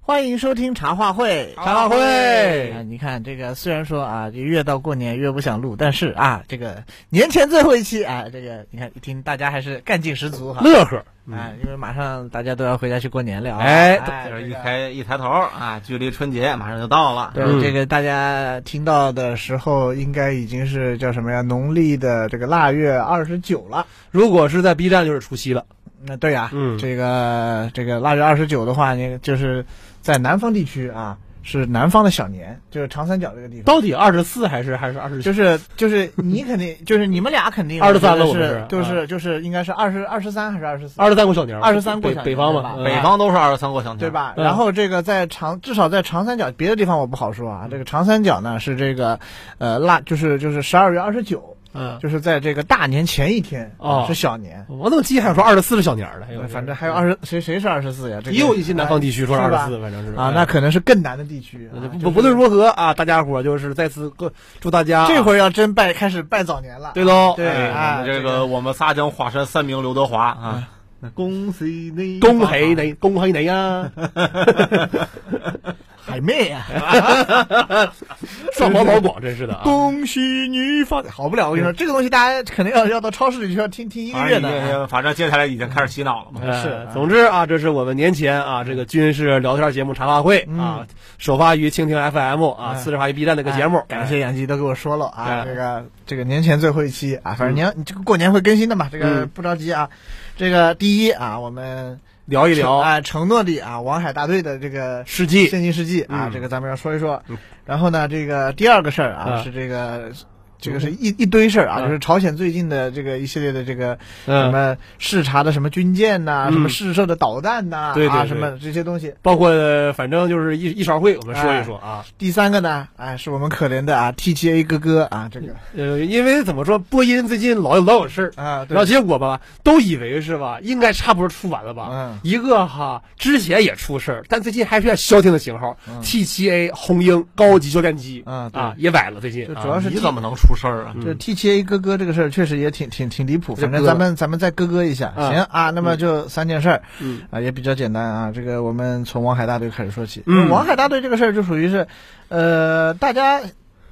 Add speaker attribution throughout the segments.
Speaker 1: 欢迎收听茶话会。
Speaker 2: 茶话会
Speaker 1: 啊，你看这个，虽然说啊，这越到过年越不想录，但是啊，这个年前最后一期啊，这个你看一听大家还是干劲十足哈。
Speaker 2: 乐呵，
Speaker 1: 啊，因为马上大家都要回家去过年了啊。
Speaker 2: 嗯哎
Speaker 3: 就是
Speaker 1: 这
Speaker 3: 一
Speaker 1: 个
Speaker 3: 抬一抬头啊，距离春节马上就到了。
Speaker 1: 对、
Speaker 2: 嗯
Speaker 1: 这个大家听到的时候，应该已经是叫什么呀？农历的这个腊月二十九了。
Speaker 2: 如果是在 B 站就是除夕了，
Speaker 1: 那对呀、啊
Speaker 2: 嗯
Speaker 1: 这个这个腊月二十九的话，那个就是在南方地区啊，是南方的小年，就是长三角这个地方。
Speaker 2: 到底二十四还是还是二 十？
Speaker 1: 就是就是你肯定就是你们俩肯定
Speaker 2: 23了
Speaker 1: 我觉得
Speaker 2: 我
Speaker 1: 是就
Speaker 2: 们是嗯
Speaker 1: 是就是应该是二十二十三还是二十四
Speaker 2: 二十三过小年儿，
Speaker 1: 23过
Speaker 2: 北
Speaker 1: 小年儿
Speaker 2: 北方
Speaker 1: 对吧啊
Speaker 2: 嘛，嗯
Speaker 3: 北方都是二十三过小年，
Speaker 1: 对？吧？
Speaker 2: 嗯
Speaker 1: 然后这个在长至少在长三角别的地方我不好说啊，这个长三角呢是这个呃腊就是就是十二月二十九，
Speaker 2: 嗯，
Speaker 1: 就是在这个大年前一天
Speaker 2: 哦哎
Speaker 1: 是小年，呃
Speaker 2: 我怎么记还有说二十四是小年儿的？还有
Speaker 1: 反正还有二十谁谁是二十四呀？这个
Speaker 2: 也有一些南方地区说
Speaker 1: 是
Speaker 2: 二
Speaker 1: 吧
Speaker 2: 十四，反正是
Speaker 1: 啊，那
Speaker 2: 嗯
Speaker 1: 可能是更南的地区啊，
Speaker 2: 不
Speaker 1: 就是
Speaker 2: 不论如何啊，大家伙儿就是再次各祝大家
Speaker 1: 这
Speaker 2: 儿
Speaker 1: 会儿要真拜开始拜早年了，
Speaker 2: 对喽，
Speaker 1: 对
Speaker 2: 哎
Speaker 1: 啊
Speaker 3: 哎，这
Speaker 1: 这个嗯
Speaker 3: 个我们仨将化身三名刘德华啊！恭喜你，
Speaker 2: 恭喜你，恭喜你呀！
Speaker 1: 海妹啊呀，
Speaker 2: 双毛老广，真是的啊！
Speaker 1: 恭喜你发财，好不了，我跟你说，这个东西大家肯定要要到超市里去要听听一个
Speaker 3: 反
Speaker 1: 月
Speaker 3: 正
Speaker 1: 的啊，
Speaker 3: 反正接下来已经开始洗脑了嘛。
Speaker 2: 哎
Speaker 1: 是啊
Speaker 2: 总之啊，这是我们年前啊这个军事聊天节目茶话会啊，首发于蜻蜓 FM
Speaker 1: 哎
Speaker 2: 啊，次日发于 B 站的一个节目
Speaker 1: 哎，感谢杨基都给我说了啊，
Speaker 2: 哎
Speaker 1: 这个这个年前最后一期啊，反正年你这个过年会更新的嘛，这个
Speaker 2: 嗯
Speaker 1: 不着急啊。这个第一啊，我们
Speaker 2: 聊一
Speaker 1: 承
Speaker 2: 聊
Speaker 1: 啊，承诺的啊，王海大队的这个
Speaker 2: 世纪
Speaker 1: 现金事迹啊，
Speaker 2: 嗯
Speaker 1: 这个咱们要说一说
Speaker 2: 嗯。
Speaker 1: 然后呢，这个第二个事儿啊
Speaker 2: 啊
Speaker 1: 是这个。这个是一一堆事儿啊，
Speaker 2: 嗯
Speaker 1: 就是朝鲜最近的这个一系列的这个什
Speaker 2: 嗯。
Speaker 1: 么视察的什么军舰呐，
Speaker 2: 嗯
Speaker 1: 什么试射的导弹呐，
Speaker 2: 对对
Speaker 1: 啊
Speaker 2: 对
Speaker 1: 什么这些东西。
Speaker 2: 包括呃反正就是一一勺会，我们说一说啊。
Speaker 1: 第三个呢，哎，是我们可怜的啊 TGA 哥哥啊，这个
Speaker 2: 呃，因为怎么说，播音最近嗯老有老有事儿，
Speaker 1: 啊，对
Speaker 2: 然后结果吧，都以为是吧，应该差不多出完了吧。
Speaker 1: 嗯
Speaker 2: 一个哈，之前也出事儿，但最近还出现消停的型号、
Speaker 1: 嗯
Speaker 2: t 7 a 红鹰高级教练机
Speaker 1: 啊对
Speaker 2: 啊，也崴了最近
Speaker 1: 就
Speaker 2: 啊。
Speaker 1: 嗯主要是
Speaker 3: 你怎么能出事儿啊？
Speaker 2: 嗯
Speaker 1: 这 TGA 哥哥这个事儿确实也挺挺挺离谱，
Speaker 2: 这
Speaker 1: 反正
Speaker 2: 割
Speaker 1: 咱们咱们再割割一下，
Speaker 2: 啊
Speaker 1: 行啊，那么就三件事儿
Speaker 2: 嗯
Speaker 1: 啊，也比较简单啊。这个我们从王海大队开始说起。
Speaker 2: 嗯
Speaker 1: 王海大队这个事儿就属于是，呃，大家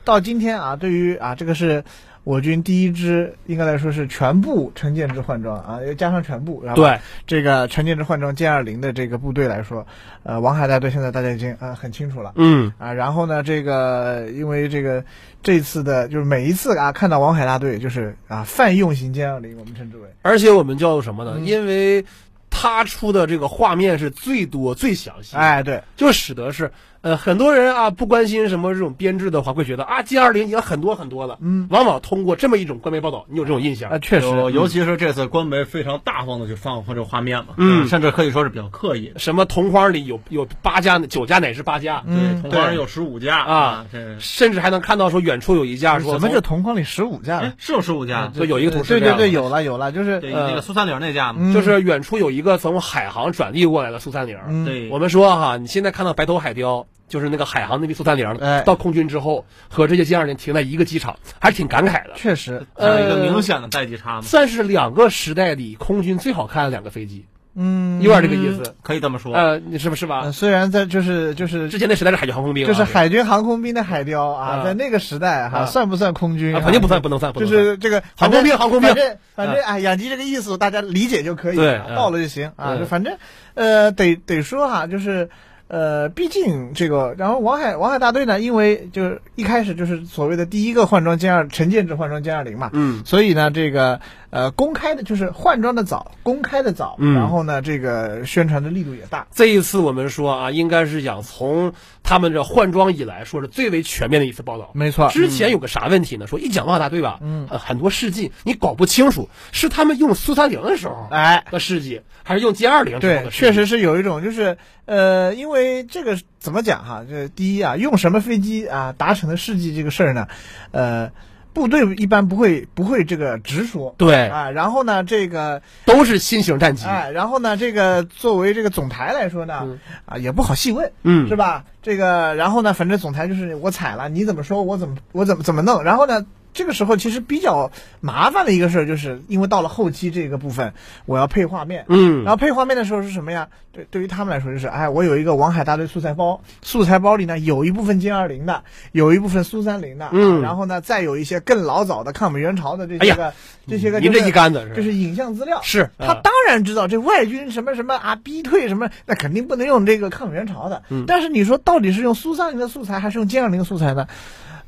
Speaker 1: 到今天啊，对于啊这个是我军第一支，应该来说是全部成建制换装啊，又加上全部，然后
Speaker 2: 对，
Speaker 1: 这个成建制换装歼二零的这个部队来说，呃，王海大队现在大家已经啊很清楚了。
Speaker 2: 嗯
Speaker 1: 啊，然后呢，这个因为这个这次的，就是每一次啊，看到王海大队就是啊，泛用型歼二零，我们称之为
Speaker 2: 而且我们叫什么呢？
Speaker 1: 嗯
Speaker 2: 因为他出的这个画面是最多最详细的，
Speaker 1: 哎，对，
Speaker 2: 就使得是呃很多人啊不关心什么这种编制的话，会觉得啊 G 二零已经很多很多了。
Speaker 1: 嗯
Speaker 2: 往往通过这么一种官媒报道，你有这种印象？
Speaker 1: 啊，确实，
Speaker 3: 就尤其是这次官媒非常大方的去放放这个画面嘛，啊
Speaker 2: 嗯
Speaker 3: 甚至可以说是比较刻意。
Speaker 2: 什么同花里有有八家、九家乃至八家，
Speaker 1: 嗯
Speaker 3: 同
Speaker 1: 对
Speaker 3: 花有十五家
Speaker 2: 啊，
Speaker 3: 这
Speaker 2: 甚至还能看到说远处有一家说
Speaker 1: 怎么就同框里十五架
Speaker 2: 嗯
Speaker 3: 哎
Speaker 1: 了？
Speaker 3: 是有十五
Speaker 1: 啊
Speaker 3: 家，
Speaker 2: 啊就有一个同事
Speaker 1: 对
Speaker 2: 这
Speaker 1: 对
Speaker 2: 样
Speaker 1: 对，有了有了，就是
Speaker 3: 对，
Speaker 2: 呃
Speaker 3: 那个苏三零那家嘛，
Speaker 1: 嗯
Speaker 2: 就是远处有一个从海航转运过来的苏三零。
Speaker 1: 嗯
Speaker 3: 对，
Speaker 2: 我们说哈，你现在看到白头海雕，就是那个海航那批苏三零
Speaker 1: 哎，
Speaker 2: 到空军之后和这些歼二零停在一个机场，还是挺感慨的。
Speaker 1: 确实，
Speaker 3: 还有一个
Speaker 2: 呃
Speaker 3: 明显的代际
Speaker 1: 嗯
Speaker 3: 差嘛，
Speaker 2: 算是两个时代里空军最好看的两个飞机，
Speaker 1: 嗯，
Speaker 2: 有点这个意。思。
Speaker 3: 可以这么说。
Speaker 2: 呃，你是不是吧
Speaker 1: 呃、？虽然在就是就是
Speaker 2: 之前那时代是海军航空兵啊，
Speaker 1: 就是海军航空兵的海雕啊，
Speaker 2: 啊
Speaker 1: 在那个时代哈、
Speaker 2: 啊
Speaker 1: 算不算空军、
Speaker 2: 啊，肯定不算，。不能算，不
Speaker 1: 就
Speaker 2: 能算
Speaker 1: 是这个
Speaker 2: 航空兵航空兵啊
Speaker 1: 反正反正哎，养鸡这个意思大家理解就可以，
Speaker 2: 对
Speaker 1: 啊
Speaker 2: 嗯
Speaker 1: 到了就行啊。
Speaker 2: 嗯
Speaker 1: 就反正呃，得得说哈，就是呃，毕竟这个，然后王海王海大队呢，因为就是一开始就是所谓的第一个换装歼二陈建制换装歼二零嘛。
Speaker 2: 嗯，
Speaker 1: 所以呢，这个呃，公开的就是换装的早，公开的早，
Speaker 2: 嗯
Speaker 1: 然后呢，这个宣传的力度也大，
Speaker 2: 这一次我们说啊，应该是想从他们这换装以来说是最为全面的一次报道。
Speaker 1: 没错
Speaker 2: 之前有个啥问题呢？说一讲万大队吧，
Speaker 1: 嗯
Speaker 2: 呃，很多事迹你搞不清楚，是他们用苏三零的时候
Speaker 1: 哎，
Speaker 2: 的事迹，还是用歼二零时候
Speaker 1: 对，
Speaker 2: 的事迹？
Speaker 1: 确实是有一种就是呃，因为这个怎么讲哈？这第一啊，用什么飞机啊达成的事迹这个事儿呢，呃，部队一般不会不会这个直说。
Speaker 2: 对，
Speaker 1: 啊，然后呢，这个，
Speaker 2: 都是新型战机。
Speaker 1: 哎，然后呢，这个作为这个总台来说呢
Speaker 2: 嗯，
Speaker 1: 啊，也不好细问，
Speaker 2: 嗯
Speaker 1: 是吧？这个，然后呢，反正总台就是我踩了，你怎么说，我怎么我怎么怎么弄，然后呢，这个时候其实比较麻烦的一个事儿，就是因为到了后期这个部分，我要配画面。
Speaker 2: 嗯
Speaker 1: 然后配画面的时候是什么呀？对，对于他们来说就是，哎，我有一个王海大队素材包，素材包里呢有一部分歼二零的，有一部分苏三零的，
Speaker 2: 嗯
Speaker 1: 然后呢再有一些更老早的抗美援朝的这
Speaker 2: 哎
Speaker 1: 些
Speaker 2: 呀
Speaker 1: 个、这些个、就
Speaker 2: 您
Speaker 1: 是、
Speaker 2: 这一竿子
Speaker 1: 就是是影像资料。
Speaker 2: 是
Speaker 1: 他
Speaker 2: 啊
Speaker 1: 当然知道这外军什么什么啊，逼退什么，那肯定不能用这个抗美援朝的。
Speaker 2: 嗯
Speaker 1: 但是你说到底是用苏三零的素材还是用歼二零的素材呢？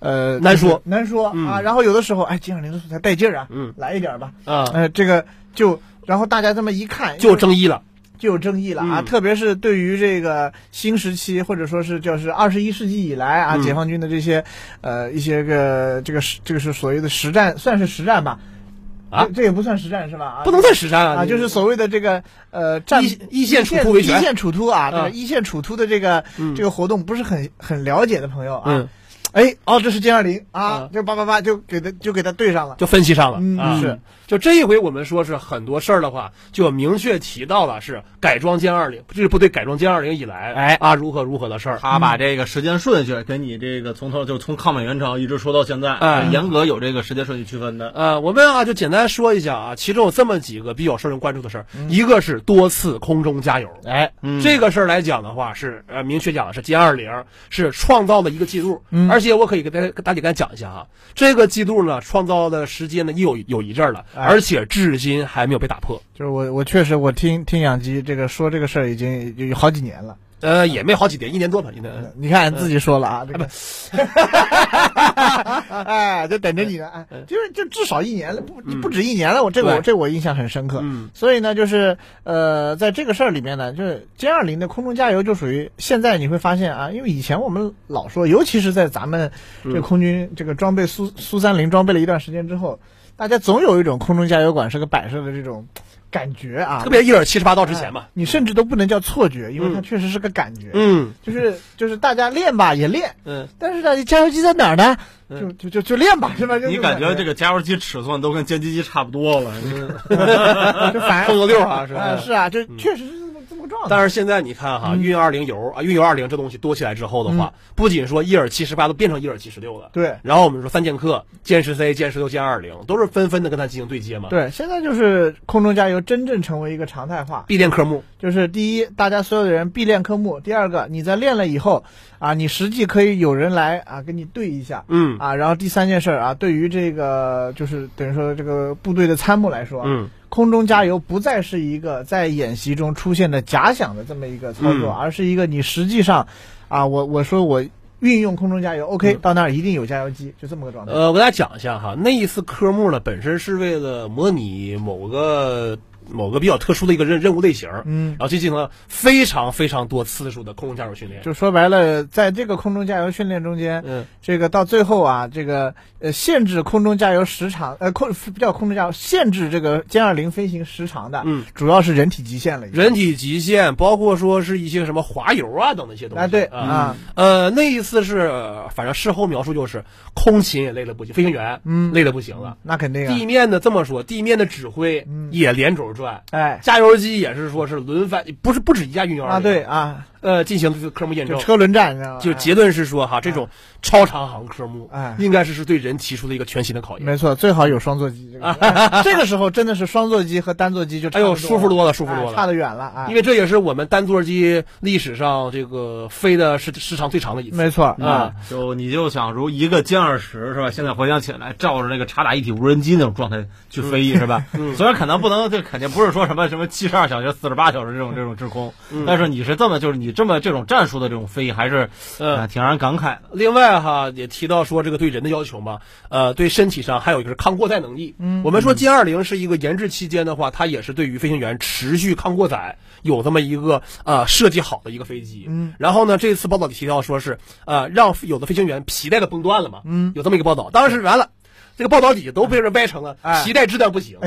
Speaker 1: 呃，
Speaker 2: 难说
Speaker 1: 难说、
Speaker 2: 嗯
Speaker 1: 啊。然后有的时候，哎，歼二零的素材带劲儿啊，
Speaker 2: 嗯
Speaker 1: 来一点儿吧。
Speaker 2: 啊，
Speaker 1: 呃，这个就然后大家这么一看，
Speaker 2: 就争议了。
Speaker 1: 就有争议了啊，
Speaker 2: 嗯
Speaker 1: 特别是对于这个新时期或者说是就是二十一世纪以来啊，
Speaker 2: 嗯
Speaker 1: 解放军的这些呃一些个这个是这个是所谓的实战，算是实战吧？
Speaker 2: 啊
Speaker 1: 这，这也不算实战是吧？啊，
Speaker 2: 不能算实战
Speaker 1: 啊，就是所谓的这个呃战
Speaker 2: 一一线处突为权
Speaker 1: 一线处突啊，这个
Speaker 2: 嗯
Speaker 1: 一线处突的这个
Speaker 2: 嗯
Speaker 1: 这个活动不是很很了解的朋友啊
Speaker 2: 嗯，，
Speaker 1: 哎哦，这是歼二零啊
Speaker 2: 嗯，
Speaker 1: 就叭叭叭就给他就给他对上了，
Speaker 2: 就分析上了、
Speaker 1: 嗯
Speaker 2: 啊。
Speaker 1: 是，
Speaker 2: 就这一回我们说是很多事儿的话，就明确提到了是改装歼二零，这是部队改装歼二零以来，
Speaker 3: 哎
Speaker 2: 啊如何如何的事儿。
Speaker 3: 他把这个时间顺序跟你这个从头就从抗美援朝一直说到现在，
Speaker 2: 哎
Speaker 3: 严格有这个时间顺序区分的。
Speaker 2: 呃，我们啊就简单说一下啊，其中有这么几个比较受人关注的事儿，一个是多次空中加油。
Speaker 3: 哎，
Speaker 2: 这个事儿来讲的话，是呃，明确讲的是歼二零是创造了一个记录，
Speaker 1: 嗯
Speaker 2: 而且我可以给大家跟大家讲一下哈，这个记录呢创造的时间呢也有有一阵儿了，
Speaker 1: 哎
Speaker 2: 而且至今还没有被打破，
Speaker 1: 就是我我确实我听听养鸡这个说这个事儿已经有有好几年了。
Speaker 2: 呃，也没好几年，一年多吧，一年。
Speaker 1: 你看自己说了
Speaker 2: 嗯
Speaker 1: 啊，这个， 哎，就等着你呢，哎，就是就至少一年了，不
Speaker 2: 嗯
Speaker 1: 不止一年了，我这个我
Speaker 2: 对
Speaker 1: 这我印象很深刻。
Speaker 2: 嗯
Speaker 1: 所以呢，就是呃，在这个事儿里面呢，就是歼二零的空中加油就属于现在你会发现啊，因为以前我们老说，尤其是在咱们这
Speaker 2: 嗯
Speaker 1: 空军这个装备苏苏三零装备了一段时间之后，大家总有一种空中加油管是个摆设的这种感觉啊，
Speaker 2: 特别一点七十八道之前嘛
Speaker 1: 哎。你甚至都不能叫错觉，因为它
Speaker 2: 嗯
Speaker 1: 确实是个感觉，
Speaker 2: 嗯
Speaker 1: 就是就是大家练吧也练。
Speaker 2: 嗯，
Speaker 1: 但是呢，加油机在哪儿呢？
Speaker 2: 嗯
Speaker 1: 就就就就练吧，是吧？就
Speaker 3: 你感觉这个加油机尺寸都跟歼击机差不多了，
Speaker 2: 嗯
Speaker 1: 个 就反
Speaker 2: 碰
Speaker 1: 正
Speaker 2: 个溜儿啊，是
Speaker 1: 啊
Speaker 2: 吧？
Speaker 1: 是啊，就确实是这么这么个状态。
Speaker 2: 但是现在你看哈，
Speaker 1: 嗯
Speaker 2: 运二零油啊，运油二零这东西多起来之后的话，不仅说一尔七十八都变成一尔七十六了，
Speaker 1: 对
Speaker 2: 然后我们说三剑客、歼十 C、歼十六、歼二零都是纷纷的跟它进行对接嘛。
Speaker 1: 对，现在就是空中加油真正成为一个常态化，
Speaker 2: 必练科目，
Speaker 1: 就是第一，大家所有的人必练科目；第二个，你在练了以后啊，你实际可以有人来啊跟你对一下。
Speaker 2: 嗯
Speaker 1: 啊，然后第三件事儿啊，对于这个就是等于说这个部队的参谋来说，啊
Speaker 2: 嗯
Speaker 1: 空中加油不再是一个在演习中出现的假想的这么一个操作，
Speaker 2: 嗯
Speaker 1: 而是一个你实际上，啊，我我说我运用空中加油，OK，、
Speaker 2: 嗯
Speaker 1: 到那儿一定有加油机，就这么个状态。
Speaker 2: 呃，我给大家讲一下哈，那一次科目呢，本身是为了模拟某个某个比较特殊的一个任任务类型，然
Speaker 1: 嗯，
Speaker 2: 后就进行了非常非常多次数的空中加油训练。
Speaker 1: 就说白了，在这个空中加油训练中间，
Speaker 2: 嗯，
Speaker 1: 这个到最后啊，这个呃限制空中加油时长，呃空不叫空中加油，限制这个歼二零飞行时长的，
Speaker 2: 嗯，
Speaker 1: 主要是人体极限了已经。
Speaker 2: 人体极限，包括说是一些什么滑油啊等那些东西。
Speaker 1: 啊对
Speaker 2: 啊，
Speaker 1: 啊，
Speaker 2: 呃，那一次是，呃反正事后描述就是，空勤也累得不行，飞行员
Speaker 1: 嗯
Speaker 2: 累得不行了。
Speaker 1: 那肯定啊
Speaker 2: 地，面的这么说，地面的指挥
Speaker 1: 嗯
Speaker 2: 也连轴转，
Speaker 1: 哎
Speaker 2: 加油机也是说是轮番，不是不止一架运油
Speaker 1: 啊对，啊，
Speaker 2: 呃，进行这个科目验
Speaker 1: 就
Speaker 2: 证。
Speaker 1: 车啊轮战，你知道吗？
Speaker 2: 就结论是说哈，这种超长航科目
Speaker 1: 哎，
Speaker 2: 应该是是对人提出了一个全新的考验。
Speaker 1: 没错，最好有双座机。 这个这个时候真的是双座机和单座机就差
Speaker 2: 哎
Speaker 1: 不多
Speaker 2: 呦，舒服多了，舒服
Speaker 1: 哎
Speaker 2: 多了。
Speaker 1: 差得远了啊
Speaker 2: 因。为这也是我们单座机历史上这个飞的时时长最长的一次。
Speaker 1: 没错
Speaker 2: 嗯啊，
Speaker 3: 就你就想如一个歼二十是吧？现在回想起来，照着那个查打一体无人机那种状态去飞是吧？
Speaker 2: 嗯
Speaker 3: 虽然可能不能，这肯定不是说什么什么七十二小时、四十八小时这种这种制空，
Speaker 2: 嗯
Speaker 3: 但是你是这么就是你这么这种战术的这种飞，还是
Speaker 2: 嗯
Speaker 3: 啊挺让人感慨的。
Speaker 2: 另外哈，也提到说这个对人的要求嘛，呃，对身体上还有一个是抗过载能力。
Speaker 1: 嗯
Speaker 2: 我们说歼二零是一个研制期间的话，它也是对于飞行员持续抗过载有这么一个呃设计好的一个飞机。
Speaker 1: 嗯，
Speaker 2: 然后呢，这次报道里提到说是呃让有的飞行员皮带都崩断了嘛，
Speaker 1: 嗯，
Speaker 2: 有这么一个报道。当时完了，这个报道底都被人歪成了
Speaker 1: 哎
Speaker 2: 皮带质量不行，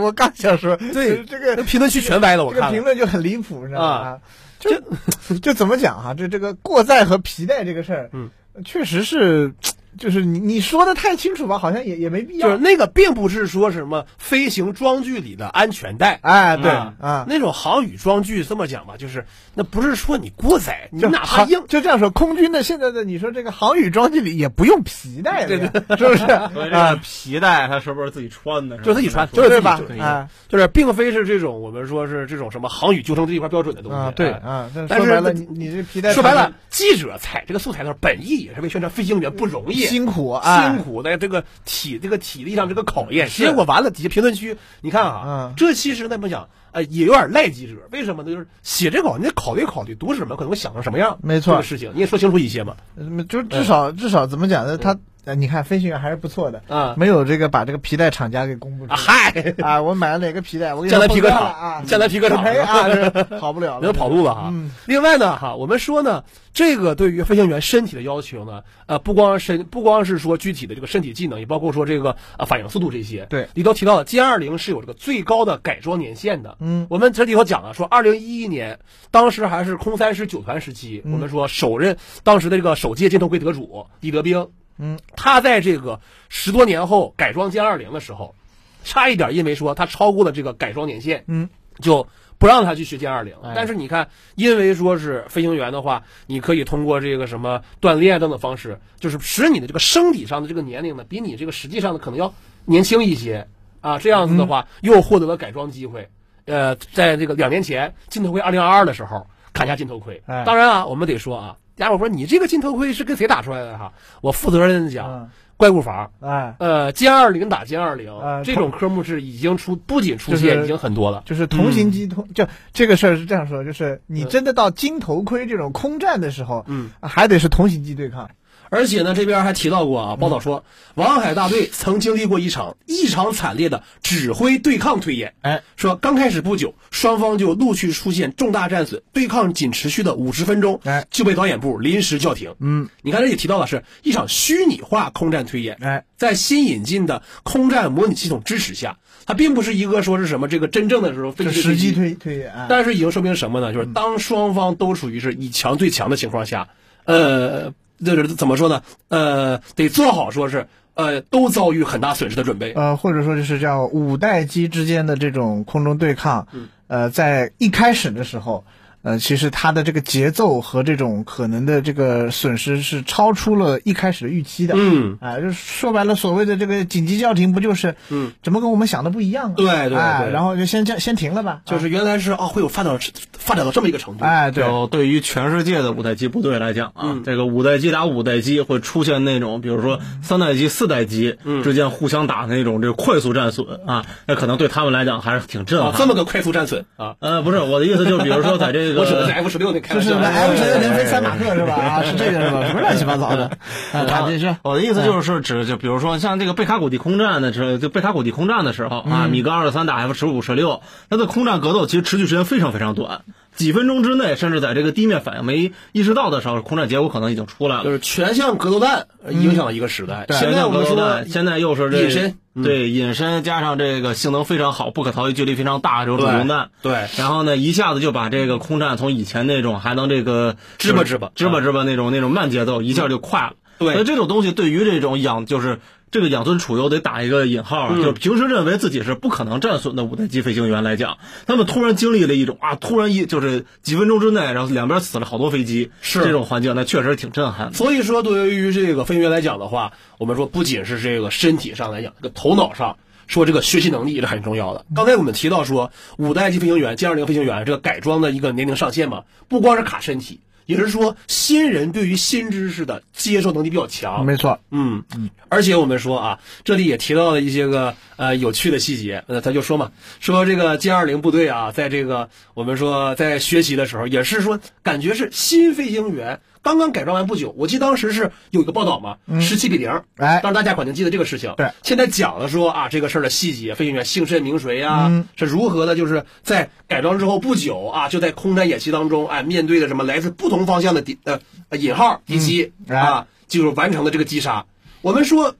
Speaker 1: 我刚想说，
Speaker 2: 对
Speaker 1: 这个
Speaker 2: 那评论区全歪了，我
Speaker 1: 这个
Speaker 2: 看
Speaker 1: 评
Speaker 2: 了。啊
Speaker 1: 论就很离谱，啊你知道吗？ 啊就就怎么讲哈、这这个过载和皮带这个事儿，
Speaker 2: 嗯，
Speaker 1: 确实是就是你你说的太清楚吧，好像也也没必
Speaker 2: 就是
Speaker 1: 要。
Speaker 2: 那个并不是说什么飞行装具里的安全带。
Speaker 1: 哎，对
Speaker 3: 嗯
Speaker 1: 啊，
Speaker 2: 那种航宇装具这么讲吧，就是那不是说你 过载，你
Speaker 1: 就
Speaker 2: 哪怕
Speaker 1: 航
Speaker 2: 硬，
Speaker 1: 就这样说，空军的现在的你说这个航宇装具里也不用皮带的呀， 是不 是？
Speaker 3: 所以这
Speaker 1: 啊
Speaker 3: 个，呃皮带它是不是自己穿的？吧
Speaker 2: 就是自己穿
Speaker 3: 现在说
Speaker 1: 对吧
Speaker 2: 就是自？己
Speaker 1: 啊
Speaker 2: 就是并非是这种我们说是这种什么航宇救生这一块标准的东西。
Speaker 1: 啊，对
Speaker 2: 哎
Speaker 1: 啊，但
Speaker 2: 但
Speaker 1: 说
Speaker 2: 是
Speaker 1: 白了，
Speaker 2: 这
Speaker 1: 你你这皮带
Speaker 2: 说白
Speaker 1: 穿
Speaker 2: 了，记者采这个素材的时候，本意也是为宣传飞行员不容
Speaker 1: 得
Speaker 2: 易。
Speaker 1: 辛苦啊，
Speaker 2: 辛苦的这个体这个体力上这个考验，
Speaker 3: 是
Speaker 2: 结果完了底下评论区，你看啊
Speaker 1: 嗯，
Speaker 2: 这其实咱们讲，呃，也有点赖记者，为什么呢？就是写这稿，你得考虑考虑读者们可能会想成什么样，
Speaker 1: 没
Speaker 2: 这
Speaker 1: 错
Speaker 2: 个，事情你也说清楚一些嘛，
Speaker 1: 嗯就至少至少怎么讲呢？他呃你看飞行员还是不错的，
Speaker 2: 嗯啊
Speaker 1: 没有这个把这个皮带厂家给公布出
Speaker 2: 啊
Speaker 1: 来
Speaker 2: 嗨，
Speaker 1: 啊。我买了哪个皮带？我给
Speaker 2: 江
Speaker 1: 你
Speaker 2: 南皮革
Speaker 1: 换掉
Speaker 2: 厂
Speaker 1: 了啊，
Speaker 2: 江南 皮革厂
Speaker 1: 哎 啊，这跑不了
Speaker 2: 没
Speaker 1: 了，
Speaker 2: 有跑路啊了哈。
Speaker 1: 嗯
Speaker 2: 另外呢，哈，我们说呢，这个对于飞行员身体的要求呢，呃，不光身不光是说具体的这个身体技能，也包括说这个呃反应速度这些。
Speaker 1: 对，
Speaker 2: 里头提到了歼二零是有这个最高的改装年限的。
Speaker 1: 嗯，
Speaker 2: 我们这里头讲了，啊说二零一一年，当时还是空三师九团时期，
Speaker 1: 嗯
Speaker 2: 我们说首任当时的这个首届尖头盔得主李德兵，
Speaker 1: 嗯，
Speaker 2: 他在这个十多年后改装歼二零的时候，差一点因为说他超过了这个改装年限，
Speaker 1: 嗯，
Speaker 2: 就不让他去学歼二零
Speaker 3: 哎。
Speaker 2: 但是你看，因为说是飞行员的话，你可以通过这个什么锻炼等等方式，就是使你的这个生理上的这个年龄呢，比你这个实际上的可能要年轻一些啊。这样子的话，
Speaker 1: 嗯
Speaker 2: 又获得了改装机会。呃，在这个两年前金头盔二零二二的时候，砍下金头盔。
Speaker 1: 哎
Speaker 2: 当然啊，我们得说啊，家伙说你这个金头盔是跟谁打出来的哈？我负责任地讲，
Speaker 1: 嗯
Speaker 2: 怪物房，
Speaker 1: 哎，
Speaker 2: 呃，歼二零打歼二
Speaker 1: 呃
Speaker 2: 零这种科目是已经出，不仅出
Speaker 1: 就
Speaker 2: 现，
Speaker 1: 是
Speaker 2: 已经很多了。
Speaker 1: 就是同行机通，就这个事儿是这样说，就是你真的到金头盔这种空战的时候，
Speaker 2: 嗯，
Speaker 1: 还得是同行机对抗，
Speaker 2: 而且呢，这边还提到过
Speaker 1: 嗯
Speaker 2: 啊，报道说，王海大队曾经历过一场异常惨烈的指挥对抗推演。
Speaker 3: 哎，
Speaker 2: 说刚开始不久，双方就陆续出现重大战损，对抗仅持续的五十分钟，
Speaker 1: 哎，
Speaker 2: 就被导演部临时叫停。
Speaker 1: 嗯，
Speaker 2: 你看这里提到的是一场虚拟化空战推演，
Speaker 1: 哎，
Speaker 2: 在新引进的空战模拟系统支持下，它并不是一个说是什么这个真正的时候飞
Speaker 1: 就
Speaker 2: 机
Speaker 1: 实
Speaker 2: 对
Speaker 1: 际
Speaker 2: 机
Speaker 1: 推推演，哎
Speaker 2: 但是已经说明什么呢？就是当双方都处于是以强对强的情况下，呃，就是怎么说呢？呃，得做好说是呃都遭遇很大损失的准备。
Speaker 1: 呃，或者说就是叫五代机之间的这种空中对抗，
Speaker 2: 嗯
Speaker 1: 呃，在一开始的时候，呃，其实它的这个节奏和这种可能的这个损失是超出了一开始的预期的。
Speaker 2: 嗯，
Speaker 1: 啊，就是说白了，所谓的这个紧急叫停，不就是，
Speaker 2: 嗯，
Speaker 1: 怎么跟我们想的不一样啊？
Speaker 2: 对对对
Speaker 1: 哎然后就先这先停了吧，
Speaker 2: 就是原来是啊会有发展发展到这么一个程度。
Speaker 1: 哎，对，
Speaker 3: 就对于全世界的五代机部队来讲啊，
Speaker 2: 嗯
Speaker 3: 这个五代机打五代机会出现那种，比如说三代机、四代机
Speaker 2: 嗯
Speaker 3: 之间互相打的那种这个快速战损啊，那可能对他们来讲还是挺震
Speaker 2: 啊
Speaker 3: 撼。，
Speaker 2: 这么个快速战损啊！
Speaker 3: 呃，不是我的意思，就比如说在这 个啊
Speaker 2: 我指的是 F 十六那开
Speaker 1: 就
Speaker 2: 玩
Speaker 1: 是
Speaker 2: 笑。哎
Speaker 1: F 十六零飞三马克是吧？啊，是这个是吧？什么乱七八 糟的？啊，
Speaker 3: 然
Speaker 1: 他
Speaker 3: 后
Speaker 1: 这是，
Speaker 3: 我的意思就是指，就比如说像这个贝卡谷地空战的时候，就贝卡谷地空战的时候啊，
Speaker 2: 嗯
Speaker 3: 米格二十三打 F 十五、十六，它的空战格斗其实持续时间非常非常短，几分钟之内，甚至在这个地面反应没意识到的时候，空战结果可能已经出来
Speaker 2: 就
Speaker 3: 了。
Speaker 2: 是全向格斗战呃影响了一个时
Speaker 1: 嗯
Speaker 2: 代。
Speaker 1: 对
Speaker 2: 现在我们说
Speaker 3: 现在又是这
Speaker 2: 隐身，嗯
Speaker 3: 对隐身加上这个性能非常好、不可逃逸、距离非常大的这种主动弹，
Speaker 2: 对，
Speaker 3: 然后呢，一下子就把这个空战从以前那种还能这个
Speaker 2: 支吧支吧
Speaker 3: 支吧支吧那种那种慢节奏，一下就快了。
Speaker 2: 嗯对
Speaker 3: 所以这种东西对于这种养就是这个养尊处优得打一个引号
Speaker 2: 嗯
Speaker 3: 啊，就是平时认为自己是不可能战损的五代机飞行员来讲，他们突然经历了一种啊，突然一就是几分钟之内，然后两边死了好多飞机，
Speaker 2: 是
Speaker 3: 这种环境，那确实挺震撼的。
Speaker 2: 所以说，对于这个飞行员来讲的话，我们说不仅是这个身体上来讲，这个头脑上说这个学习能力也是很重要的。刚才我们提到说，五代机飞行员、歼二零飞行员这个改装的一个年龄上限嘛，不光是卡身体，也是说新人对于新知识的接受能力比较强。
Speaker 1: 没错，
Speaker 2: 嗯，而且我们说啊，这里也提到了一些个呃有趣的细节，呃，他就说嘛，说这个歼二零部队啊，在这个我们说在学习的时候，也是说感觉是新飞行员刚刚改装完不久，我记得当时是有一啊个报道嘛，十七比零，
Speaker 1: 哎，
Speaker 2: 当时大家肯定记得这个事情。
Speaker 1: 嗯对，
Speaker 2: 现在讲了说啊，这个事儿的细节，飞行员姓甚名谁啊，
Speaker 1: 嗯
Speaker 2: 是如何的，就是在改装之后不久啊，就在空战演习当中，哎，面对的什么来自不同方向的敌呃呃引号敌机、
Speaker 1: 嗯哎
Speaker 2: 啊，就是完成了这个击杀。我们说。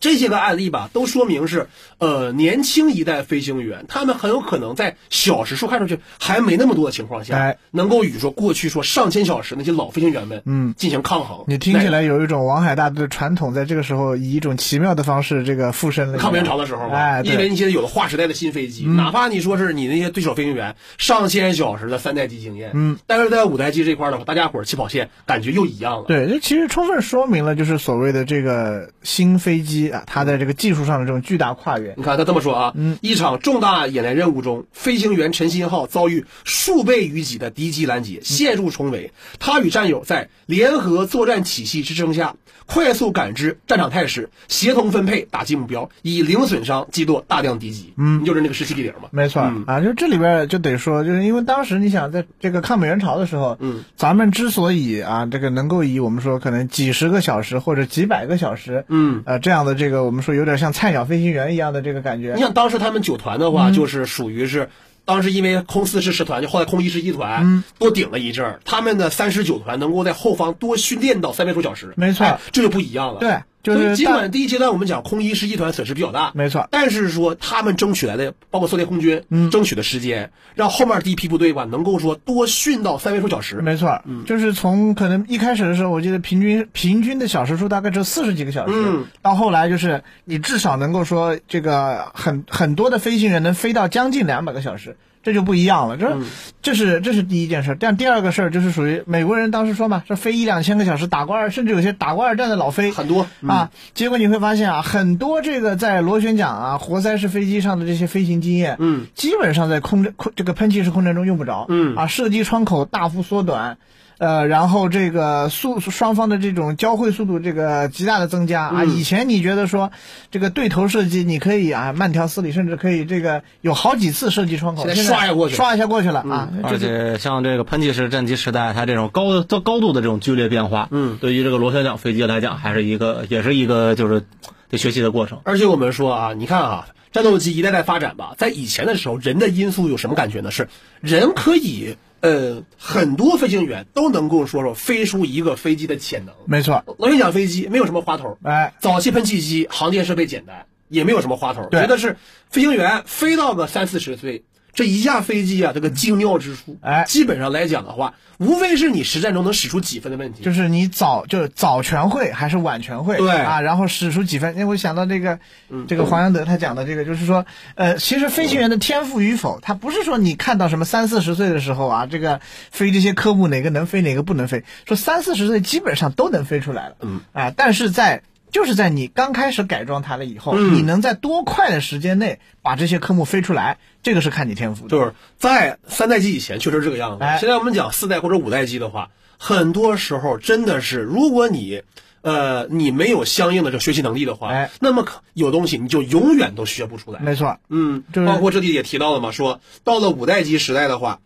Speaker 2: 这些个案例吧，都说明是呃年轻一代飞行员，他们很有可能在小时数看上去还没那么多的情况下，
Speaker 1: 哎
Speaker 2: 能够与说过去说上千小时那些老飞行员们
Speaker 1: 嗯
Speaker 2: 进行抗衡。
Speaker 1: 你听起来有一种王海大队的传统，在这个时候以一种奇妙的方式这个附身了一样。
Speaker 2: 抗元朝的时候嘛，
Speaker 1: 哎，对
Speaker 2: 因为你现在有了划时代的新飞机，哪怕你说是你那些对手飞行员上千小时的三代机经验，嗯，但是在五代机这块儿的话，大家伙儿起跑线感觉又一样了。
Speaker 1: 对，这其实充分说明了就是所谓的这个新飞机啊，它在这个技术上的这种巨大跨越。
Speaker 2: 你看他这么说啊，
Speaker 1: 嗯
Speaker 2: 一场重大演练任务中，飞行员陈新浩遭遇数倍于己的敌机拦截，陷入重围。他与战友在联合作战体系支撑下，快速感知战场态势，协同分配打击目标，以零损伤击落大量敌机。嗯，就是那个十七地顶嘛。
Speaker 1: 没错、
Speaker 2: 嗯
Speaker 1: 啊，就这里边就得说，就是因为当时你想在这个抗美援朝的时候，嗯，咱们之所以啊，这个能够以我们说可能几十个小时或者几百个小时，
Speaker 2: 嗯，
Speaker 1: 呃，这样的这个我们说有点像菜鸟飞行员一样的这个感觉
Speaker 2: 你，想当时他们九团的
Speaker 1: 嗯
Speaker 2: 话，就是属于是。当时因为空四是十团，就后来空一是一团，
Speaker 1: 嗯
Speaker 2: 多顶了一阵儿。他们的三十九团能够在后方多训练到三位数小时，
Speaker 1: 没错
Speaker 2: 哎这就不一样了。
Speaker 1: 对就是嗯
Speaker 2: 所以尽
Speaker 1: 大
Speaker 2: 管第一阶段我们讲空一是一团损失比较大，
Speaker 1: 没错
Speaker 2: 但是说他们争取来的，包括苏联空军，
Speaker 1: 嗯
Speaker 2: 争取的时间，让后面第一批部队吧能够说多训到三位数小时，
Speaker 1: 没错，
Speaker 2: 嗯
Speaker 1: 就是从可能一开始的时候，我记得平均平均的小时数大概只有四十几个小时，
Speaker 2: 嗯
Speaker 1: 到后来就是你至少能够说这个很很多的飞行员能飞到将近两百个小时，这就不一样了。这、
Speaker 2: 嗯
Speaker 1: 这是这是第一件事儿，但第二个事儿就是属于美国人当时说嘛，说飞一两千个小时打过二，甚至有些打过二战的老飞
Speaker 2: 很多。
Speaker 1: 啊，结果你会发现啊，很多这个在螺旋桨啊、活塞式飞机上的这些飞行经验，
Speaker 2: 嗯，
Speaker 1: 基本上在空战空这个喷气式空战中用不着，
Speaker 2: 嗯
Speaker 1: 啊，射击窗口大幅缩短，呃，然后这个速双方的这种交汇速度这个极大的增加啊，
Speaker 2: 嗯
Speaker 1: 以前你觉得说这个对头射击你可以啊慢条斯理，甚至可以这个有好几次射击窗口，
Speaker 2: 现在
Speaker 1: 现在
Speaker 2: 刷一下过去嗯
Speaker 1: 刷一下过去了啊，
Speaker 3: 而且像这个喷气式战机时代，它这种高的高度的这种剧烈变化，嗯，对于这个螺旋桨飞机来讲，还是一个也是一个就是得学习的过程。
Speaker 2: 而且我们说啊，你看啊，战斗机一代代发展吧，在以前的时候，人的因素有什么感觉呢？是人可以，呃，很多飞行员都能够说说飞出一个飞机的潜能。
Speaker 1: 没错，
Speaker 2: 螺旋桨飞机没有什么花头，
Speaker 1: 哎，
Speaker 2: 早期喷气机航电设备简单，也没有什么花头，
Speaker 1: 对
Speaker 2: 觉得是飞行员飞到个三四十岁。这一架飞机啊，这个精妙之处，
Speaker 1: 哎
Speaker 2: 基本上来讲的话，无非是你实战中能使出几分的问题。
Speaker 1: 就是你早就是早全会还是晚全会？
Speaker 2: 对
Speaker 1: 啊，然后使出几分？因哎为我想到这个，这个黄杨德他讲的这个，就是说，呃，其实飞行员的天赋与否，他不是说你看到什么三四十岁的时候啊，这个飞这些科目哪个能飞哪个不能飞，说三四十岁基本上都能飞出来了，嗯啊，但是在。就是在你刚开始改装它了以后，你能在多快的时间内把这些科目飞出来，这个是看你天赋的。
Speaker 2: 就是在三代机以前确实是这个样子
Speaker 1: 哎。
Speaker 2: 现在我们讲四代或者五代机的话，很多时候真的是，如果你呃你没有相应的这个学习能力的话，
Speaker 1: 哎
Speaker 2: 那么可有东西你就永远都学不出来。
Speaker 1: 没错，
Speaker 2: 嗯，
Speaker 1: 就是
Speaker 2: 包括这里也提到了嘛，说到了五代机时代的话，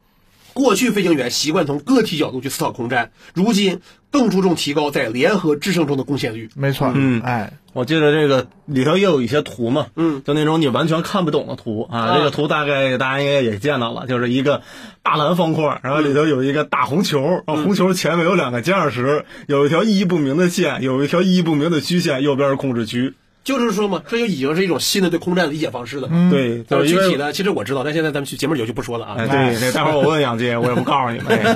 Speaker 2: 过去飞行员习惯从个体角度去思考空战，如今更注重提高在联合制胜中的贡献率。
Speaker 1: 没错，嗯，哎，
Speaker 3: 我记得这个里头也有一些图嘛，
Speaker 2: 嗯，
Speaker 3: 就那种你完全看不懂的图啊。
Speaker 2: 啊
Speaker 3: 这个图大概大家应该也见到了，就是一个大蓝方块，然后里头
Speaker 2: 嗯
Speaker 3: 有一个大红球，然后红球前面有两个歼二十，有一条意义不明的线，有一条意义不明的虚线，右边是控制区。
Speaker 2: 就是说嘛，这就已经是一种新的对空战的理解方式了嘛。
Speaker 1: 嗯
Speaker 3: 对，
Speaker 2: 但
Speaker 3: 就是是
Speaker 2: 嗯
Speaker 3: 因
Speaker 2: 具体
Speaker 3: 为。
Speaker 2: 的，其实我知道，但现在咱们去节目里就不说了啊。
Speaker 3: 哎，对，那待会儿我问养鸡，我也不告诉你 们。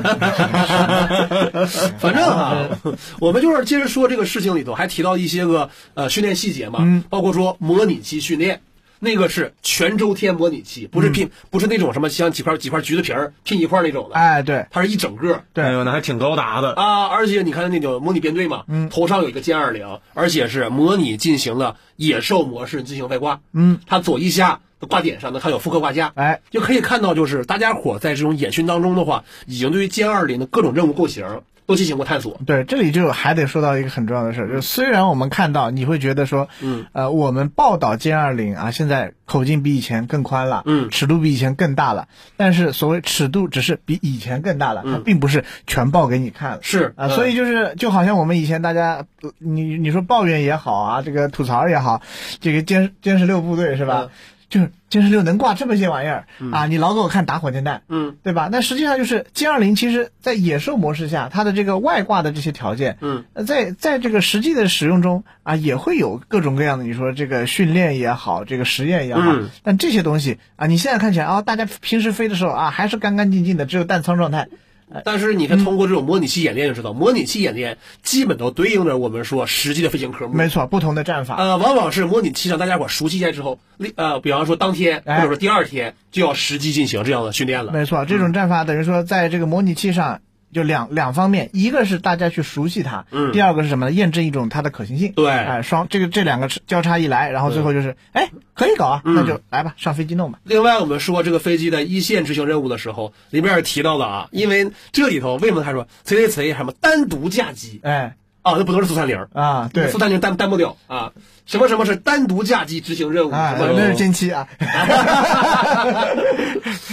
Speaker 2: 反 正啊，
Speaker 1: 嗯
Speaker 2: 我们就是接着说这个事情里头，还提到一些个呃训练细节嘛，
Speaker 1: 嗯
Speaker 2: 包括说模拟器训练，那个是全周天模拟器，
Speaker 1: 嗯
Speaker 2: 不是拼，不是那种什么像几块几块橘子皮儿拼一块儿那种的，
Speaker 1: 哎，对，
Speaker 2: 它是一整个。
Speaker 1: 对
Speaker 3: 哎呦，那还挺高达的。
Speaker 2: 啊，而且你看那个模拟编队嘛，
Speaker 1: 嗯
Speaker 2: 头上有一个歼二零，而且是模拟进行了野兽模式进行外挂，
Speaker 1: 嗯，
Speaker 2: 它左翼下的挂点上呢，它有复刻挂架，
Speaker 1: 哎，
Speaker 2: 就可以看到，就是大家伙在这种演训当中的话，已经对于歼二零的各种任务构型都进行过探索，
Speaker 1: 对，这里就还得说到一个很重要的事儿，就是虽然我们看到你会觉得说，
Speaker 2: 嗯，
Speaker 1: 呃，我们报道歼二零啊，现在口径比以前更宽了，
Speaker 2: 嗯
Speaker 1: 尺度比以前更大了，但是所谓尺度只是比以前更大了，它并不是全报给你看了。
Speaker 2: 嗯是嗯
Speaker 1: 啊，所
Speaker 2: 以
Speaker 1: 以就是就好像我们以前大家，呃你你说抱怨也好啊，这个吐槽也好，这个歼歼十六部队是吧？
Speaker 2: 嗯
Speaker 1: 就是歼十六能挂这么些玩意儿、啊，你老给我看打火箭弹，
Speaker 2: 嗯，
Speaker 1: 对吧？那实际上就是歼二零，其实在野兽模式下，它的这个外挂的这些条件，
Speaker 2: 嗯
Speaker 1: 呃，在在这个实际的使用中啊，也会有各种各样的，你说这个训练也好，这个实验也好，
Speaker 2: 嗯
Speaker 1: 但这些东西啊，你现在看起来啊，大家平时飞的时候啊，还是干干净净的，只有弹仓状态，
Speaker 2: 嗯呃但是你看，
Speaker 1: 嗯
Speaker 2: 通过这种模拟器演练就知道，模拟器演练基本都对应着我们说实际的飞行科目。
Speaker 1: 没错，不同的战法，
Speaker 2: 呃，往往是模拟器让大家伙儿熟悉一下之后，立呃，比方说当天或
Speaker 1: 哎
Speaker 2: 者说第二天就要实际进行这样的训练了。
Speaker 1: 没错，这种战
Speaker 2: 嗯
Speaker 1: 法等于说在这个模拟器上就两两方面，一个是大家去熟悉它，
Speaker 2: 嗯
Speaker 1: 第二个是什么呢？验证一种它的可行性，
Speaker 2: 对
Speaker 1: 哎、双这个这两个交叉一来，然后最后就是，哎，可以搞啊，那就来吧，上飞机弄吧。
Speaker 2: 另外，我们说这个飞机在一线执行任务的时候，里面也提到了啊，因为这里头为什么他说谁谁谁什么单独驾机
Speaker 1: 哎
Speaker 2: 啊，那不能是苏三零，
Speaker 1: 啊，对，
Speaker 2: 苏三零担担不了啊，什么什么是单独驾机执行任务，
Speaker 1: 啊，
Speaker 2: 什么
Speaker 1: 那是歼七啊，
Speaker 2: 人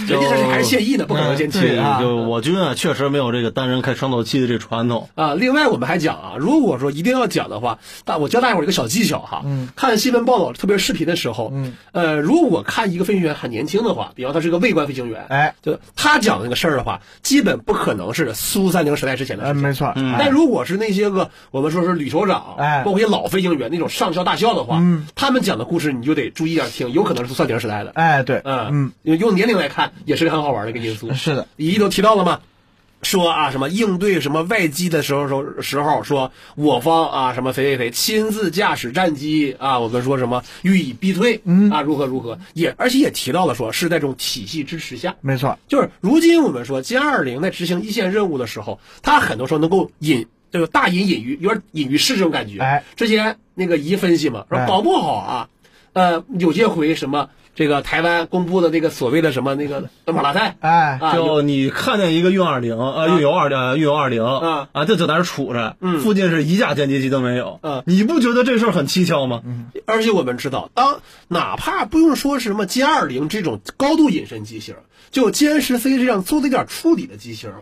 Speaker 2: 家这是还是现役呢，不可能
Speaker 1: 嗯
Speaker 2: 先去
Speaker 3: 对
Speaker 2: 啊。
Speaker 3: 就我军啊，确实没有这个单人开双头器的这传统。
Speaker 2: 啊，另外我们还讲啊，如果说一定要讲的话，那我教大家伙儿一个小技巧哈。嗯，看新闻报道，特别是视频的时候，嗯，呃，如果看一个飞行员很年轻的话，比方他是个卫官飞行员，
Speaker 1: 哎，
Speaker 2: 就他讲那个事儿的话，基本不可能是苏三零时代之前的
Speaker 1: 呃，
Speaker 2: 事情。
Speaker 1: 没错，哎
Speaker 2: 但如果是那些个我们说是旅首长，
Speaker 1: 哎
Speaker 2: 包括一些老飞行员那种上校、大校的话，嗯，他们讲的故事你就得注意点听，有可能是苏三零时代的。
Speaker 1: 哎，对，
Speaker 2: 嗯，用用年龄来看，也是个很好玩的一个因素。
Speaker 1: 是的，
Speaker 2: 一都提到了嘛，说啊什么应对什么外机的时候时候时候，说我方啊什么谁谁谁亲自驾驶战机啊，我们说什么予以逼退，嗯啊如何如何，也而且也提到了说是在这种体系支持下。
Speaker 1: 没错，
Speaker 2: 就是如今我们说歼二零在执行一线任务的时候，它很多时候能够隐，就是大隐隐于，有点隐于市这种感觉。
Speaker 1: 哎，
Speaker 2: 之前那个姨分析嘛，说
Speaker 1: 哎
Speaker 2: 搞不好啊，呃，有些回什么这个台湾公布的那个所谓的什么那个马拉赛
Speaker 1: 哎，
Speaker 2: 啊，有啊
Speaker 3: 就你看见一个运二零，呃，运油二呃，运油二零，
Speaker 2: 嗯
Speaker 3: 啊，就在那儿杵着，附近是一架歼击机都没有，
Speaker 2: 嗯
Speaker 3: 你不觉得这事儿很蹊跷吗？
Speaker 2: 而且我们知道，当哪怕不用说什么歼二零这种高度隐身机型，就歼十 C 这样做的一点处理的机型，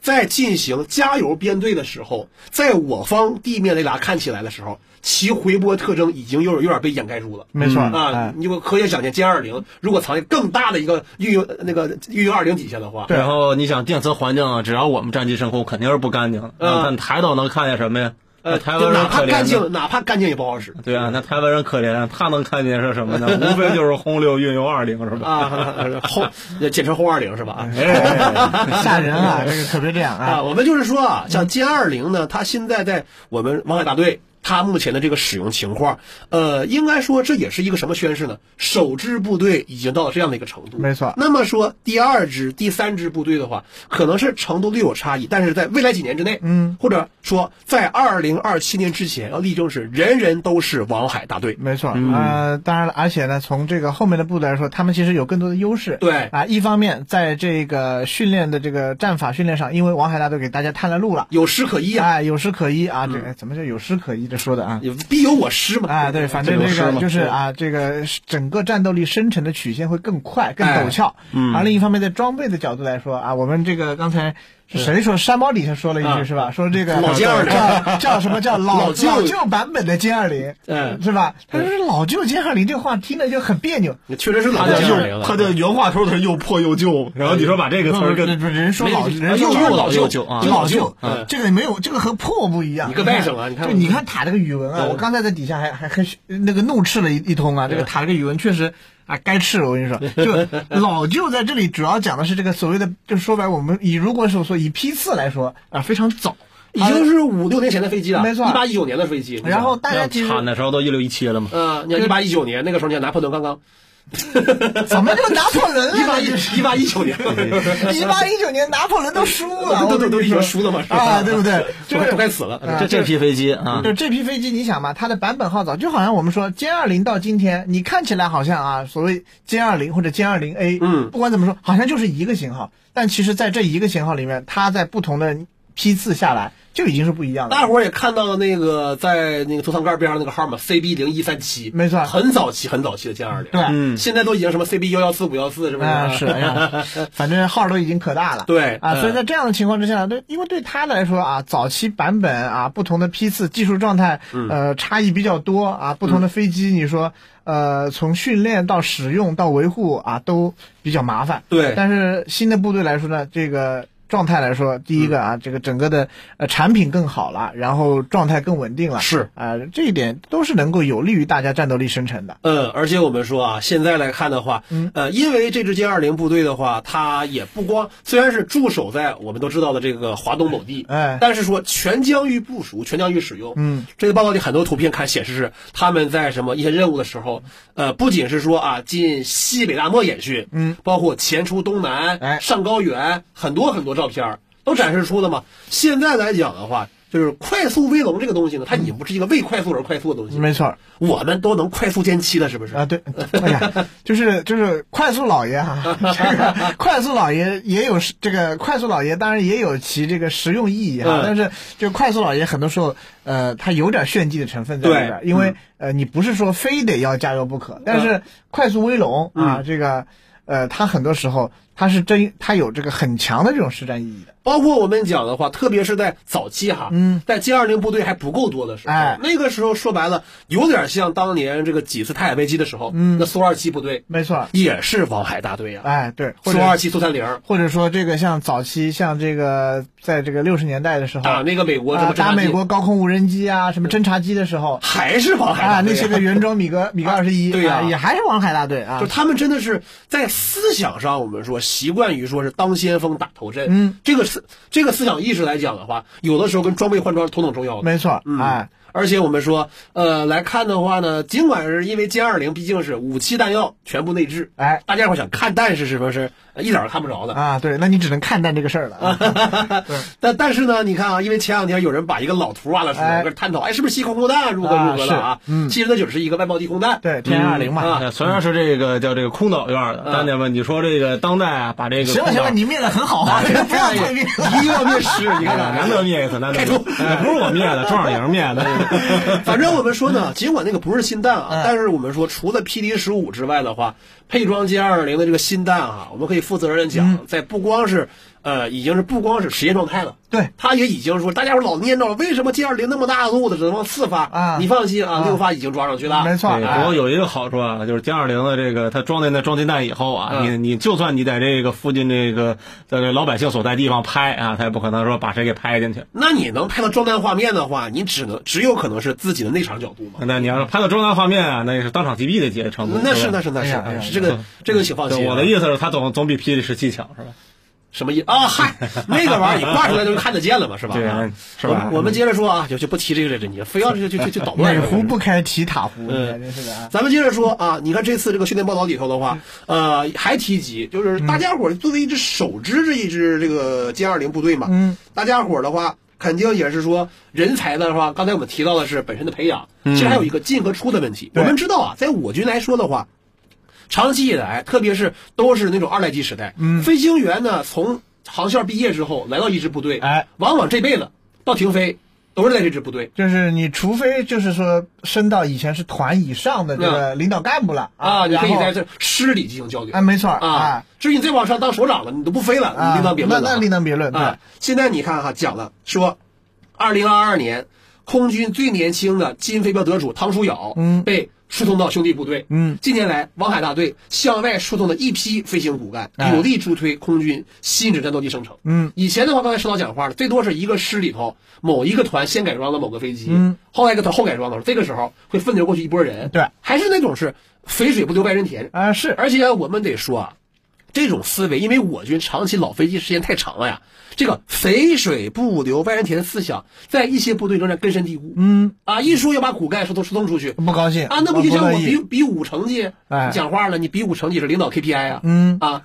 Speaker 2: 在进行加油编队的时候，在我方地面雷达看起来的时候，其回波特征已经有点有点被掩盖住了。
Speaker 1: 没错，
Speaker 2: 啊
Speaker 1: 哎，，
Speaker 2: 你就可以想见，歼二零如果藏在更大的一个运用那个运用二零底下的话，
Speaker 1: 对
Speaker 3: 然后你想电磁环境啊，只要我们战机升空，肯定是不干净的。啊
Speaker 2: 嗯
Speaker 3: 但台岛能看见什么呀？
Speaker 2: 呃，
Speaker 3: 那台湾
Speaker 2: 就
Speaker 3: 人
Speaker 2: 哪
Speaker 3: 可
Speaker 2: 怕
Speaker 3: 怜
Speaker 2: 干
Speaker 3: 呢，
Speaker 2: 净，哪怕干净也不好使。
Speaker 3: 对啊，那台湾人可怜，他能看见是什 么呢？无非就是轰六运油二零是吧？
Speaker 2: 啊， 轰，简称轰二零是吧？啊。
Speaker 1: 哎 吓人啊，这个可别这样啊，
Speaker 2: 啊，我们就是说啊，像歼二零呢，它现在在我们王海大队。它目前的这个使用情况，呃，应该说这也是一个什么宣示呢？首支部队已经到了这样的一个程度，
Speaker 1: 没错
Speaker 2: 那么说第二支、第三支部队的话，可能是程度略有差异，但是在未来几年之内，嗯，或者说在二零二七年之前，要力争是人人都是王海大队。
Speaker 1: 没错，呃，当然了，而且呢，从这个后面的步骤来说，他们其实有更多的优势。
Speaker 2: 对
Speaker 1: 啊，一方面在这个训练的这个战法训练上，因为王海大队给大家探了路了，
Speaker 2: 有师可依啊，
Speaker 1: 哎，有师可依啊，这个怎么叫有师可依？这说的啊。
Speaker 2: 有必有我师 嘛。
Speaker 1: 啊，对，反正
Speaker 3: 这
Speaker 1: 这
Speaker 3: 有师
Speaker 1: 个
Speaker 3: 嘛
Speaker 1: 就是
Speaker 3: 对
Speaker 1: 啊，这个整个战斗力生成的曲线会更快、更
Speaker 2: 哎
Speaker 1: 陡峭。嗯，而另一方面，在装备的角度来说啊，我们这个刚才是谁说山猫底下说了一句
Speaker 2: 啊
Speaker 1: 是吧？说这个
Speaker 2: 老歼20
Speaker 1: 叫叫什么叫老
Speaker 2: 老旧
Speaker 1: 旧版本的歼二零，
Speaker 2: 嗯
Speaker 1: 是吧？他说老旧歼二零这话听着就很别扭。
Speaker 2: 确实是老
Speaker 3: 他
Speaker 2: 的
Speaker 3: 的
Speaker 2: 歼二零
Speaker 3: 又
Speaker 2: 了，
Speaker 3: 他的原话说的是又破又旧，然后你说把这个词儿
Speaker 1: 不是
Speaker 3: 跟
Speaker 1: 不是人说老
Speaker 2: 没
Speaker 1: 人说
Speaker 2: 又
Speaker 1: 老
Speaker 2: 又老
Speaker 3: 又
Speaker 2: 旧
Speaker 3: 旧啊
Speaker 2: 又
Speaker 1: 老
Speaker 2: 老旧
Speaker 1: 旧，，
Speaker 2: 嗯
Speaker 1: 这个没有，这个和破不一样。
Speaker 2: 你个外省啊你看
Speaker 1: 就
Speaker 2: 我
Speaker 1: 你看塔这个语文啊，
Speaker 2: 嗯
Speaker 1: 我刚才在底下还还还那个怒斥了一一通啊，这个塔这个语文确实啊该斥，我跟你说， 就老舅在这里主要讲的是这个所谓的，就说白，我们以如果是说以批次来说啊，非常早，
Speaker 2: 已经是五六年前的飞机了，
Speaker 1: 没错
Speaker 2: 一八一九年的飞机。
Speaker 1: 然后大家
Speaker 3: 那
Speaker 1: 其实
Speaker 3: 惨的时候都一六一七了嘛。
Speaker 2: 呃，你看一八一九年那个时候，你看拿破仑 刚刚
Speaker 1: 怎么就拿破仑
Speaker 2: 一八
Speaker 1: 了
Speaker 2: 一
Speaker 1: 呢？
Speaker 2: 一八一九年，
Speaker 1: 一八一九年拿破仑都输了，
Speaker 2: 都
Speaker 1: 我
Speaker 2: 都
Speaker 1: 跟
Speaker 2: 都
Speaker 1: 你
Speaker 2: 已
Speaker 1: 说
Speaker 2: 经输了嘛，是吧？
Speaker 1: 啊，对不对？ 嗯就
Speaker 2: 都快
Speaker 1: 是
Speaker 2: 都该死了。
Speaker 3: 这这批飞机啊，
Speaker 1: 就这批飞机，你想嘛，它的版本号早，就好像我们说歼二零到今天，你看起来好像啊，所谓歼二零或者歼二零 A，
Speaker 2: 嗯
Speaker 1: 不管怎么说，好像就是一个型号，但其实在这一个型号里面，它在不同的批次下来，就已经是不一样
Speaker 2: 大
Speaker 1: 了。
Speaker 2: 伙儿也看到了那个在那个头舱盖边上那个号码 CB 零一三七，
Speaker 1: 没错
Speaker 2: 很早期很早期的歼二零，
Speaker 1: 对
Speaker 3: 嗯
Speaker 2: 现在都已经什么 CB 幺幺四五幺四是不
Speaker 1: 啊，是，
Speaker 2: 是？
Speaker 1: 哎呀，反正号儿都已经可大了。
Speaker 2: 对
Speaker 1: 啊，
Speaker 2: 嗯
Speaker 1: 所以在这样的情况之下，对，因为对他来说啊，早期版本啊，不同的批次、技术状态，呃，差异比较多啊，不同的飞机，你说，呃，从训练到使用到维护啊，都比较麻烦。
Speaker 2: 对
Speaker 1: 但是新的部队来说呢，这个。状态来说，第一个
Speaker 2: 嗯
Speaker 1: 啊，这个整个的呃产品更好了，然后状态更稳定了，
Speaker 2: 是
Speaker 1: 啊、这一点都是能够有利于大家战斗力生成的。
Speaker 2: 嗯，而且我们说啊，现在来看的话，呃，因为这支歼二零部队的话，它也不光虽然是驻守在我们都知道的这个华东某地，
Speaker 1: 哎
Speaker 2: 但是说全疆域部署、全疆域使用，嗯，这个报告里很多图片看显示是他们在什么一些任务的时候，呃，不仅是说啊进西北大漠演训，嗯，包括前出东南、
Speaker 1: 哎
Speaker 2: 上高原，很多很多照片儿都展示出了嘛。现在来讲的话。就是快速威龙这个东西呢，它已经不是一个为快速而快速的东西，
Speaker 1: 没错，
Speaker 2: 我们都能快速歼七了，是不是？
Speaker 1: 啊，对，哎呀，就是就是快速老爷哈、这个快速老爷也有是这个快速老爷，当然也有其这个实用意义哈、
Speaker 2: 嗯
Speaker 1: 但是就快速老爷很多时候，呃，它有点炫技的成分在里
Speaker 2: 对嗯
Speaker 1: 边，因为、呃，你不是说非得要加油不可，但是快速威龙啊，
Speaker 2: 嗯
Speaker 1: 这个呃，它很多时候它是真它有这个很强的这种实战意义的，
Speaker 2: 包括我们讲的话，特别是在早期哈，嗯，在歼二零部队还不够多的时候，
Speaker 1: 哎
Speaker 2: 那个时候说白了，有点像当年这个几次泰坦危机的时候，嗯，那苏二七部队
Speaker 1: 没错，
Speaker 2: 也是王海大队啊，
Speaker 1: 哎，对，或
Speaker 2: 苏
Speaker 1: 者
Speaker 2: 二七、苏三零啊，
Speaker 1: 或者说这个像早期像这个在这个六十年代的时候。
Speaker 2: 那个美国什
Speaker 1: 啊，
Speaker 2: 么
Speaker 1: 打
Speaker 2: 侦察
Speaker 1: 美
Speaker 2: 机
Speaker 1: 国高空无人机啊，什么侦察机的时候，
Speaker 2: 还是 王海
Speaker 1: 啊，
Speaker 2: 大队
Speaker 1: 那些个圆周米格米格二十一，
Speaker 2: 对呀
Speaker 1: 啊也还是王海大队啊
Speaker 2: 就，他们真的是在思想上，我们说习惯于说是当先锋打头阵，
Speaker 1: 嗯，
Speaker 2: 这个思这个思想意识来讲的话，有的时候跟装备换装是同等重要的。
Speaker 1: 没错，
Speaker 2: 嗯
Speaker 1: 哎，，
Speaker 2: 而且我们说，呃，来看的话呢，尽管是因为歼二零毕竟是武器弹药全部内置，
Speaker 1: 哎
Speaker 2: 大家伙想看，但是是不是呃一点儿看不着的？
Speaker 1: 啊，对，那你只能看淡这个事儿了啊，
Speaker 2: 但但是呢，你看啊，因为前两天有人把一个老图挖了出来，
Speaker 1: 哎
Speaker 2: 有人探讨，哎，是不是西空空弹如何如何了啊
Speaker 1: 啊？嗯
Speaker 2: 其实那就是一个外贸地空弹。
Speaker 1: 对，天二零嘛，嗯
Speaker 3: 啊，虽然是这个叫这个空岛院的，
Speaker 2: 嗯
Speaker 3: 但那么你说这个当代啊，把这个
Speaker 1: 行了
Speaker 3: 空
Speaker 1: 行
Speaker 3: 岛
Speaker 1: 了，你灭的很好 啊，
Speaker 3: 哎
Speaker 1: 不要再灭了，
Speaker 2: 一定要面试，你看看， 哎
Speaker 3: 难得灭一次，难得灭一次，哎不是我灭的，庄小莹灭的。哎
Speaker 2: 反正我们说呢，尽管那个不是新弹
Speaker 1: 哎
Speaker 2: 啊，但是我们说除了 PD 十五之外的话，配装歼二零的这个新弹啊，我们可以负责任
Speaker 1: 嗯
Speaker 2: 讲，在不光是呃，已经是不光是实验状态了。
Speaker 1: 对，
Speaker 2: 他也已经说，大家伙老念叨了，为什么歼二零那么大的路子只能四发？
Speaker 1: 啊
Speaker 2: 你放心啊，
Speaker 1: 啊
Speaker 2: 六发已经抓上去了。
Speaker 1: 没错，
Speaker 3: 对，不
Speaker 1: 哎
Speaker 3: 过有一个好处啊，就是歼二零的这个它装在那装进弹以后啊，你
Speaker 2: 嗯
Speaker 3: 你就算你在这个附近这个在这老百姓所在地方拍啊，他也不可能说把谁给拍进去。
Speaker 2: 那你能拍到装弹画面的话，你只能只有可能是自己的内场角度嘛。
Speaker 3: 那你要是拍到装弹画面啊，那也是当场击毙的级程度。
Speaker 2: 那是那
Speaker 3: 吧
Speaker 2: 是那
Speaker 1: 哎
Speaker 2: 是，
Speaker 1: 呀哎呀
Speaker 2: 是这个这个请放心
Speaker 3: 对
Speaker 2: 啊。
Speaker 3: 我的意思是，他总总比霹雳十七强是吧？
Speaker 2: 什么意啊？嗨，那个玩意儿你挂出来就看得见了嘛，是吧？
Speaker 3: 对
Speaker 2: 啊
Speaker 3: 是吧
Speaker 2: 我们我们接着说啊，就就不提这个了，你非要就就就就捣乱
Speaker 1: 哪
Speaker 2: 这个
Speaker 1: 壶不开提塔壶，你
Speaker 2: 嗯
Speaker 1: 看真是的啊，
Speaker 2: 咱们接着说啊，你看这次这个训练报道里头的话，
Speaker 1: 嗯
Speaker 2: 呃，还提及就是大家伙儿作为一支首支这一支这个歼二零部队嘛，
Speaker 1: 嗯，
Speaker 2: 大家伙儿的话肯定也是说人才的话，刚才我们提到的是本身的培养，其实还有一个进和出的问题。我
Speaker 1: 嗯对
Speaker 2: 们知道啊，在我军来说的话，长期以来，特别是都是那种二代机时代，嗯，飞行员呢从航校毕业之后来到一支部队，
Speaker 1: 哎，
Speaker 2: 往往这辈子到停飞都是在这支部队。
Speaker 1: 就是你除非就是说升到以前是团以上的这个领导干部了
Speaker 2: 嗯啊，你可以
Speaker 1: 然后
Speaker 2: 在这师里进行交流
Speaker 1: 啊，没错
Speaker 2: 啊，，至于你再往上当首长了，你都不飞了，
Speaker 1: 啊
Speaker 2: 你另当别论了
Speaker 1: 那
Speaker 2: 啊。
Speaker 1: 那另当别论，对
Speaker 2: 啊，现在你看哈，讲了说，二零二二年空军最年轻的金飞镖得主汤书尧，嗯，被疏通到兄弟部队，
Speaker 1: 嗯，
Speaker 2: 近年来王海大队向外疏通了一批飞行骨干，有力助推空军新质战斗力生成，
Speaker 1: 哎嗯，
Speaker 2: 以前的话，刚才石导讲话了，最多是一个师里头某一个团先改装了某个飞机，嗯，后来一个团后改装的时候，这个时候会分流过去一拨人，
Speaker 1: 对
Speaker 2: 还是那种是肥水不流外人田，
Speaker 1: 啊是
Speaker 2: 而且我们得说啊，这种思维，因为我军长期老飞机时间太长了呀，这个肥水不流外人田的思想，在一些部队仍然根深蒂固。嗯，啊，一说要把骨干疏通疏通出去。
Speaker 1: 嗯不高兴
Speaker 2: 啊，那不就像
Speaker 1: 乐
Speaker 2: 我比
Speaker 1: 意，
Speaker 2: 比武成绩
Speaker 1: 哎
Speaker 2: 讲话了？你比武成绩是领导 KPI 啊，
Speaker 1: 嗯
Speaker 2: 啊，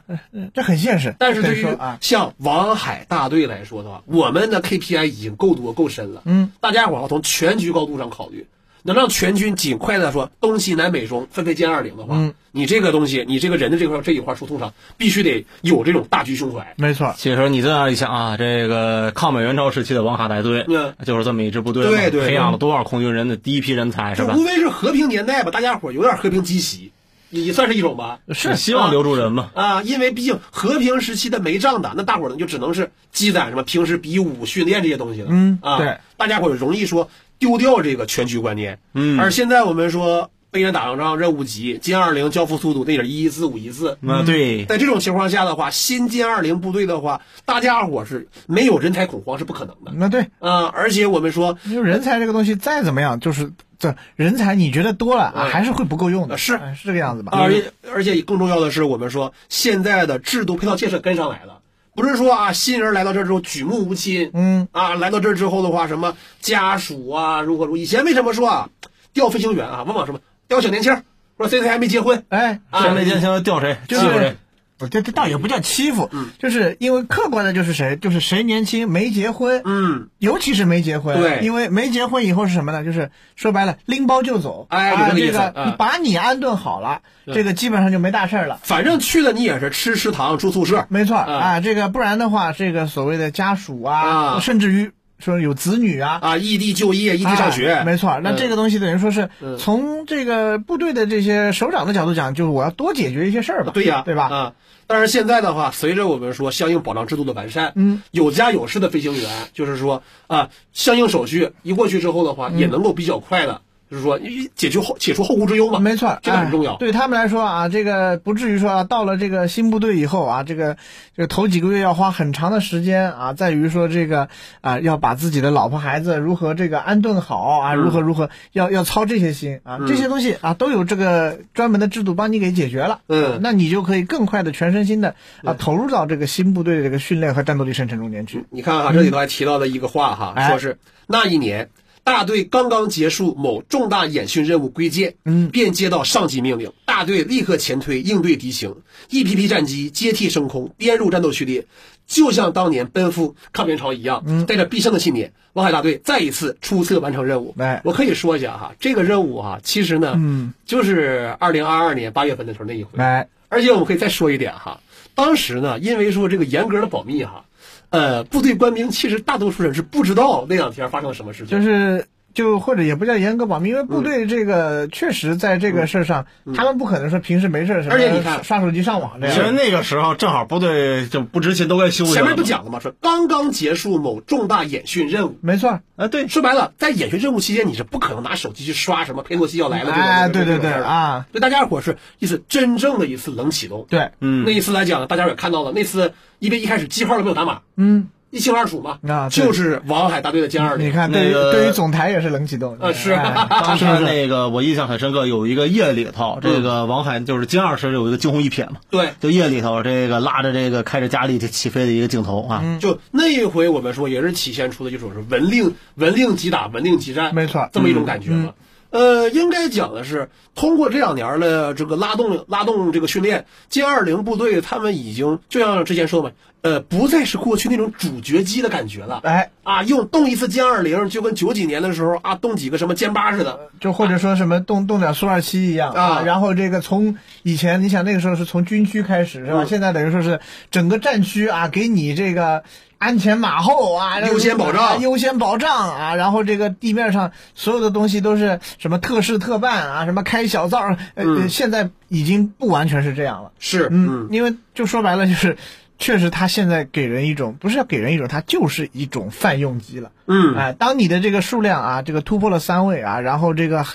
Speaker 1: 这很现实，
Speaker 2: 但是
Speaker 1: 得
Speaker 2: 对于
Speaker 1: 说啊，
Speaker 2: 像王海大队来说的话，我们的 KPI 已经够多够深了。
Speaker 1: 嗯，
Speaker 2: 啊大家伙儿要从全局高度上考虑。能让全军尽快的说东西南北中分配歼二零的话，
Speaker 1: 嗯
Speaker 2: 你这个东西，你这个人的这块这一块儿输通上必须得有这种大局胸怀。
Speaker 1: 没错，
Speaker 3: 其实你这样一想啊，这个抗美援朝时期的王卡带队，
Speaker 2: 嗯
Speaker 3: 就是这么一支部队嘛，
Speaker 2: 对对
Speaker 3: 培养了多少空军人的第一批人才是
Speaker 2: 这
Speaker 3: 吧
Speaker 2: 无？非是和平年代吧，大家伙儿有点和平积习，也也算是一种吧。
Speaker 3: 是希望留住人嘛？
Speaker 2: 啊，因为毕竟和平时期的没仗打，那大伙儿呢就只能是积攒什么平时比武训练这些东西了。
Speaker 1: 嗯
Speaker 2: 啊，
Speaker 1: 对，
Speaker 2: 大家伙儿容易说丢掉这个全局观念。
Speaker 3: 嗯
Speaker 2: 而现在我们说备战打胜仗任务急，歼二零交付速度那也是一一四五一四。
Speaker 1: 嗯
Speaker 3: 啊，对，
Speaker 2: 在这种情况下的话，新歼二零部队的话，大家伙儿是没有人才恐慌是不可能的
Speaker 1: 那对，
Speaker 2: 啊！而且我们说，
Speaker 1: 因为人才这个东西再怎么样，就是这人才你觉得多了啊，
Speaker 2: 嗯
Speaker 1: 还是会不够用的，
Speaker 2: 呃是
Speaker 1: 哎是这个样子吧？
Speaker 2: 而且啊而且更重要的是，我们说现在的制度配套建设跟上来了，不是说啊新人来到这儿之后举目无亲，
Speaker 1: 嗯
Speaker 2: 啊，来到这儿之后的话，什么家属啊，如何如何？以前为什么说啊，调飞行员啊，往往什么调小年轻儿，说谁谁还没结婚
Speaker 1: 哎，
Speaker 2: 啊，
Speaker 3: 谁没见现在掉谁，欺
Speaker 1: 就
Speaker 3: 负谁
Speaker 1: 是。。不，这这倒也不叫欺负，
Speaker 2: 嗯
Speaker 1: 就是因为客观的就是谁，就是谁年轻没结婚，
Speaker 2: 嗯，
Speaker 1: 尤其是没结婚，
Speaker 2: 对
Speaker 1: 因为没结婚以后是什么呢？就是说白了，拎包就走，
Speaker 2: 哎
Speaker 1: 啊，
Speaker 2: 有这个意
Speaker 1: 这
Speaker 2: 思
Speaker 1: 个、
Speaker 2: 嗯
Speaker 1: 你把你安顿好了，这个基本上就没大事儿了。
Speaker 2: 反正去了你也是吃食堂住宿舍，
Speaker 1: 没错
Speaker 2: 嗯
Speaker 1: 啊，这个不然的话，这个所谓的家属
Speaker 2: 啊
Speaker 1: 啊，甚至于说有子女啊，
Speaker 2: 啊，异地就业，异地上学，
Speaker 1: 哎没错。那
Speaker 2: 嗯
Speaker 1: 这个东西等于说是
Speaker 2: 嗯
Speaker 1: 从这个部队的这些首长的角度讲，就是我要多解决一些事儿吧，
Speaker 2: 对呀、
Speaker 1: 对吧？
Speaker 2: 啊，但是现在的话，随着我们说相应保障制度的完善，
Speaker 1: 嗯，
Speaker 2: 有家有室的飞行员，就是说啊，相应手续一过去之后的
Speaker 1: 嗯
Speaker 2: 话，也能够比较快的，就是说解决后解除后顾之忧嘛，
Speaker 1: 没错，
Speaker 2: 这个很重要
Speaker 1: 哎对他们来说啊，这个不至于说啊，到了这个新部队以后啊，这个这个头几个月要花很长的时间啊，在于说这个啊，要把自己的老婆孩子如何这个安顿好
Speaker 2: 嗯
Speaker 1: 啊，如何如何，要要操这些心啊，这些东西啊，都有这个专门的制度帮你给解决了。啊
Speaker 2: 嗯
Speaker 1: 那你就可以更快的全身心的啊，投入到这个新部队的这个训练和战斗力生成中间去。
Speaker 2: 你看啊哈，这里头还提到了一个话哈，
Speaker 1: 嗯哎
Speaker 2: 说是那一年大队刚刚结束某重大演训任务归建，
Speaker 1: 嗯
Speaker 2: 便接到上级命令，大队立刻前推应对敌情，一批批战机接替升空，编入战斗序列，就像当年奔赴抗美援朝一样，
Speaker 1: 嗯
Speaker 2: 带着必胜的信念，王海大队再一次出色完成任务。
Speaker 1: 哎
Speaker 2: 我可以说一下哈，这个任务哈，其实呢，
Speaker 1: 嗯，哎
Speaker 2: 就是二零二二年八月份的时候那一回，
Speaker 1: 来，
Speaker 2: 而且我们可以再说一点哈，当时呢，因为说这个严格的保密哈，呃，部队官兵其实大多数人是不知道那两天发生了什么事情，
Speaker 1: 就是就或者也不叫严格保密，因为部
Speaker 2: 嗯
Speaker 1: 队这个确实在这个事儿上，他们不可能说平时没事儿什么
Speaker 2: 而且你看
Speaker 1: 刷手机上网这
Speaker 3: 其实
Speaker 1: 样。
Speaker 3: 哎那个时候正好部队就不执勤都该休息了
Speaker 2: 前
Speaker 3: 嘛。
Speaker 2: 面不讲了吗？说刚刚结束某重大演训任务，
Speaker 1: 没错，
Speaker 3: 啊，对，
Speaker 2: 说白了，在演训任务期间，你是不可能拿手机去刷什么佩洛西要来了这种
Speaker 1: 哎，对对
Speaker 2: 这种
Speaker 1: 对
Speaker 2: 事儿的
Speaker 1: 啊，
Speaker 2: 对大家伙儿是一次真正的一次冷启动。
Speaker 1: 对，
Speaker 3: 嗯
Speaker 2: 那一次来讲，大家也看到了，那次因为一开始机号都没有打码，
Speaker 1: 嗯，
Speaker 2: 一清二楚嘛，
Speaker 1: 啊对
Speaker 2: 就是王海大队的歼二零。
Speaker 1: 你看，
Speaker 3: 那
Speaker 1: 对于
Speaker 3: 个
Speaker 1: 对于总台也是冷启动，
Speaker 2: 啊嗯是啊
Speaker 1: 哎
Speaker 3: 当时
Speaker 1: 是不是？
Speaker 3: 那个我印象很深刻，有一个夜里头，这个王海就是金二师有一个惊鸿一瞥嘛，
Speaker 2: 对，
Speaker 3: 就夜里头这个拉着这个开着佳丽就起飞的一个镜头啊，
Speaker 1: 嗯
Speaker 2: 就那一回，我们说也是体现出的一种是文令文令即打，文令即战，
Speaker 1: 没错
Speaker 2: 这么一种感觉
Speaker 1: 嗯
Speaker 2: 嘛。呃，应该讲的是，通过这两年的这个拉动拉动这个训练，歼二零部队他们已经就像之前说的嘛，呃，不再是过去那种主角机的感觉了。
Speaker 1: 哎，
Speaker 2: 啊，用动一次歼二零，就跟九几年的时候啊，动几个什么歼八似的。
Speaker 1: 就或者说什么动动点苏二七一样
Speaker 2: 啊
Speaker 1: 然后这个从以前你想那个时候是从军区开始是吧？
Speaker 2: 嗯
Speaker 1: 现在等于说是整个战区啊，给你这个鞍前马后啊，
Speaker 2: 优先保障
Speaker 1: 啊优先保障啊，然后这个地面上所有的东西都是什么特事特办啊，什么开小灶，呃，
Speaker 2: 嗯
Speaker 1: 现在已经不完全是这样了，
Speaker 2: 是，
Speaker 1: 嗯，，因为就说白了就是。确实，他现在给人一种不是要给人一种，他就是一种泛用机了。
Speaker 2: 嗯，
Speaker 1: 哎，当你的这个数量啊，这个突破了三位啊，然后这个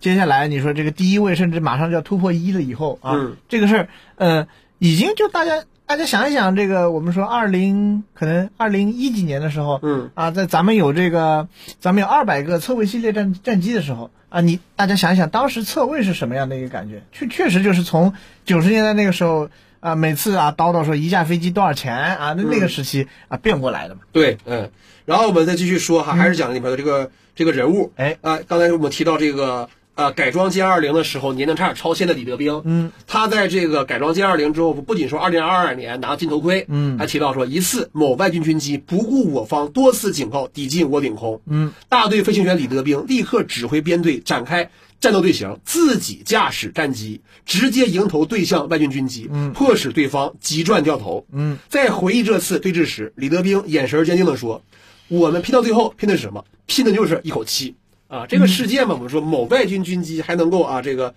Speaker 1: 接下来你说这个第一位甚至马上就要突破一了以后啊，
Speaker 2: 嗯
Speaker 1: 这个事儿，呃，已经就大家大家想一想，这个我们说二零可能二零一几年的时候，
Speaker 2: 嗯
Speaker 1: 啊，在咱们有这个咱们有二百个侧卫系列战战机的时候啊，你大家想一想，当时侧卫是什么样的一个感觉？确确实就是从九十年代那个时候。啊，每次啊叨叨说一架飞机多少钱啊？那
Speaker 2: 嗯
Speaker 1: 那个时期、啊变过来的嘛。
Speaker 2: 对，嗯，然后我们再继续说哈，还是讲里面的这个、这个人物，
Speaker 1: 哎
Speaker 2: 啊，刚才我们提到这个。呃改装歼二零的时候年龄差点超现在李德兵，嗯，他在这个改装歼二零之后，不仅说二零二二年拿金头盔，嗯，还提到说一次某外军军机不顾我方多次警告抵近我领空，嗯，大队飞行员李德兵立刻指挥编队展开。战斗队形，自己驾驶战机直接迎头对向外军军机，迫使对方急转掉头。嗯，在回忆这次对峙时，李德兵眼神坚定地说：“我们拼到最后，拼的是什么？拼的就是一口气啊！这个世界嘛，我们说某外军军机还能够啊，这个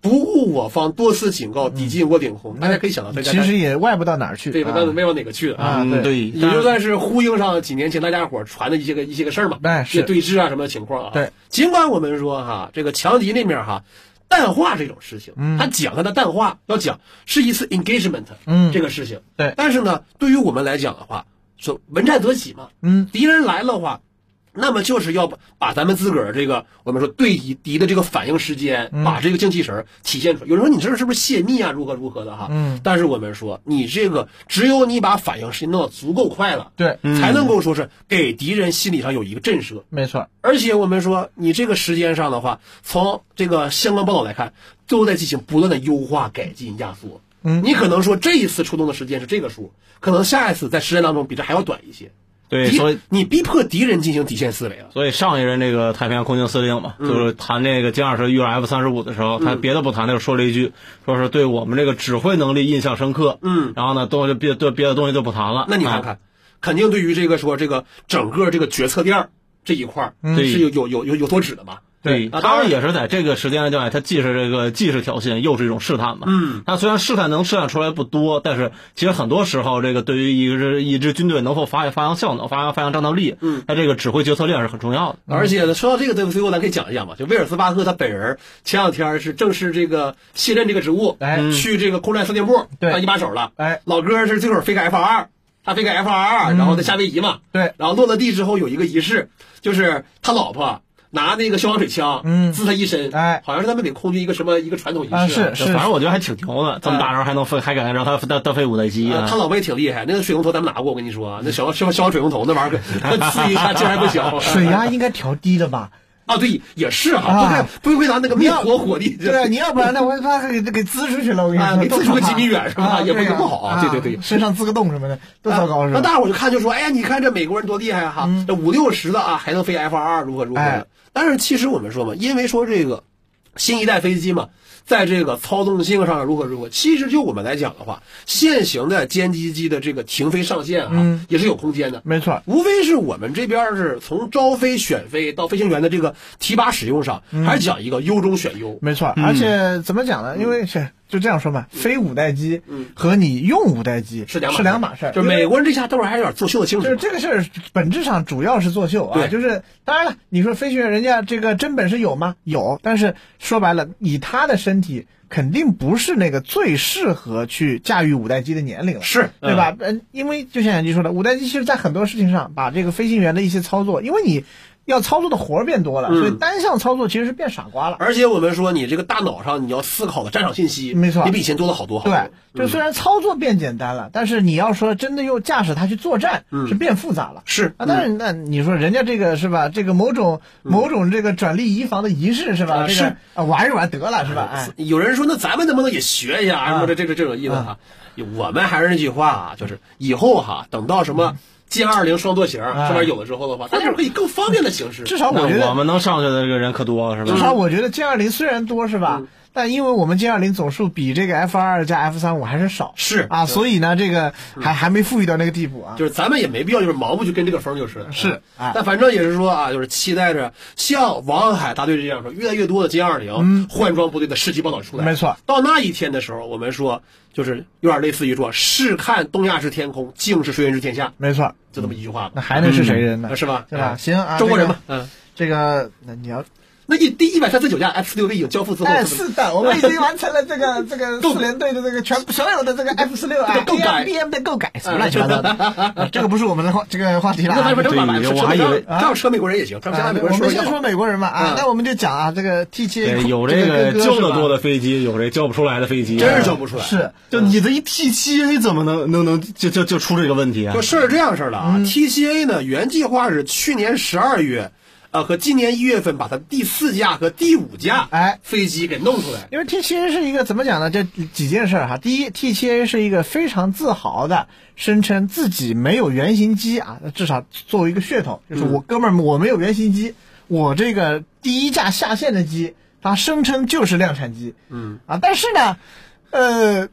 Speaker 2: 不顾我方多次警告，抵近我领啊空。大家可以想到这个，
Speaker 1: 嗯其实也外不到哪儿去。
Speaker 2: 对吧？
Speaker 1: 啊
Speaker 2: 但没往哪个去啊。
Speaker 1: 啊
Speaker 3: 嗯，对，
Speaker 2: 也就算是呼应上几年前大家伙儿传的一些个一些个事儿嘛，
Speaker 1: 哎
Speaker 2: 一些
Speaker 1: 是
Speaker 2: 对峙啊什么的情况啊。
Speaker 1: 对，
Speaker 2: 尽管我们说哈，这个强敌那面哈，淡化这种事情，他讲他的淡化要讲是一次 engagement，
Speaker 1: 嗯
Speaker 2: 这个事情。
Speaker 1: 对
Speaker 2: 但是呢，对于我们来讲的话，说闻战则起嘛，
Speaker 1: 嗯，
Speaker 2: 敌人来了的话。那么就是要把把咱们自个儿这个我们说对敌敌的这个反应时间，
Speaker 1: 嗯
Speaker 2: 把这个精气神儿体现出来。有人说你这是不是泄密啊，如何如何的哈？
Speaker 1: 嗯，
Speaker 2: 但是我们说你这个只有你把反应时间弄到足够快了，
Speaker 1: 对，
Speaker 2: 才能够说是给敌人心理上有一个震慑。
Speaker 1: 没错，
Speaker 2: 而且我们说，你这个时间上的话，从这个相关报道来看，都在进行不断的优化、改进、压缩。
Speaker 1: 嗯
Speaker 2: 你可能说这一次出动的时间是这个数，可能下一次在时间当中比这还要短一些。
Speaker 3: 对，
Speaker 2: 敌
Speaker 3: 所以
Speaker 2: 你逼迫敌人进行底线思维了。
Speaker 3: 所以上一任这个太平洋空军司令嘛，
Speaker 2: 嗯
Speaker 3: 就是谈这个歼二十遇到 F 三十五的时候，他别的不谈，他就说了一句，说是对我们这个指挥能力印象深刻。
Speaker 2: 嗯，
Speaker 3: 然后呢，东西就别对别的东西就不谈了。
Speaker 2: 那你看
Speaker 3: 啊，
Speaker 2: 看，肯定对于这个说这个整个这个决策链儿这一块儿、
Speaker 3: 嗯对
Speaker 2: 是有有有有有所指的嘛？
Speaker 3: 对，
Speaker 2: 啊
Speaker 3: 当
Speaker 2: 当
Speaker 3: 然
Speaker 2: 然
Speaker 3: 也是在这个时间段，他既是这个既是挑衅，又是一种试探嘛。
Speaker 2: 嗯，
Speaker 3: 他虽然试探能试探出来不多，但是其实很多时候，这个对于一个支一支军队能否发发扬效能、发扬发扬战斗力，
Speaker 2: 嗯，
Speaker 3: 他这个指挥决策链是很重要的。
Speaker 2: 而且呢，说到这个，对最后咱可以讲一讲嘛，就威尔斯巴赫他本人前两天是正式这个卸任这个职务，
Speaker 1: 哎嗯
Speaker 2: 去这个空战司令部
Speaker 1: 对
Speaker 2: 当一把手了。
Speaker 1: 哎，
Speaker 2: 老哥是最后飞个 F 二，他飞个 F 二，
Speaker 1: 嗯
Speaker 2: 然后在夏威夷嘛，
Speaker 1: 对，
Speaker 2: 然后落了地之后有一个仪式，就是他老婆拿那个消防水枪，
Speaker 1: 嗯
Speaker 2: 滋他一身，
Speaker 1: 哎
Speaker 2: 好像是他们给空军一个什么一个传统仪式哎
Speaker 1: 啊是
Speaker 3: 反正我觉得还挺牛的，这么大时候还能飞，还敢让他当当飞五代机
Speaker 2: 啊
Speaker 3: 啊
Speaker 2: 他！老婆也挺厉害，那个水龙头咱们拿过，我跟你说，那小消消防水龙头那玩意儿，刺一下劲儿还不小。
Speaker 1: 水压应该调低的 吧？
Speaker 2: 啊，对，也是哈，不
Speaker 1: 啊
Speaker 2: 会不会拿那个灭火火力，
Speaker 1: 对啊，你要不然呢，我怕给给滋出去了，我跟你
Speaker 2: 啊，
Speaker 1: 说，
Speaker 2: 给自己
Speaker 1: 多
Speaker 2: 个
Speaker 1: 可怕
Speaker 2: 几米远是吧？
Speaker 1: 啊
Speaker 2: 也不
Speaker 1: 对
Speaker 2: 是
Speaker 1: 啊
Speaker 2: 不好
Speaker 1: 啊，
Speaker 2: 对对对。
Speaker 1: 身上滋个洞什么 的，多糟糕是
Speaker 2: 啊
Speaker 1: 吧？
Speaker 2: 那
Speaker 1: 嗯
Speaker 2: 大伙儿就看就说，哎呀，你看这美国人多厉害哈，这五六十的啊还能飞 F 二如何如何
Speaker 1: 哎
Speaker 2: 的。但是其实我们说嘛，因为说这个新一代飞机嘛，在这个操纵性上如何如何，其实就我们来讲的话，现行的歼击机的这个停飞上限啊
Speaker 1: 嗯，
Speaker 2: 也是有空间的。
Speaker 1: 没错，
Speaker 2: 无非是我们这边儿是从招飞、选飞到飞行员的这个提拔使用上，
Speaker 1: 嗯
Speaker 2: 还是讲一个优中选优。
Speaker 1: 没错，而且怎么讲呢？因为是就这样说嘛，飞五代机和你用五代机
Speaker 2: 嗯是两码
Speaker 1: 是两码事儿，
Speaker 2: 就是美国人这下都是还有点作秀的性质
Speaker 1: 就
Speaker 2: 嘛。
Speaker 1: 是这个事儿，本质上主要是作秀啊。
Speaker 2: 对
Speaker 1: 就是当然了，你说飞行员人家这个真本事有吗？有，但是说白了，以他的身体，肯定不是那个最适合去驾驭五代机的年龄了。
Speaker 2: 是
Speaker 1: 对吧？嗯，因为就像杨基说的，五代机其实在很多事情上把这个飞行员的一些操作，因为你要操作的活儿变多了，所以单项操作其实是变傻瓜了。
Speaker 2: 而且我们说，你这个大脑上你要思考的战场信息，
Speaker 1: 没错
Speaker 2: 也比以前多了好多好多。
Speaker 1: 对，就虽然操作变简单了，但是你要说真的用驾驶它去作战，是变复杂了。
Speaker 2: 嗯是嗯
Speaker 1: 啊，但是那你说人家这个是吧？这个某种某种这个转力移防的仪式是吧？
Speaker 2: 啊
Speaker 1: 这
Speaker 2: 是
Speaker 1: 个啊玩一玩得了是吧？哎，
Speaker 2: 有人说，那咱们能不能也学一下什么的这这这
Speaker 1: 嗯
Speaker 2: 种意思哈？我们还是那句话啊，就是以后哈，等到什
Speaker 1: 嗯
Speaker 2: 么歼二零双座型
Speaker 1: 啊
Speaker 2: 上面有了之后的话，大家可以更方便的形式。
Speaker 1: 至少我觉
Speaker 3: 那我
Speaker 1: 得，
Speaker 3: 们能上去的这个人可多是
Speaker 1: 至
Speaker 3: 吧？
Speaker 2: 嗯
Speaker 1: 少我觉得歼二零虽然多是吧？但因为我们歼二零总数比这个 F 二加 F 三五还是少，
Speaker 2: 是嗯
Speaker 1: 啊，所以呢，这个还还没富裕到那个地步啊。
Speaker 2: 就是咱们也没必要就是盲目去跟这个风，就是
Speaker 1: 是哎
Speaker 2: 但反正也是说啊，就是期待着像王海大队这样说，越来越多的歼二零换装部队的事迹报道出来。
Speaker 1: 没错，
Speaker 2: 到那一天的时候，我们说就是有点类似于说，试看东亚之天空，竟是谁人之天下，
Speaker 1: 没错，
Speaker 2: 就这么一句话吧
Speaker 1: 那，还能是谁人呢？
Speaker 2: 嗯是吧？
Speaker 1: 对吧？
Speaker 2: 嗯
Speaker 1: 行啊，
Speaker 2: 中国人
Speaker 1: 这
Speaker 2: 嘛
Speaker 1: 个，
Speaker 2: 嗯，
Speaker 1: 这个那你要
Speaker 2: 那一第一百三十九架 F 六 V 已经交付自动，
Speaker 1: 哎，是的，我们已经完成了这 个这个四联队的这个全所有的这个 F 十六啊
Speaker 2: 这个购改
Speaker 1: B M 的购改，什么乱七八糟的，啊 这个不是我们的话这个话题了
Speaker 2: 那
Speaker 1: 啊。
Speaker 2: 咱们正版
Speaker 3: 对
Speaker 2: 版，
Speaker 3: 我还以为
Speaker 2: 这样车美国人也行，这样
Speaker 1: 啊
Speaker 2: 车美国
Speaker 1: 我
Speaker 2: 人
Speaker 1: 们
Speaker 2: 一下
Speaker 1: 先
Speaker 2: 吧
Speaker 1: 说美国人吧啊
Speaker 2: 嗯，
Speaker 1: 那我们就讲啊，这个 T 七
Speaker 3: 对有
Speaker 1: 这
Speaker 3: 这
Speaker 1: 个哥哥
Speaker 3: 教
Speaker 1: 是
Speaker 3: 得
Speaker 1: 吧嗯
Speaker 3: 多的飞机，有这教不出来的飞机，啊
Speaker 2: 真是教不出来，
Speaker 1: 是
Speaker 3: 就你的一 T 七怎么能能能就就就出这个问题
Speaker 1: 嗯
Speaker 3: 啊
Speaker 2: 就？事儿是这样式儿的啊、t c a 呢原计划是去年十二月，呃和今年一月份把它第四架和第五架
Speaker 1: 哎
Speaker 2: 飞机给弄出来。
Speaker 1: 因为 T 7 A 是一个怎么讲呢？这几件事儿哈。第一，T 7 A 是一个非常自豪的，声称自己没有原型机啊，至少作为一个噱头，就是我哥们儿我没有原型机，我这个第一架下线的机，它声称就是量产机。嗯啊，但是呢，呃。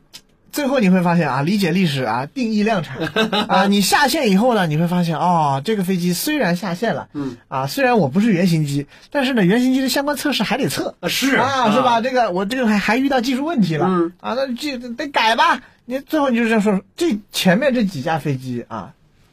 Speaker 1: 最后你会发现啊，理解历史啊，定义量产啊，你下线以后呢，你会发现哦，这个飞机虽然下线了，嗯，啊，虽然我不是原型机，但是呢，原型机的相关测试还得测，
Speaker 2: 啊是
Speaker 1: 啊，
Speaker 2: 啊
Speaker 1: 是吧？这个我这个还还遇到技术问题了，
Speaker 2: 嗯
Speaker 1: 啊，那这得改吧。你最后你就这样说，这前面这几架飞机啊，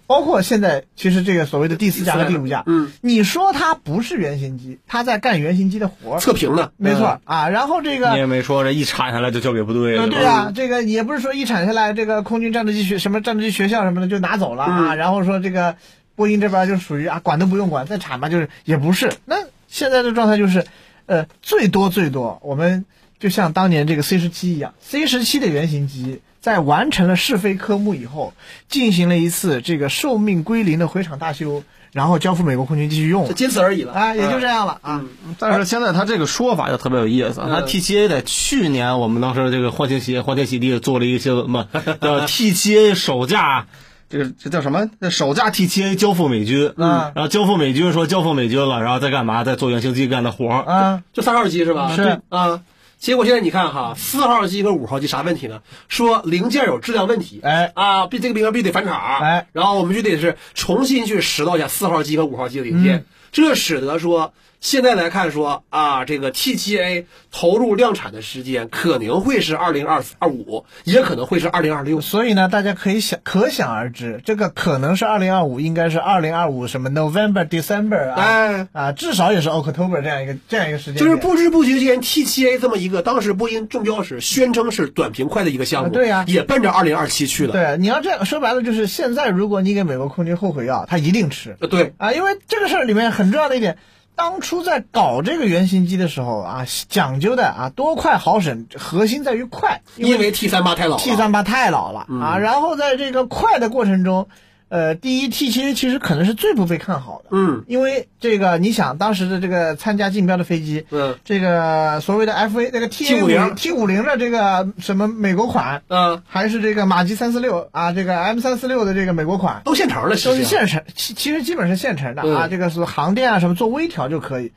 Speaker 1: 包括现在其实这个所谓的第四架和第五架，
Speaker 2: 嗯，
Speaker 1: 你说它不是原型机，它在干原型机的活儿，
Speaker 2: 啊测评呢，嗯
Speaker 1: 没错啊。然后这个
Speaker 3: 你也没说这一铲下来就交给部队
Speaker 1: 呃
Speaker 3: 了，
Speaker 1: 对啊，这个也不是说一产下来，这个空军战斗机学什么战斗机学校什么的就拿走了啊，然后说这个波音这边就属于啊管都不用管，再产吧，就是也不是。那现在的状态就是，呃，最多最多，我们就像当年这个 C 十七一样，C 十七的原型机在完成了试飞科目以后，进行了一次这个寿命归零的回厂大修，然后交付美国空军继续用
Speaker 2: 就，仅此而已了
Speaker 1: 啊，也就这样了啊。
Speaker 2: 嗯
Speaker 3: 但是现在他这个说法就特别有意思，啊
Speaker 1: 嗯
Speaker 3: 他 T 7 A 在去年我们当时这个欢天喜欢天喜地做了一些什么叫 T 7 A 首架。这个这叫什么？那首架 T 7 A 交付美军，
Speaker 1: 嗯
Speaker 3: 然后交付美军说交付美军了，然后再干嘛？再做原型机干的活儿。
Speaker 1: 啊，
Speaker 2: 就三号机是吧？
Speaker 1: 是
Speaker 2: 啊。结果现在你看哈，四号机和五号机啥问题呢？说零件有质量问题，
Speaker 1: 哎
Speaker 2: 啊，必这个零件必须得返厂，
Speaker 1: 哎，
Speaker 2: 然后我们就得是重新去拾掇一下四号机和五号机的
Speaker 1: 嗯
Speaker 2: 零件，这使得说现在来看说啊，这个 T 7 A 投入量产的时间可能会是二零二二五，也可能会是二零二六，
Speaker 1: 所以呢，大家可以想，可想而知，这个可能是二零二五，应该是二零二五什么 November、December 啊、
Speaker 2: 哎
Speaker 1: 啊，至少也是 October 这样一个这样一个时间
Speaker 2: 就
Speaker 1: 点。
Speaker 2: 是不知不觉间，T 7 A 这么一个当时波音中标时宣称是短平快的一个项目，
Speaker 1: 啊对呀
Speaker 2: 也奔着二零二七去了，
Speaker 1: 对，你要这样说白了，就是现在如果你给美国空军后悔药，他一定吃
Speaker 2: 呃对，
Speaker 1: 啊，因为这个事儿里面很重要的一点。当初在搞这个原型机的时候啊，讲究的啊多快好省，核心在于快，因为
Speaker 2: 因为 T 三八太老了嗯
Speaker 1: T 三八太老了、啊。然后在这个快的过程中，呃，第一 T 7 A 其实可能是最不被看好的，
Speaker 2: 嗯
Speaker 1: 因为这个你想当时的这个参加竞标的飞机，
Speaker 2: 嗯
Speaker 1: 这个所谓的 FA 那个 T
Speaker 2: 50
Speaker 1: T 五零的这个什么美国款，
Speaker 2: 啊，
Speaker 1: 还是这个马基三四六啊，这个 M 三四六的这个美国款，
Speaker 2: 都现成的，
Speaker 1: 都是
Speaker 2: 其实
Speaker 1: 现成，其其实基本是现成的啊，
Speaker 2: 嗯
Speaker 1: 这个是航电啊什么做微调就可以，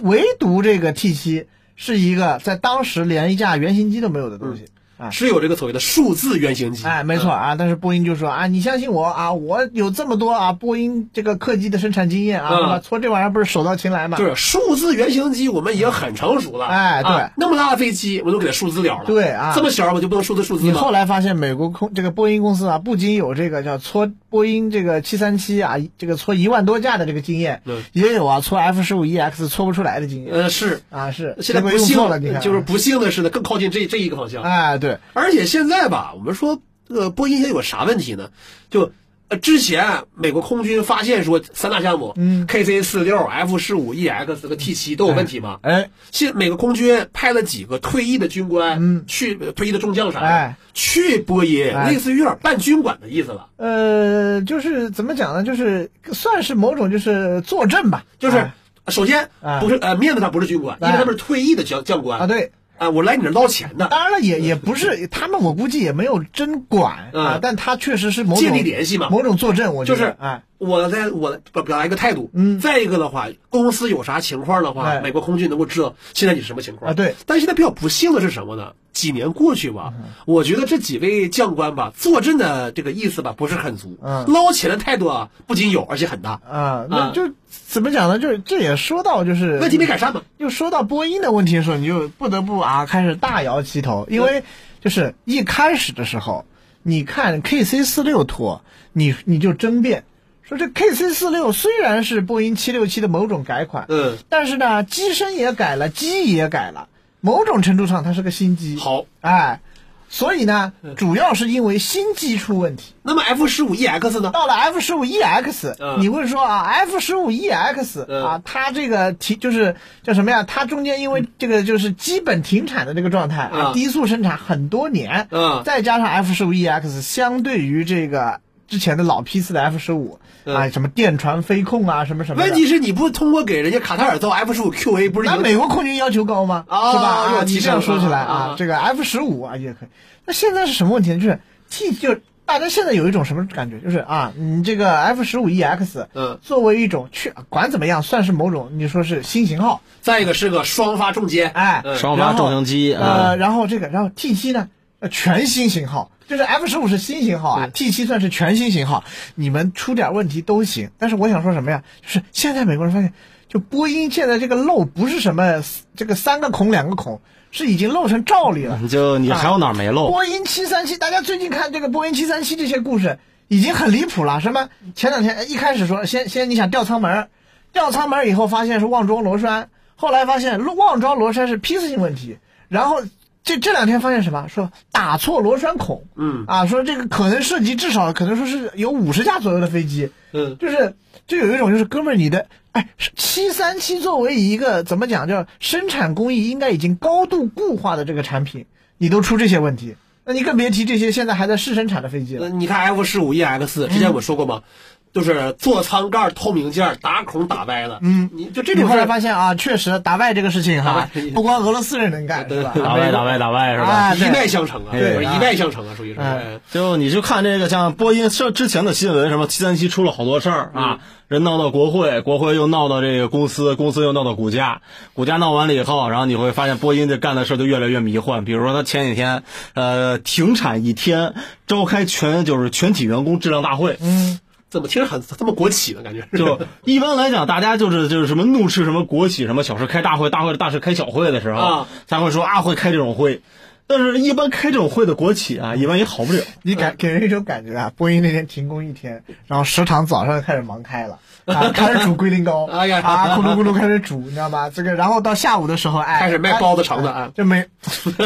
Speaker 1: 唯独这个 T 7是一个在当时连一架原型机都没有的东西。啊，
Speaker 2: 是有这个所谓的数字原型机。
Speaker 1: 哎，没错啊，但是波音就说啊，你相信我啊，我有这么多啊波音这个客机的生产经验啊，
Speaker 2: 嗯
Speaker 1: 对吧？从这玩意儿不是手到擒来嘛？
Speaker 2: 就是嗯数字原型机，我们已经很成熟了。
Speaker 1: 嗯哎对
Speaker 2: 啊那么大的飞机，我都给它数字了了。
Speaker 1: 对啊
Speaker 2: 这么小我就不能数字数字
Speaker 1: 你
Speaker 2: 吗？
Speaker 1: 后来发现，美国空这个波音公司啊，不仅有这个叫搓波音这个七三七啊，这个搓一万多架的这个经验
Speaker 2: 嗯，
Speaker 1: 也有啊搓 F 十五 EX 搓不出来的经验
Speaker 2: 呃，是，
Speaker 1: 啊，是
Speaker 2: 现
Speaker 1: 结
Speaker 2: 在
Speaker 1: 果
Speaker 2: 不
Speaker 1: 用
Speaker 2: 幸
Speaker 1: 错了，你看啊
Speaker 2: 就是不幸的是呢，更靠近这这一个方向。
Speaker 1: 哎，对，
Speaker 2: 而且现在吧，我们说这个波音现在有个啥问题呢？就呃，之前美国空军发现说三大项目，
Speaker 1: 嗯
Speaker 2: ，KC 四六、F 十五、EX E 和 T 七都有问题吗？
Speaker 1: 哎，
Speaker 2: 现美国空军派了几个退役的军官，
Speaker 1: 嗯
Speaker 2: 去呃退役的中将啥的，
Speaker 1: 哎
Speaker 2: 去波音，
Speaker 1: 哎
Speaker 2: 类似于有点办军管的意思了，
Speaker 1: 呃，就是怎么讲呢？就是算是某种就是坐镇吧，
Speaker 2: 就是。
Speaker 1: 哎
Speaker 2: 首先
Speaker 1: 哎
Speaker 2: 不是呃面子上不是军管，因
Speaker 1: 哎
Speaker 2: 为他们是退役的将将官
Speaker 1: 啊，对，
Speaker 2: 啊，我来你这儿捞钱的，
Speaker 1: 当然了，也也不是他们，我估计也没有真管
Speaker 2: 嗯
Speaker 1: 啊，但他确实是某种
Speaker 2: 建立联系嘛
Speaker 1: 某种坐镇，我觉得
Speaker 2: 就是
Speaker 1: 哎，
Speaker 2: 我在我表表达一个态度，
Speaker 1: 嗯
Speaker 2: 再一个的话，公司有啥情况的话
Speaker 1: 哎，
Speaker 2: 美国空军能够知道现在你是什么情况
Speaker 1: 啊对。嗯
Speaker 2: 但现在比较不幸的是什么呢？几年过去吧，我觉得这几位将官吧，坐镇的这个意思吧不是很足，
Speaker 1: 嗯
Speaker 2: 捞钱的态度啊不仅有，而且很大，
Speaker 1: 啊，那
Speaker 2: 啊
Speaker 1: 就怎么讲呢？就是这也说到就是
Speaker 2: 问题没改善嘛。
Speaker 1: 又说到波音的问题的时候，你就不得不啊开始大摇其头，因为就是一开始的时候，你看 KC 四六拖，你你就争辩说这 KC 四六虽然是波音七六七的某种改款，
Speaker 2: 嗯，
Speaker 1: 但是呢机身也改了，机翼也改了，某种程度上它是个新机。
Speaker 2: 好，
Speaker 1: 哎，所以呢，主要是因为新机出问题。
Speaker 2: 那么 F 十五 EX 呢？
Speaker 1: 到了 F 十五 EX，、
Speaker 2: 嗯
Speaker 1: 你会说啊，F 十五 EX、
Speaker 2: 嗯
Speaker 1: 啊，它这个停就是叫什么呀？它中间因为这个就是基本停产的这个状态啊，
Speaker 2: 嗯
Speaker 1: 低速生产很多年，
Speaker 2: 嗯
Speaker 1: E 再加上 F 十五 EX 相对于这个之前的老批次的 F 十五
Speaker 4: 嗯
Speaker 1: 啊，什么电传飞控啊，什么什么的。
Speaker 2: 问题是你不通过给人家卡塔尔造 F 十五 QA，不是
Speaker 1: 那
Speaker 2: 赢
Speaker 1: 美国空军要求高吗？
Speaker 2: 啊
Speaker 1: 是吧？啊
Speaker 2: 又，提
Speaker 1: 你这样说
Speaker 2: 升了
Speaker 1: 起来
Speaker 2: 啊啊
Speaker 1: 啊，这个 F 十五啊也可以。那现在是什么问题呢？就是 T 就大家现在有一种什么感觉？就是啊，你这个 F 十五 EX，
Speaker 2: 嗯，
Speaker 1: 作为一种去管怎么样，算是某种你说是新型号，
Speaker 2: 再一个是个双发中间，
Speaker 1: 哎，
Speaker 2: 嗯
Speaker 3: 双发重型机啊
Speaker 1: 呃，，然后这个，然后 T 七呢，呃，全新型号，就是 F 十五是新型号啊，T 七算是全新型号，你们出点问题都行。但是我想说什么呀？就是现在美国人发现，就波音现在这个漏不是什么这个三个孔两个孔，是已经漏成罩里了。
Speaker 3: 就你还有哪儿没漏？
Speaker 1: 波音七三七，大家最近看这个波音七三七这些故事已经很离谱了。什么前两天呃一开始说先先你想吊舱门儿，吊舱门儿以后发现是忘装螺栓，后来发现忘装螺栓是批次性问题，然后这这两天发现什么说打错螺栓孔，
Speaker 4: 嗯
Speaker 1: 啊说这个可能涉及至少可能说是有五十架左右的飞机，
Speaker 4: 嗯，
Speaker 1: 就是就有一种就是哥们儿你的哎七三七作为一个怎么讲叫生产工艺应该已经高度固化的这个产品，你都出这些问题，那你更别提这些现在还在试生产的飞机了。
Speaker 2: 呃你看 F 十五 EX，之前我说过吗？就是座舱盖透明件儿打孔打歪了，嗯，你就这
Speaker 1: 你
Speaker 2: 种
Speaker 1: 后
Speaker 2: 事
Speaker 1: 来
Speaker 2: 儿，
Speaker 1: 发现啊，确实达外这个事情哈
Speaker 2: 达外，
Speaker 1: 不光俄罗斯人能干，
Speaker 2: 对
Speaker 1: 是吧？
Speaker 3: 打外打外打外是吧？
Speaker 1: 啊
Speaker 2: 一脉相承啊，
Speaker 3: 对
Speaker 2: 不是一脉相承啊，属于是。
Speaker 1: 嗯
Speaker 3: 就你就看这个，像波音上之前的新闻，什么七三七出了好多事儿啊，人闹到国会，国会又闹到这个公司，公司又闹到股价，股价闹完了以后，然后你会发现波音这干的事儿就越来越迷幻。比如说他前几天呃停产一天，召开全就是全体员工质量大会，
Speaker 1: 嗯，
Speaker 2: 怎么听着很这么国企呢？感觉
Speaker 3: 就一般来讲，大家就是就是什么怒斥什么国企什么小事开大会，大会大事开小会的时候，
Speaker 2: 啊
Speaker 3: 才会说啊会开这种会。但是，一般开这种会的国企啊，一般也好不了。
Speaker 1: 你感给人一种感觉啊，波音那天停工一天，然后食堂早上开始忙开了。啊，开始煮龟苓膏，
Speaker 2: 哎呀
Speaker 1: 啊，咕噜咕噜开始煮，你知道吗？这个，然后到下午的时候，哎，
Speaker 2: 开始卖包子肠子啊，
Speaker 1: 就每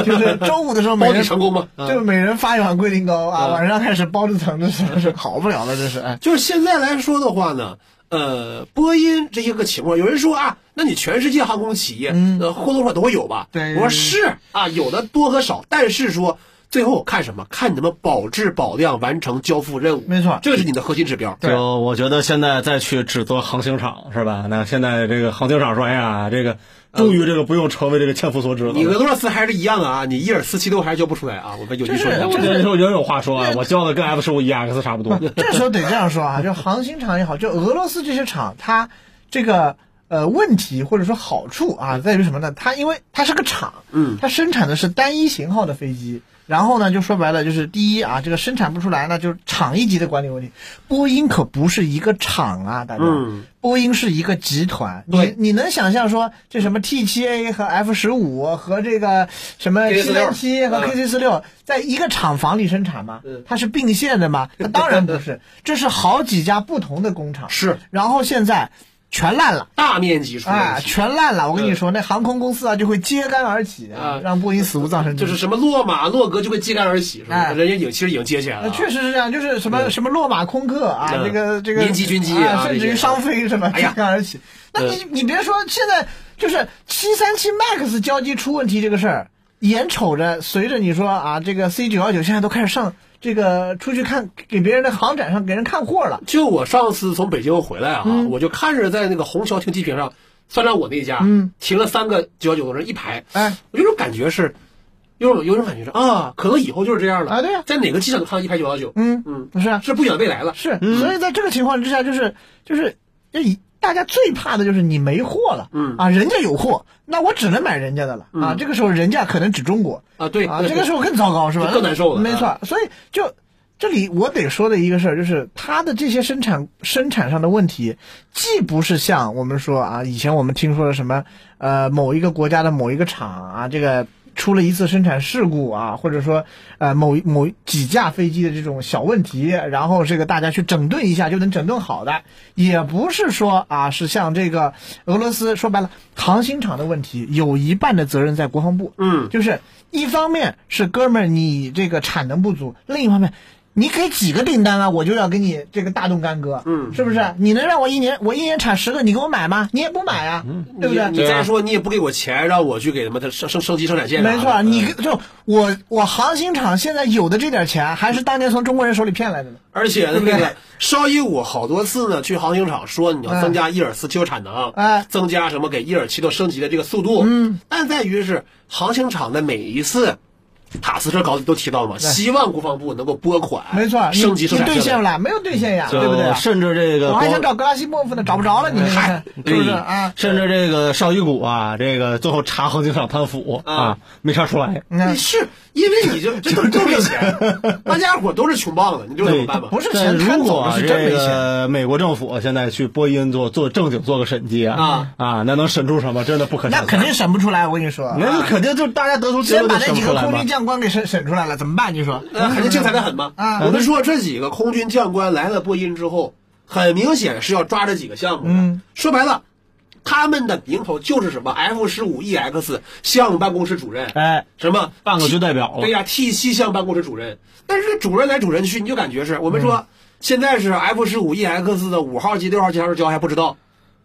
Speaker 1: 就是周五的时候，每
Speaker 2: 包底
Speaker 1: 人
Speaker 2: 成功吗？啊
Speaker 1: 就每人发一碗龟苓膏啊，
Speaker 2: 嗯
Speaker 1: 晚上开始包着疼的是是好不了了，这是哎，
Speaker 2: 就是现在来说的话呢，呃，波音这些个情况，有人说啊，那你全世界航空企业，呃，或多或少都会有吧？
Speaker 1: 嗯对
Speaker 2: 我说是啊，有的多和少，但是说最后看什么？看你怎么保质保量完成交付任务，
Speaker 1: 没错
Speaker 2: 这是你的核心指标。
Speaker 1: 对
Speaker 3: 就我觉得现在再去指责航行厂是吧？那现在这个航行厂说，哎呀，这个
Speaker 1: 呃
Speaker 3: 终于这个不用成为这个千夫所指了。
Speaker 2: 你俄罗斯还是一样啊，你一尔四七都还是交不出来啊！我们有一
Speaker 1: 就
Speaker 2: 说
Speaker 1: 是
Speaker 2: 一，
Speaker 3: 我
Speaker 1: 就
Speaker 3: 这时候也有话 说啊，我交的跟 F 十五 EX 差不多。
Speaker 1: 这时候得这样说啊，就航行厂也好，就俄罗斯这些厂，它这个呃问题或者说好处啊，在于什么呢？它因为它是个厂，
Speaker 2: 嗯，
Speaker 1: 它生产的是单一型号的飞机，然后呢，就说白了就是第一啊，这个生产不出来呢，就是厂一级的管理问题。波音可不是一个厂啊，大家，
Speaker 2: 嗯
Speaker 1: 波音是一个集团，
Speaker 2: 对
Speaker 1: 你你能想象说这什么 T 7 A 和 F 十五和这个什么七三
Speaker 2: K46
Speaker 1: 七和
Speaker 2: 嗯
Speaker 1: K C 四六在一个厂房里生产吗
Speaker 2: 嗯？
Speaker 1: 它是并线的 吗？那当然不是，这是好几家不同的工厂，
Speaker 2: 是
Speaker 1: 然后现在全烂了。
Speaker 2: 大面积出
Speaker 1: 啊，
Speaker 2: 问题。
Speaker 1: 全烂了！我跟你说，那航空公司啊就会揭竿而起
Speaker 2: 啊
Speaker 1: 让波音死无葬身之地。
Speaker 2: 就是什么洛马、洛格就会揭竿而起，是吧？
Speaker 1: 哎
Speaker 2: 人家已经其实已经接起来
Speaker 1: 呃
Speaker 2: 了啊，
Speaker 1: 确实是这样，就是什么什么洛马空客啊，
Speaker 2: 嗯
Speaker 1: 这个这个
Speaker 2: 民机军机啊
Speaker 1: 啊，甚至
Speaker 2: 这些
Speaker 1: 于商飞什么
Speaker 2: 哎呀嗯
Speaker 1: 揭竿而起。那你你别说，现在就是七三七 MAX 交机出问题这个事儿，眼瞅着随着你说啊，这个 C 九幺九现在都开始上这个出去看给别人的航展上给人看货了。
Speaker 2: 就我上次从北京回来啊，
Speaker 1: 嗯
Speaker 2: 我就看着在那个虹桥停机坪上，算上我那一家，
Speaker 1: 嗯，
Speaker 2: 停了三个九幺九的人一排，
Speaker 1: 哎，
Speaker 2: 我有种感觉是，有种有种感觉是啊，可能以后就是这样了
Speaker 1: 啊对呀
Speaker 2: 在哪个机场都看到一排九幺九，
Speaker 1: 嗯
Speaker 2: 嗯，
Speaker 1: 是啊，
Speaker 2: 是不远未来了，
Speaker 1: 是，所以在这个情况之下，就是就是这一。大家最怕的就是你没货了，
Speaker 2: 嗯
Speaker 1: 啊，人家有货，那我只能买人家的了，啊，这个时候人家可能指中国，
Speaker 2: 啊，对，
Speaker 1: 啊，这个时候更糟糕是吧？
Speaker 2: 就更难受啊了
Speaker 1: 没错，所以就这里我得说的一个事儿，就是它的这些生产生产上的问题，既不是像我们说啊，以前我们听说的什么呃某一个国家的某一个厂啊，这个。出了一次生产事故啊，或者说，呃，某某几架飞机的这种小问题，然后这个大家去整顿一下就能整顿好的，也不是说啊，是像这个俄罗斯说白了，航行厂的问题有一半的责任在国防部，
Speaker 2: 嗯，
Speaker 1: 就是一方面是哥们儿你这个产能不足，另一方面你给几个订单啊，我就要给你这个大动干戈，嗯，是不是？你能让我一年我一年产十个，你给我买吗？你也不买啊，对不对？
Speaker 2: 你你再说你也不给我钱，让我去给他们他升升升级生产线啥的。
Speaker 1: 没错，
Speaker 2: 嗯
Speaker 1: 你就我我航星厂现在有的这点钱，还是当年从中国人手里骗来的呢。
Speaker 2: 而且
Speaker 1: 对不
Speaker 2: 那
Speaker 1: 对
Speaker 2: 个烧衣舞好多次呢，去航行厂说你要增加伊尔四汽油产能，
Speaker 1: 哎
Speaker 2: 增加什么给伊尔七六升级的这个速度，嗯，但在于是航行厂的每一次。塔斯这稿子都提到了嘛，希望国防部能够拨款，
Speaker 1: 没错，你
Speaker 2: 升级
Speaker 1: 你
Speaker 2: 生产
Speaker 1: 兑
Speaker 2: 线
Speaker 1: 现了，没有兑现呀，
Speaker 3: 嗯就
Speaker 1: 对不对？
Speaker 3: 甚至这个
Speaker 1: 我还想
Speaker 3: 光
Speaker 1: 找格拉西莫夫呢，找不着了，你
Speaker 3: 嗨哎
Speaker 1: 是不是啊？
Speaker 3: 甚至这个邵一谷啊，这个最后查黄金厂贪腐啊，没查出来。
Speaker 1: 你看
Speaker 2: 你是因为你就这都都没钱，大家伙都是穷棒子，你这怎么办吧？
Speaker 1: 不是
Speaker 3: 但
Speaker 1: 钱贪
Speaker 3: 如
Speaker 1: 走
Speaker 3: 果
Speaker 1: 了，是真
Speaker 3: 这
Speaker 1: 没钱。
Speaker 3: 个美国政府现在去波音做做正经做个审计啊啊，那能审出什么？真的不可想
Speaker 1: 那
Speaker 3: 象。
Speaker 1: 肯定审不出来，我跟你说，
Speaker 3: 那肯定就是大家得出结
Speaker 1: 先
Speaker 3: 论
Speaker 1: 把
Speaker 3: 就
Speaker 1: 那
Speaker 3: 审
Speaker 1: 几
Speaker 3: 不
Speaker 1: 个
Speaker 3: 出来
Speaker 1: 空
Speaker 3: 嘛
Speaker 1: 军。将官给审审出来了，怎么办？你说？
Speaker 2: 那肯定精彩的很嘛。
Speaker 1: 啊
Speaker 2: 我们说这几个空军将官来了波音之后，很明显是要抓这几个项目的。
Speaker 1: 嗯
Speaker 2: 说白了，他们的名头就是什么 F 十五 EX 项目办公室主任，
Speaker 3: 哎，
Speaker 2: 什么
Speaker 3: 半个军代表
Speaker 1: 哦
Speaker 3: 了
Speaker 2: 对。呀、t 七项办公室主任。但是这主任来主任去，你就感觉是我
Speaker 1: 嗯
Speaker 2: 们说、现在是 F 十五 EX 的五号机、六号机、还是几号还不知道，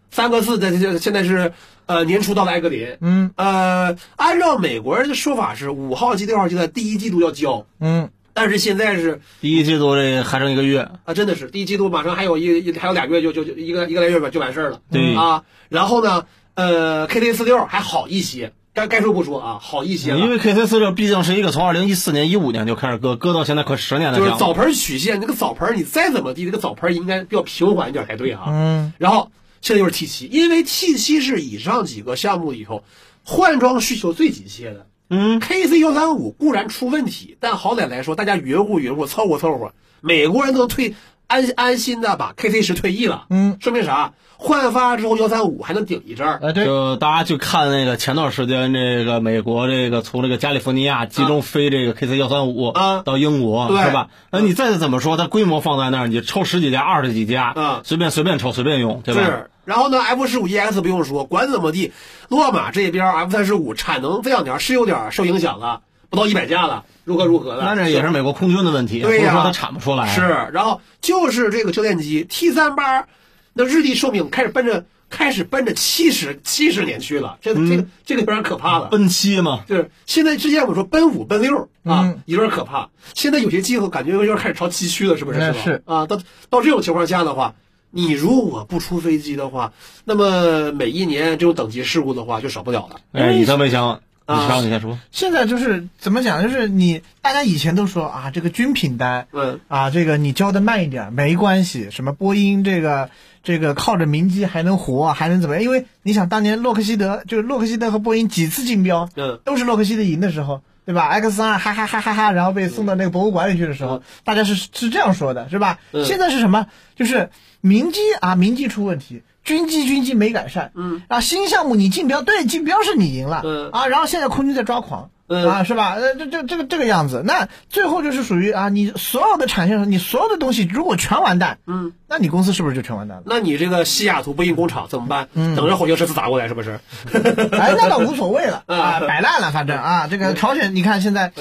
Speaker 2: 三个字在这现在是呃年初到的埃格林。
Speaker 1: 嗯
Speaker 2: 呃，按照美国人的说法是五号机、六号机的第一季度要交，
Speaker 1: 嗯，
Speaker 2: 但是现在是
Speaker 3: 第一季度这还剩一个月，
Speaker 2: 啊，真的是第一季度马上还有一一还有俩月就就就一个一个来月吧就完事儿了，
Speaker 3: 对
Speaker 2: 啊，然后呢，呃，KT 四六还好一些，该该说不说啊，好一些了，
Speaker 3: 因为 KC 四六毕竟是一个从二零一四年、一五年就开始割，割到现在快十年的
Speaker 2: 就
Speaker 3: 项
Speaker 2: 是
Speaker 3: 目。
Speaker 2: 澡盆曲线，这个澡盆你再怎么地，这个澡盆应该要平缓一点才对啊，嗯，然后现在就是 T 七，因为 T 七是以上几个项目里头换装需求最急切的，
Speaker 3: 嗯，
Speaker 2: KC 幺三五固然出问题，但好歹来说，大家匀乎匀乎，凑合凑合。美国人都退安安心的把 KC 十退役了，
Speaker 1: 嗯，
Speaker 2: 说明啥？换发之后幺三五还能顶一阵儿，
Speaker 3: 啊
Speaker 1: 呃，对，
Speaker 3: 就大家去看那个前段时间，这个美国这个从这个加利福尼亚集中飞这个 KC 幺三五
Speaker 2: 啊
Speaker 3: 到英国
Speaker 2: 对
Speaker 3: 是吧？那你再怎么说，它规模放在那儿，你抽十几家、二十几家，
Speaker 2: 啊
Speaker 3: 随便随便抽，随便用，对吧？
Speaker 2: 是。然后呢，F 十五 EX 不用说，管怎么地，洛马这边 F 三十五产能这两年是有点受影响了，不到一百架了，如何如何的。
Speaker 3: 那这也是美国空军的问题，不
Speaker 2: 对
Speaker 3: 是
Speaker 2: 呀
Speaker 3: 说它产不出来。
Speaker 2: 是，然后就是这个教练机 T 三八，那日历寿命开始奔着开始奔着七十七十年去了，这个
Speaker 3: 嗯
Speaker 2: 这个这个有点可怕了。
Speaker 3: 奔啊七嘛，
Speaker 2: 就是现在之前我们说奔五奔六啊
Speaker 1: 嗯，
Speaker 2: 有点可怕。现在有些机构感觉有点开始朝崎岖了，是不是？
Speaker 1: 哎
Speaker 2: 吧
Speaker 1: 是
Speaker 2: 啊，到到这种情况下的话，你如果不出飞机的话，那么每一年这种等级事故的话就少不了了。
Speaker 3: 哎，你倒没想，你
Speaker 2: 啊
Speaker 3: 让你先说，
Speaker 1: 现在就是怎么讲，就是你大家以前都说啊，这个军品单
Speaker 2: 嗯，
Speaker 1: 啊，这个你交的慢一点没关系，什么波音这个这个靠着民机还能活，还能怎么样？因为你想当年洛克希德就是洛克希德和波音几次竞标，
Speaker 2: 嗯，
Speaker 1: 都是洛克希德赢的时候，对吧？X 三二哈哈哈哈哈，然后
Speaker 2: 嗯
Speaker 1: 被送到那个博物馆里去的时候，大家是是这样说的，是吧？
Speaker 2: 嗯
Speaker 1: 现在是什么？就是民机啊，民机出问题。军机军机没改善，
Speaker 2: 嗯，
Speaker 1: 啊，新项目你竞标，对，竞标是你赢了，
Speaker 2: 嗯
Speaker 1: 啊，然后现在空军在抓狂，
Speaker 2: 嗯？
Speaker 1: 啊，是吧？呃，这这这个这个样子，那最后就是属于啊，你所有的产线上，你所有的东西如果全完蛋，嗯，那你公司是不是就全完蛋了
Speaker 2: 那你这个西雅图波音工厂怎么办？等着火星十四砸过来是不是？
Speaker 1: 哎，那倒无所谓了
Speaker 2: 嗯
Speaker 1: 啊，摆烂了，反正啊，这个朝鲜你看现在，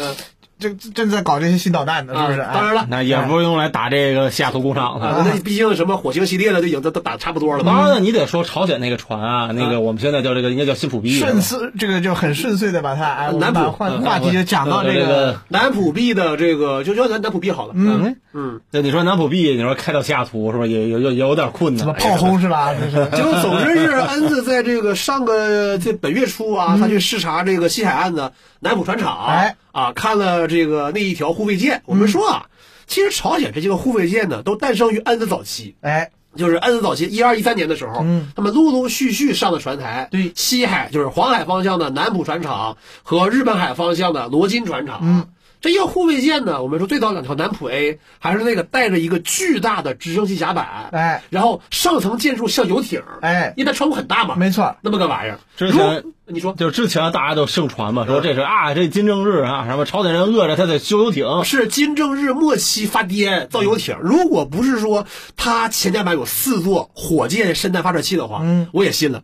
Speaker 1: 这这正在搞这些新导弹呢，是不是？哎
Speaker 2: 啊当然了，
Speaker 3: 那也不是用来打这个西雅图工厂的。
Speaker 2: 啊，那毕竟什么火星系列的都已经都都打差不多了
Speaker 3: 当
Speaker 2: 吧？
Speaker 3: 然了，你得说朝鲜那个船啊，那个我们现在叫这个应该叫辛普
Speaker 1: 哎
Speaker 3: 币，
Speaker 1: 顺次这个就很顺遂的把它哎，我们把
Speaker 2: 嗯
Speaker 1: 换话题就讲到这
Speaker 3: 这
Speaker 1: 个，
Speaker 2: 南普币的这个就叫南南普币好了，
Speaker 1: 嗯，
Speaker 2: 嗯，
Speaker 3: 那你说南普币，你说开到西雅图是吧？也有有有点困难。
Speaker 1: 怎么炮轰是
Speaker 2: 嗯
Speaker 1: 吧？这 是。
Speaker 2: 就总之是恩子在这个上个这本月初啊，他去视察这个西海岸的南浦船厂，
Speaker 1: 嗯哎嗯
Speaker 2: 啊，看了这个那一条护卫舰。我们说啊，其实朝鲜这些个护卫舰呢，都诞生于恩子早期。
Speaker 1: 哎，
Speaker 2: 就是恩子早期一二一三年的时候，
Speaker 1: 嗯，
Speaker 2: 他们陆陆续续上了船台，
Speaker 1: 对
Speaker 2: 西海就是黄海方向的南浦船厂和日本海方向的罗金船厂，嗯，这些护卫舰呢，我们说最早两条南浦 A 还是那个带着一个巨大的直升机甲板，
Speaker 1: 哎，
Speaker 2: 然后上层建筑像游艇，
Speaker 1: 哎
Speaker 2: 因为它窗户很大嘛，
Speaker 1: 没错，
Speaker 2: 那么个玩意儿，
Speaker 3: 之前
Speaker 2: 如你说
Speaker 3: 就之前大家都盛传
Speaker 2: 嗯
Speaker 3: 嘛，说这是啊，这金正日啊，什么朝鲜人饿着他得修游艇，
Speaker 2: 是金正日末期发癫造游艇，如 果不是说他前甲板有四座火箭深弹发射器的话，嗯，我也信了。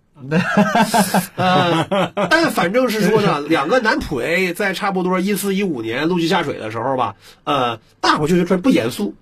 Speaker 2: 呃，但反正是说 呢，两个南普 A 在差不多一四一五年陆续下水的时候吧，呃，大伙就觉得不严肃，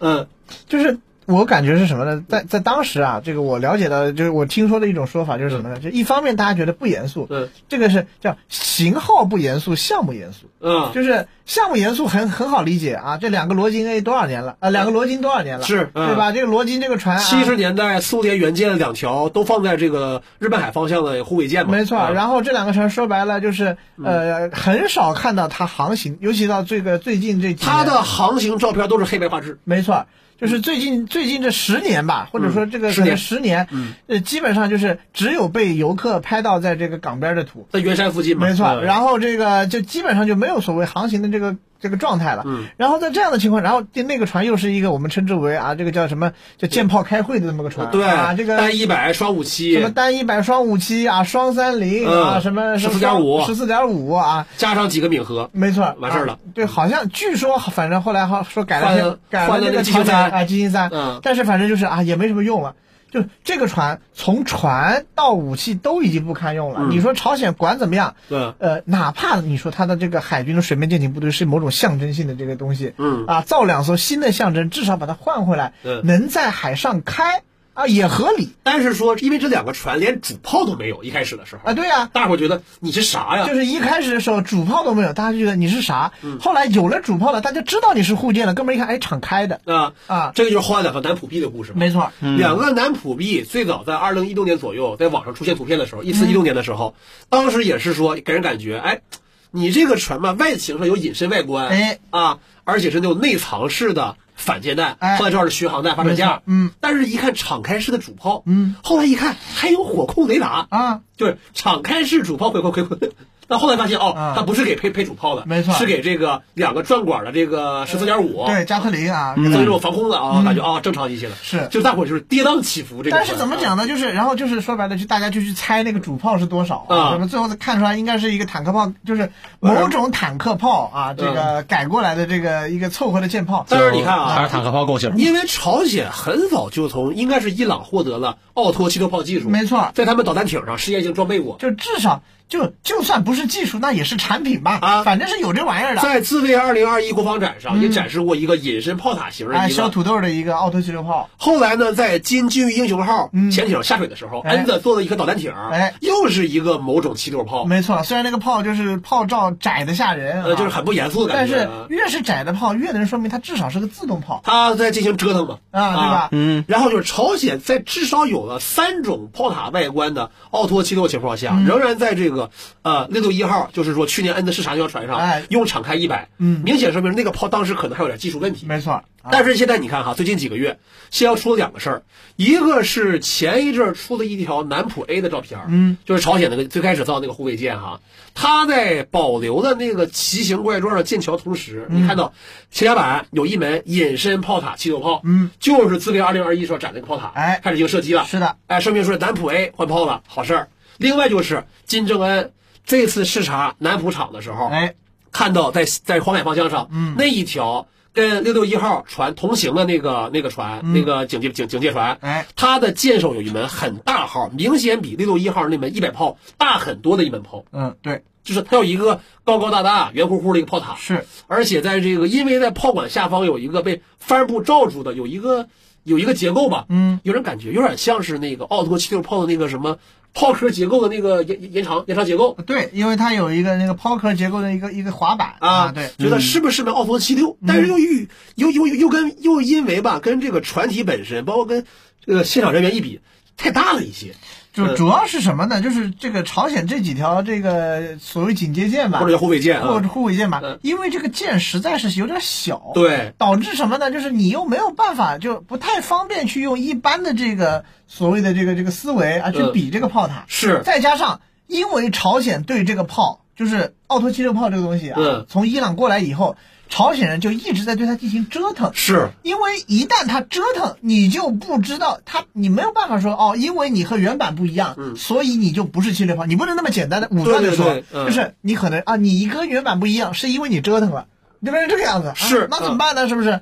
Speaker 2: 嗯、
Speaker 1: 就是我感觉是什么呢？在在当时啊，这个我了解到的，就是我听说的一种说法，就是什么呢？就一方面大家觉得不严肃，
Speaker 2: 嗯，
Speaker 1: 这个是叫型号不严肃，项目严肃，
Speaker 2: 嗯，
Speaker 1: 就是项目严肃很很好理解啊。这两个罗金 A 多少年了？啊，两个罗金多少年了？
Speaker 2: 是嗯
Speaker 1: 对吧？这个罗金这个船啊，
Speaker 2: 七十年代苏联援建的两条都放在这个日本海方向的护卫舰嘛，
Speaker 1: 没错，
Speaker 2: 嗯
Speaker 1: 然后这两个船说白了就是，呃，很少看到它航行，尤其到这个最近这几年，
Speaker 2: 它的航行照片都是黑白画质，
Speaker 1: 没错，就是最近最近这十年吧，或者说这个
Speaker 2: 嗯十
Speaker 1: 可能
Speaker 2: 年嗯
Speaker 1: 十年，呃，基本上就是只有被游客拍到在这个港边的图，
Speaker 2: 在圆山附近嘛，
Speaker 1: 没错，
Speaker 2: 嗯
Speaker 1: 然后这个就基本上就没有所谓航行的这个这个状态了。
Speaker 2: 嗯，
Speaker 1: 然后在这样的情况，然后那个船又是一个我们称之为啊，这个叫什么叫舰炮开会的这么个船，
Speaker 2: 对
Speaker 1: 啊，这个
Speaker 2: 单一百双五七
Speaker 1: 什么单一百、双五七啊，双三零啊，
Speaker 2: 嗯
Speaker 1: 什么什么
Speaker 2: 14.5
Speaker 1: 十四点五啊，
Speaker 2: 加上几个敏和，
Speaker 1: 没错，
Speaker 2: 完事儿了嗯
Speaker 1: 啊对，好像据说，反正后来好说改了
Speaker 2: 换
Speaker 1: 些
Speaker 2: 了，
Speaker 1: 改
Speaker 2: 换了
Speaker 1: 那
Speaker 2: 那
Speaker 1: 个
Speaker 2: 个机型
Speaker 1: 朝鲜
Speaker 2: 三
Speaker 1: 啊，机型三，
Speaker 2: 嗯
Speaker 1: 但是反正就是啊，也没什么用了。就这个船，从船到武器都已经不堪用了。你说朝鲜管怎么样？
Speaker 2: 嗯
Speaker 1: 呃，哪怕你说它的这个海军的水面舰艇部队是某种象征性的这个东西，
Speaker 2: 嗯
Speaker 1: 啊，造两艘新的象征，至少把它换回来，
Speaker 2: 嗯
Speaker 1: 能在海上开啊，也合理
Speaker 2: 但是说因为这两个船连主炮都没有，一开始的时候，
Speaker 1: 啊，对呀、
Speaker 2: 大伙觉得你是啥呀？
Speaker 1: 就是一开始的时候主炮都没有，大家就觉得你是啥。后来有了主炮了，大家知道你是护舰了，哥们儿一看，哎，敞开的
Speaker 2: 啊、
Speaker 1: 啊，
Speaker 2: 这个就是后来两个南普币的故事嘛。
Speaker 1: 没错，
Speaker 2: 两个南普币最早在二零一六年左右在网上出现图片的时候，一四
Speaker 1: 嗯
Speaker 2: 一六年的时候，当时也是说给人感觉，哎，你这个船嘛，外形上有隐身外观，
Speaker 1: 哎
Speaker 2: 啊，而且是那种内藏式的反舰弹，
Speaker 1: 哎
Speaker 2: 后来知道是巡航弹、发射
Speaker 1: 没错
Speaker 2: 架，
Speaker 1: 嗯，
Speaker 2: 但是一看敞开式的主炮，嗯，后来一看还有火控雷达，
Speaker 1: 啊，
Speaker 2: 就是敞开式主炮回馈回馈。但后来发现
Speaker 1: 啊
Speaker 2: 哦，它不是给配配主炮的，
Speaker 1: 没错
Speaker 2: 是给这个两个转管的这个十四点五，
Speaker 1: 对，加特林啊。
Speaker 2: 所以这种防空的啊，感觉啊正常一些了。
Speaker 1: 是
Speaker 2: 就大伙儿就是跌宕起伏这个。
Speaker 1: 但是怎么讲
Speaker 2: 呢？
Speaker 1: 呢？就是，然后就是说白了，就大家就去猜那个主炮是多少
Speaker 2: 啊
Speaker 1: 什么最后看出来应该是一个坦克炮，就是某种坦克炮啊，这个改过来的这个一个凑合的舰炮。
Speaker 2: 嗯但是你看
Speaker 3: 还
Speaker 2: 啊
Speaker 3: 是，坦克炮够型。
Speaker 2: 因为朝鲜很早就从应该是伊朗获得了奥托气动炮技术，
Speaker 1: 没错
Speaker 2: 在他们导弹艇上试验性装备过。
Speaker 1: 就至少就就算不是技术，那也是产品吧，
Speaker 2: 啊
Speaker 1: 反正是有这玩意儿的。嗯
Speaker 2: 在自卫二零二一国防展上也展示过一个隐身炮塔型的
Speaker 1: 哎，
Speaker 2: 一
Speaker 1: 削
Speaker 2: 个。
Speaker 1: 土豆的一个奥托气流炮，
Speaker 2: 后来呢，在金靖宇英雄号潜艇下水的时候，
Speaker 1: 哎
Speaker 2: 恩子做了一颗导弹艇
Speaker 1: 哎，嗯
Speaker 2: 又是一个某种气动炮，
Speaker 1: 没错，虽然那个炮就是炮罩窄的吓人、啊，
Speaker 2: 哦呃，就是很不严肃的
Speaker 1: 但
Speaker 2: 感觉
Speaker 1: 是
Speaker 2: 啊。
Speaker 1: 越是窄的炮，越能说明它至少是个自动炮
Speaker 2: 他在进行折腾嘛，
Speaker 1: 啊，对吧？
Speaker 2: 嗯，然后就是朝鲜在至少有了三种炮塔外观的奥托气动情况
Speaker 1: 嗯
Speaker 2: 下，仍然在这个呃猎鹿一号，就是说去年恩的视察那条船上，
Speaker 1: 哎
Speaker 2: 用敞开一百，
Speaker 1: 嗯
Speaker 2: 明显说明那个炮当时可能还有点技术问题。
Speaker 1: 没错，啊、
Speaker 2: 但是现在你看哈，最近几个月，先要出了两个事儿，一个是前一阵儿出了一条南浦 A 的照片，
Speaker 1: 嗯，
Speaker 2: 就是朝鲜那个最开始造那个护卫舰哈，它在保留的那个奇形怪状的舰桥同时，
Speaker 1: 嗯
Speaker 2: 你看到前甲板有一门隐身炮塔气流炮，
Speaker 1: 嗯，
Speaker 2: 就是自卫二零二一时候展那个炮塔，
Speaker 1: 哎
Speaker 2: 开始进行射击了，
Speaker 1: 是的，
Speaker 2: 哎，声明说南浦 A 换炮了，好事儿。另外就是金正恩这次视察南浦厂的时候，
Speaker 1: 哎，
Speaker 2: 看到在在黄海方向上，嗯，那一条跟六六一号船同行的那个那个船，那个警戒警警戒船，
Speaker 1: 哎，
Speaker 2: 它的舰首有一门很大号，明显比六六一号那门一百炮大很多的一门炮，
Speaker 1: 嗯，对，
Speaker 2: 就是它有一个高高大大、圆乎乎的一个炮塔，
Speaker 1: 是，
Speaker 2: 而且在这个因为在炮管下方有一个被帆布罩住的，有一个有一个结构吧，
Speaker 1: 嗯，
Speaker 2: 有人感觉有点像是那个奥托七六炮的那个什么炮壳结构的那个延延延长延长结构，
Speaker 1: 对，因为它有一个那个抛壳结构的一个一个滑板
Speaker 2: 啊，
Speaker 1: 对，
Speaker 2: 觉得是不是能奥托七六？但是又与又又又又跟又因为吧，跟这个船体本身，包括跟这个现场人员一比，太大了一些，
Speaker 1: 就
Speaker 2: 呃
Speaker 1: 主要是什么呢？就是这个朝鲜这几条这个所谓警戒线吧
Speaker 2: 或，者叫护卫舰
Speaker 1: 或
Speaker 2: 啊
Speaker 1: 者，护卫舰吧
Speaker 2: 嗯，
Speaker 1: 因为这个舰实在是有点小，
Speaker 2: 对，
Speaker 1: 导致什么呢？就是你又没有办法，就不太方便去用一般的这个所谓的这个这个思维啊去
Speaker 2: 嗯
Speaker 1: 比这个炮塔。
Speaker 2: 是
Speaker 1: 再加上，因为朝鲜对这个炮，就是奥托七六炮这个东西啊，
Speaker 2: 嗯
Speaker 1: 从伊朗过来以后，朝鲜人就一直在对它进行折腾。
Speaker 2: 是，
Speaker 1: 因为一旦它折腾，你就不知道它，你没有办法说哦，因为你和原版不一样，所以你就不是七六炮，你不能那么简单的武断的
Speaker 2: 嗯对对
Speaker 1: 说，
Speaker 2: 对嗯
Speaker 1: 就是你可能啊，你一跟原版不一样，是因为你折腾了，就变成这个样子，
Speaker 2: 是嗯
Speaker 1: 啊那怎么办呢？是不是？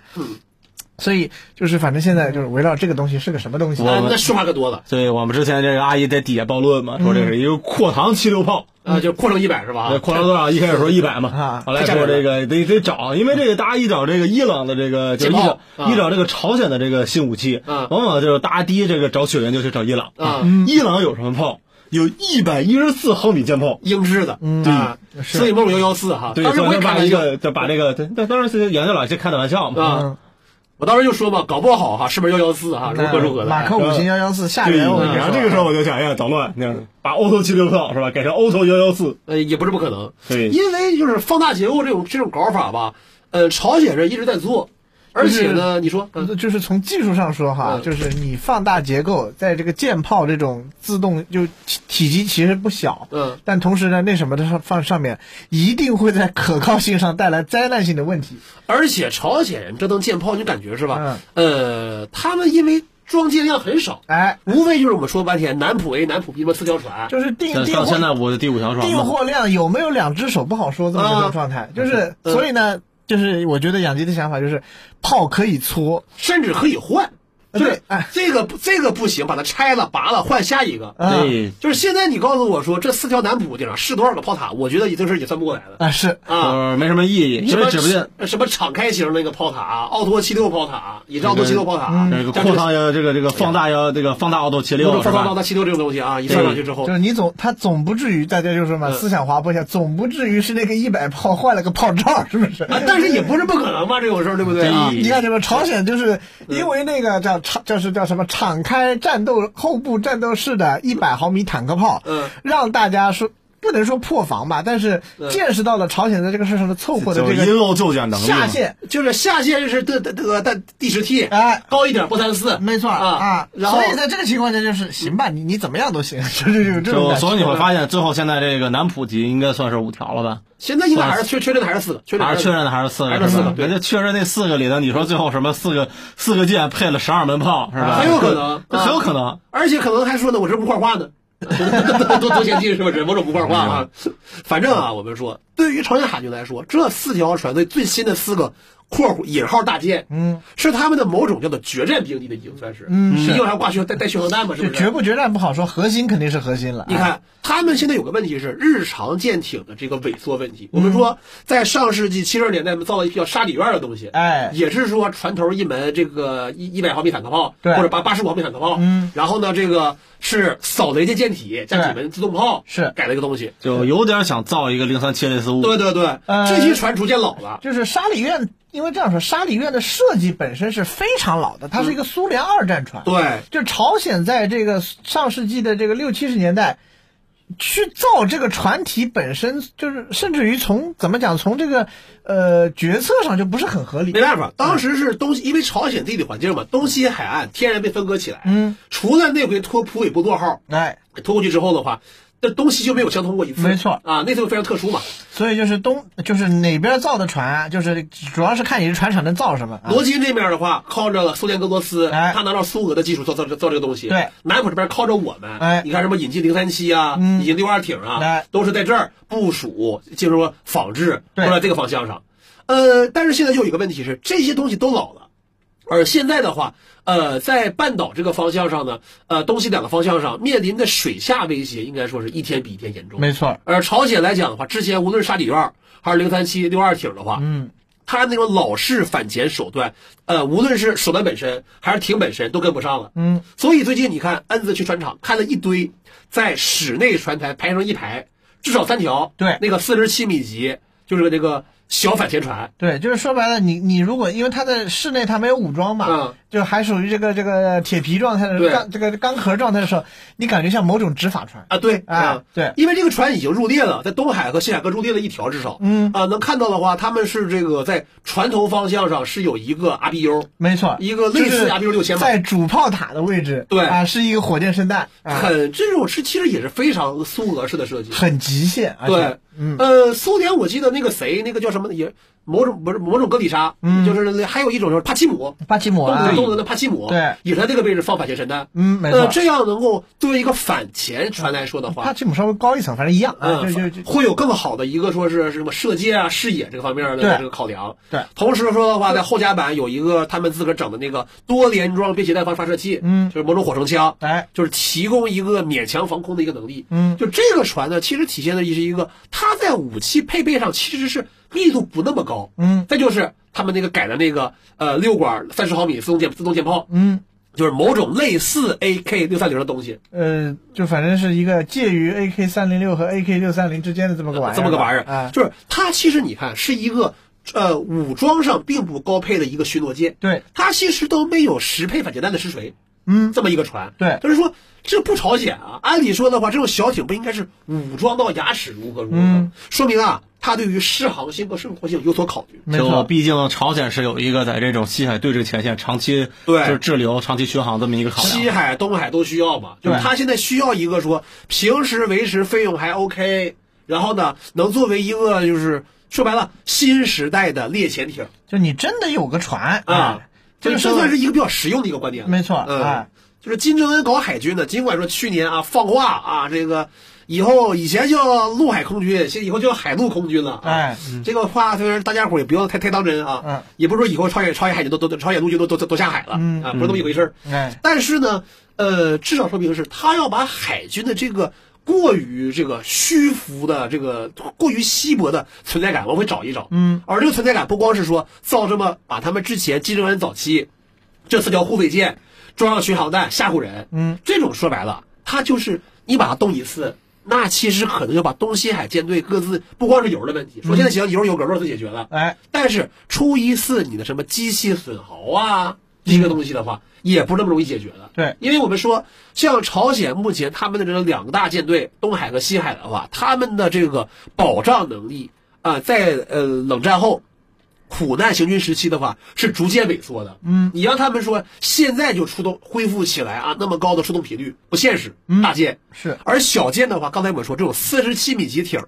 Speaker 1: 所以就是反正现在就是围绕这个东西是个什么东西，
Speaker 3: 我
Speaker 2: 啊，那说法可多了
Speaker 3: 所以我们之前这个阿姨在底下暴论嘛，说这是一个扩膛气流炮，
Speaker 2: 嗯啊，就扩成一百是吧？
Speaker 3: 那扩膛多少？一开始说一百嘛
Speaker 1: 啊，
Speaker 3: 后来说这个得得找，因为这个大家一找这个伊朗的这个，就是
Speaker 2: 解
Speaker 3: 一
Speaker 2: 放
Speaker 3: 找
Speaker 2: 啊
Speaker 3: 一找这个朝鲜的这个新武器，
Speaker 2: 啊
Speaker 3: 往往就是大家第一这个找血缘就去找伊朗嗯
Speaker 2: 啊
Speaker 3: 伊朗有什么炮？有一百一十四毫米舰炮。
Speaker 2: 英制的啊，所以梦幺幺四哈，
Speaker 3: 对，
Speaker 2: 当时我
Speaker 3: 所
Speaker 2: 也
Speaker 3: 以
Speaker 2: 开
Speaker 3: 把
Speaker 2: 玩
Speaker 3: 这
Speaker 2: 笑
Speaker 3: 个就把这个，对但当然是研究老师开的玩笑嘛。
Speaker 1: 嗯
Speaker 2: 啊，我当时就说嘛，搞不好哈，是不是幺幺四哈，如何如何嗯的
Speaker 1: 马克五型幺幺四下
Speaker 3: 对，
Speaker 1: 联，我跟你
Speaker 3: 然后
Speaker 1: 说，
Speaker 3: 这个时候我就想，哎呀，捣乱，那样把 Auto 七六炮是吧，改成 Auto 幺幺四，
Speaker 2: 呃，也不是不可能，
Speaker 3: 对
Speaker 2: 因为就是放大结构这种这种搞法吧，呃，朝鲜人一直在做，而且呢，你说，嗯
Speaker 1: 就是从技术上说哈，
Speaker 2: 嗯
Speaker 1: 就是你放大结构，在这个舰炮这种自动就体体积其实不小，
Speaker 2: 嗯，
Speaker 1: 但同时呢，那什么的上放上面一定会在可靠性上带来灾难性的问题。
Speaker 2: 而且朝鲜人这灯舰炮，你感觉是吧？
Speaker 1: 嗯
Speaker 2: 呃，他们因为装舰量很少，
Speaker 1: 哎，
Speaker 2: 无非就是我们说半天南浦 A、南浦 B 什么四条船，
Speaker 1: 就是定
Speaker 3: 像
Speaker 1: 定
Speaker 3: 像
Speaker 1: 货
Speaker 3: 现在我的第五条船
Speaker 1: 订
Speaker 3: 嘛，
Speaker 1: 货量有没有两只手不好说这么一
Speaker 2: 啊
Speaker 1: 种状态，就是所以呢，就是我觉得养鸡的想法就是炮可以搓，
Speaker 2: 甚至可以换，就是
Speaker 1: 对哎
Speaker 2: 这个不这个不行，把它拆了、拔了，换下一个。
Speaker 1: 啊
Speaker 3: 对，
Speaker 2: 就是现在你告诉我说这四条南浦顶上是多少个炮塔，我觉得这事儿也算不过来了
Speaker 1: 啊是
Speaker 2: 啊。
Speaker 3: 呃，没什么意义，
Speaker 2: 什
Speaker 3: 因为
Speaker 2: 么
Speaker 3: 指不定
Speaker 2: 什么敞开型那个炮塔，奥托七六炮塔，也是奥托七六炮塔，
Speaker 1: 嗯
Speaker 3: 这个
Speaker 2: 但是
Speaker 3: 扩张要这个这个放大要这个放大 Auto 七
Speaker 2: 不
Speaker 3: 六
Speaker 2: 是
Speaker 3: 是
Speaker 2: 放到
Speaker 3: 吧？
Speaker 2: 到七六这个东西啊，一上上去之后
Speaker 1: 就，是你总他总不至于大家就说嘛，
Speaker 2: 嗯
Speaker 1: 思想滑坡一下，总不至于是那个一百炮换了个炮罩是不是？
Speaker 2: 啊，但是也不是不可能吧，这种事儿对不对啊
Speaker 3: 对？
Speaker 1: 你看什么？朝鲜就是因为那个叫敞，就是叫什么敞开战斗后部战斗式的一百毫米坦克炮，
Speaker 2: 嗯
Speaker 1: 让大家说不能说破防吧，但是
Speaker 2: 嗯
Speaker 1: 见识到了朝鲜在这个事上的凑合的
Speaker 3: 就
Speaker 1: 这
Speaker 3: 因
Speaker 1: 个
Speaker 3: 陋就简能力嘛
Speaker 1: 下限。
Speaker 2: 就是下限是这这个但 D 十 T，
Speaker 1: 哎
Speaker 2: 高一点波三四，
Speaker 1: 没错
Speaker 2: 啊然后
Speaker 1: 所以在这个情况下就是行吧，你你怎么样都行， 就是有这种
Speaker 3: 就
Speaker 1: 感觉。
Speaker 3: 所以你会发现，最后现在这个南普及应该算是五条了吧？
Speaker 2: 现在应该还是确确认的还是四个，确认
Speaker 3: 还是确认
Speaker 2: 的
Speaker 3: 的还是四个？
Speaker 2: 还是四个
Speaker 3: 吧
Speaker 2: 对
Speaker 3: 人家确认那四个里头，你说最后什么四个四个舰配了十二门炮是吧？
Speaker 2: 很有可能啊
Speaker 3: 这很有可能。
Speaker 2: 而且可能还说呢，我这不块化呢， 多多先进是不是？某种不块化啊。 反正啊，我们说，对于朝鲜海军来说，这四条船队最新的四个（括弧引号大舰），嗯，是他们的某种叫做决战兵力的已经算是，嗯，是要还挂血带带血航弹嘛，是
Speaker 1: 就
Speaker 2: 不
Speaker 1: 决
Speaker 2: 是？
Speaker 1: 不决战不好说，核心肯定是核心了。
Speaker 2: 你看，他们现在有个问题是日常舰艇的这个萎缩问题。我
Speaker 1: 嗯
Speaker 2: 们说，在上世纪七十年代，我们造了一批叫沙里院的东西，
Speaker 1: 哎
Speaker 2: 也是说船头一门这个一一百毫米坦克炮，
Speaker 1: 对
Speaker 2: 或者八八十五毫米坦克炮，嗯，然后呢，这个是扫雷的舰体加几门自动炮，
Speaker 1: 是
Speaker 2: 改了一个东西，
Speaker 3: 就有点想造一个零三七类似五，
Speaker 2: 对对对，
Speaker 1: 呃
Speaker 2: 这批船逐渐老了，
Speaker 1: 就是沙里院，因为这样说，沙里院的设计本身是非常老的，它是一个苏联二战船。
Speaker 2: 对，
Speaker 1: 就朝鲜在这个上世纪的这个六七十年代，去造这个船体本身，就是甚至于从怎么讲，从这个呃决策上就不是很合理
Speaker 2: 没。办法，当时是东西，因为朝鲜地理环境嘛，东西海岸天然被分割起来，嗯，除了那回脱普韦布诺号
Speaker 1: 哎，
Speaker 2: 拖过去之后的话。那东西就没有相通过一次，
Speaker 1: 没错
Speaker 2: 啊，那次非常特殊嘛。
Speaker 1: 所以就是东，就是哪边造的船啊，就是主要是看你这船厂能造什么。啊、
Speaker 2: 罗津这面的话，靠着苏联、俄罗斯，
Speaker 1: 哎
Speaker 2: 他拿到苏俄的技术造造造这个东西。
Speaker 1: 对，
Speaker 2: 南浦这边靠着我们。
Speaker 1: 哎嗯
Speaker 2: 你看什么引进零三七啊，引进六二挺啊
Speaker 1: 哎，
Speaker 2: 都是在这儿部署，就是说仿制，都
Speaker 1: 对
Speaker 2: 在这个方向上。呃，但是现在就有一个问题是，这些东西都老了。而现在的话，呃，在半岛这个方向上呢，呃，东西两个方向上面临的水下威胁，应该说是一天比一天严重。
Speaker 1: 没错，
Speaker 2: 而朝鲜来讲的话，之前无论是沙里院儿还是零三七六二艇的话，嗯，它那种老式反潜手段，呃，无论是手段本身还是艇本身都跟不上了，嗯，所以最近你看恩子去船厂看了一堆，在室内船台排成一排，至少三条，
Speaker 1: 对
Speaker 2: 那个四十七米级就是那个小反潜船，
Speaker 1: 对，就是说白了，你你如果因为它在室内它没有武装嘛，
Speaker 2: 嗯
Speaker 1: 就还属于这个这个铁皮状态的时
Speaker 2: 对
Speaker 1: 候钢这个钢壳状态的时候，你感觉像某种执法船。
Speaker 2: 啊，对
Speaker 1: 哎对
Speaker 2: 因为这个船已经入列了，在东海和西海各入列了一条至少，嗯啊，能看到的话，他们是这个在船头方向上是有一个 RBU，
Speaker 1: 没错，
Speaker 2: 一个类似
Speaker 1: 就是
Speaker 2: RBU 六千吧
Speaker 1: 在主炮塔的位置，
Speaker 2: 对
Speaker 1: 啊，是一个火箭升弹，啊，
Speaker 2: 很这种是其实也是非常苏俄式的设计。
Speaker 1: 很极限，而且嗯
Speaker 2: 对，呃，苏联我记得那个谁，那个叫什么也某种不是某种格里沙，嗯，就是还有一种就是帕奇姆，
Speaker 1: 巴基姆
Speaker 2: 东
Speaker 1: 啊
Speaker 2: 德，东德的帕奇姆，
Speaker 1: 对
Speaker 2: 也在这个位置放反前神单，
Speaker 1: 嗯，没
Speaker 2: 呃，
Speaker 1: 错，
Speaker 2: 这样能够作为一个反前传来说的
Speaker 1: 帕
Speaker 2: 话，
Speaker 1: 基姆稍微高一层，反正一样啊，
Speaker 2: 嗯
Speaker 1: 就就，就
Speaker 2: 会有更好的一个说是什么射界啊、视野这个方面
Speaker 1: 对
Speaker 2: 的这个考量。
Speaker 1: 对，
Speaker 2: 同时说的话，在后甲板有一个他们自个儿整的那个多联装便携带方发射器，
Speaker 1: 嗯
Speaker 2: 就是某种火绳枪，
Speaker 1: 哎，
Speaker 2: 就是提供一个勉强防空的一个能力。
Speaker 1: 嗯
Speaker 2: 就这个船呢，其实体现的是一个它在武器配备上其实是密度不那么高。
Speaker 1: 嗯
Speaker 2: 再就是他们那个改的那个呃六管三十毫米自动舰自动舰炮，
Speaker 1: 嗯，
Speaker 2: 就是某种类似 AK 六三零的东西，
Speaker 1: 呃，就反正是一个介于 AK 三零六和 AK 六三零之间的这么个玩意儿吧，
Speaker 2: 这么个玩意儿，
Speaker 1: 啊，
Speaker 2: 就是它其实你看是一个呃武装上并不高配的一个巡逻舰，
Speaker 1: 对，
Speaker 2: 它其实都没有实配反舰弹的实锤，
Speaker 1: 嗯，
Speaker 2: 这么一个船，
Speaker 1: 对
Speaker 2: 就是说这不朝鲜啊，按理说的话，这种小艇不应该是武装到牙齿如何如何，
Speaker 1: 嗯
Speaker 2: 说明啊，它对于适航性和生活性有所考虑，
Speaker 1: 没
Speaker 3: 就
Speaker 1: 错，
Speaker 3: 毕竟朝鲜是有一个在这种西海对峙前线长期
Speaker 2: 对
Speaker 3: 就是滞留、长期巡航这么一个考量。
Speaker 2: 西海、东海都需要嘛，就
Speaker 1: 对
Speaker 2: 是它现在需要一个说平时维持费用还 OK，然后呢，能作为一个就是说白了新时代的猎潜艇。
Speaker 1: 就你真的有个船哎
Speaker 2: 啊，
Speaker 1: 这
Speaker 2: 这
Speaker 1: 个
Speaker 2: 个
Speaker 1: 时
Speaker 2: 这
Speaker 1: 候
Speaker 2: 算是一个比较实用的一个观点了。
Speaker 1: 没错
Speaker 2: 嗯，
Speaker 1: 啊
Speaker 2: 就是金正恩搞海军呢，尽管说去年啊放话啊，这个以后以前叫陆海空军，现在以后叫海陆空军了。啊
Speaker 1: 哎，
Speaker 2: 这个话虽然大家伙儿也不要太太当真啊，
Speaker 1: 嗯
Speaker 2: 也不是说以后朝鲜朝鲜海军都都朝鲜陆军都都都都下海了、
Speaker 1: 嗯
Speaker 2: 啊，不是那么一回事儿。
Speaker 1: 哎，
Speaker 2: 但是呢，呃，至少说明是他要把海军的这个过于这个虚浮的这个过于稀薄的存在感往回找一找。
Speaker 1: 嗯，
Speaker 2: 而这个存在感不光是说造这么把他们之前金正恩早期这四条护卫舰装上巡航弹吓唬人，
Speaker 1: 嗯，
Speaker 2: 这种说白了，它就是你把它动一次。那其实可能要把东西海舰队各自不光是油的问题，说现在行油有梗，肉就解决了，
Speaker 1: 哎，
Speaker 2: 但是出一次你的什么机器损耗啊，这个东西的话，也不是那么容易解决的。
Speaker 1: 对，
Speaker 2: 因为我们说，像朝鲜目前他们的这两个大舰队，东海和西海的话，他们的这个保障能力啊、在呃冷战后。苦难行军时期的话是逐渐萎缩的，嗯，你让他们说现在就出动恢复起来啊，那么高的出动频率不现实，大舰
Speaker 1: 是
Speaker 2: 而小舰的话，刚才我们说这种四十七米级艇，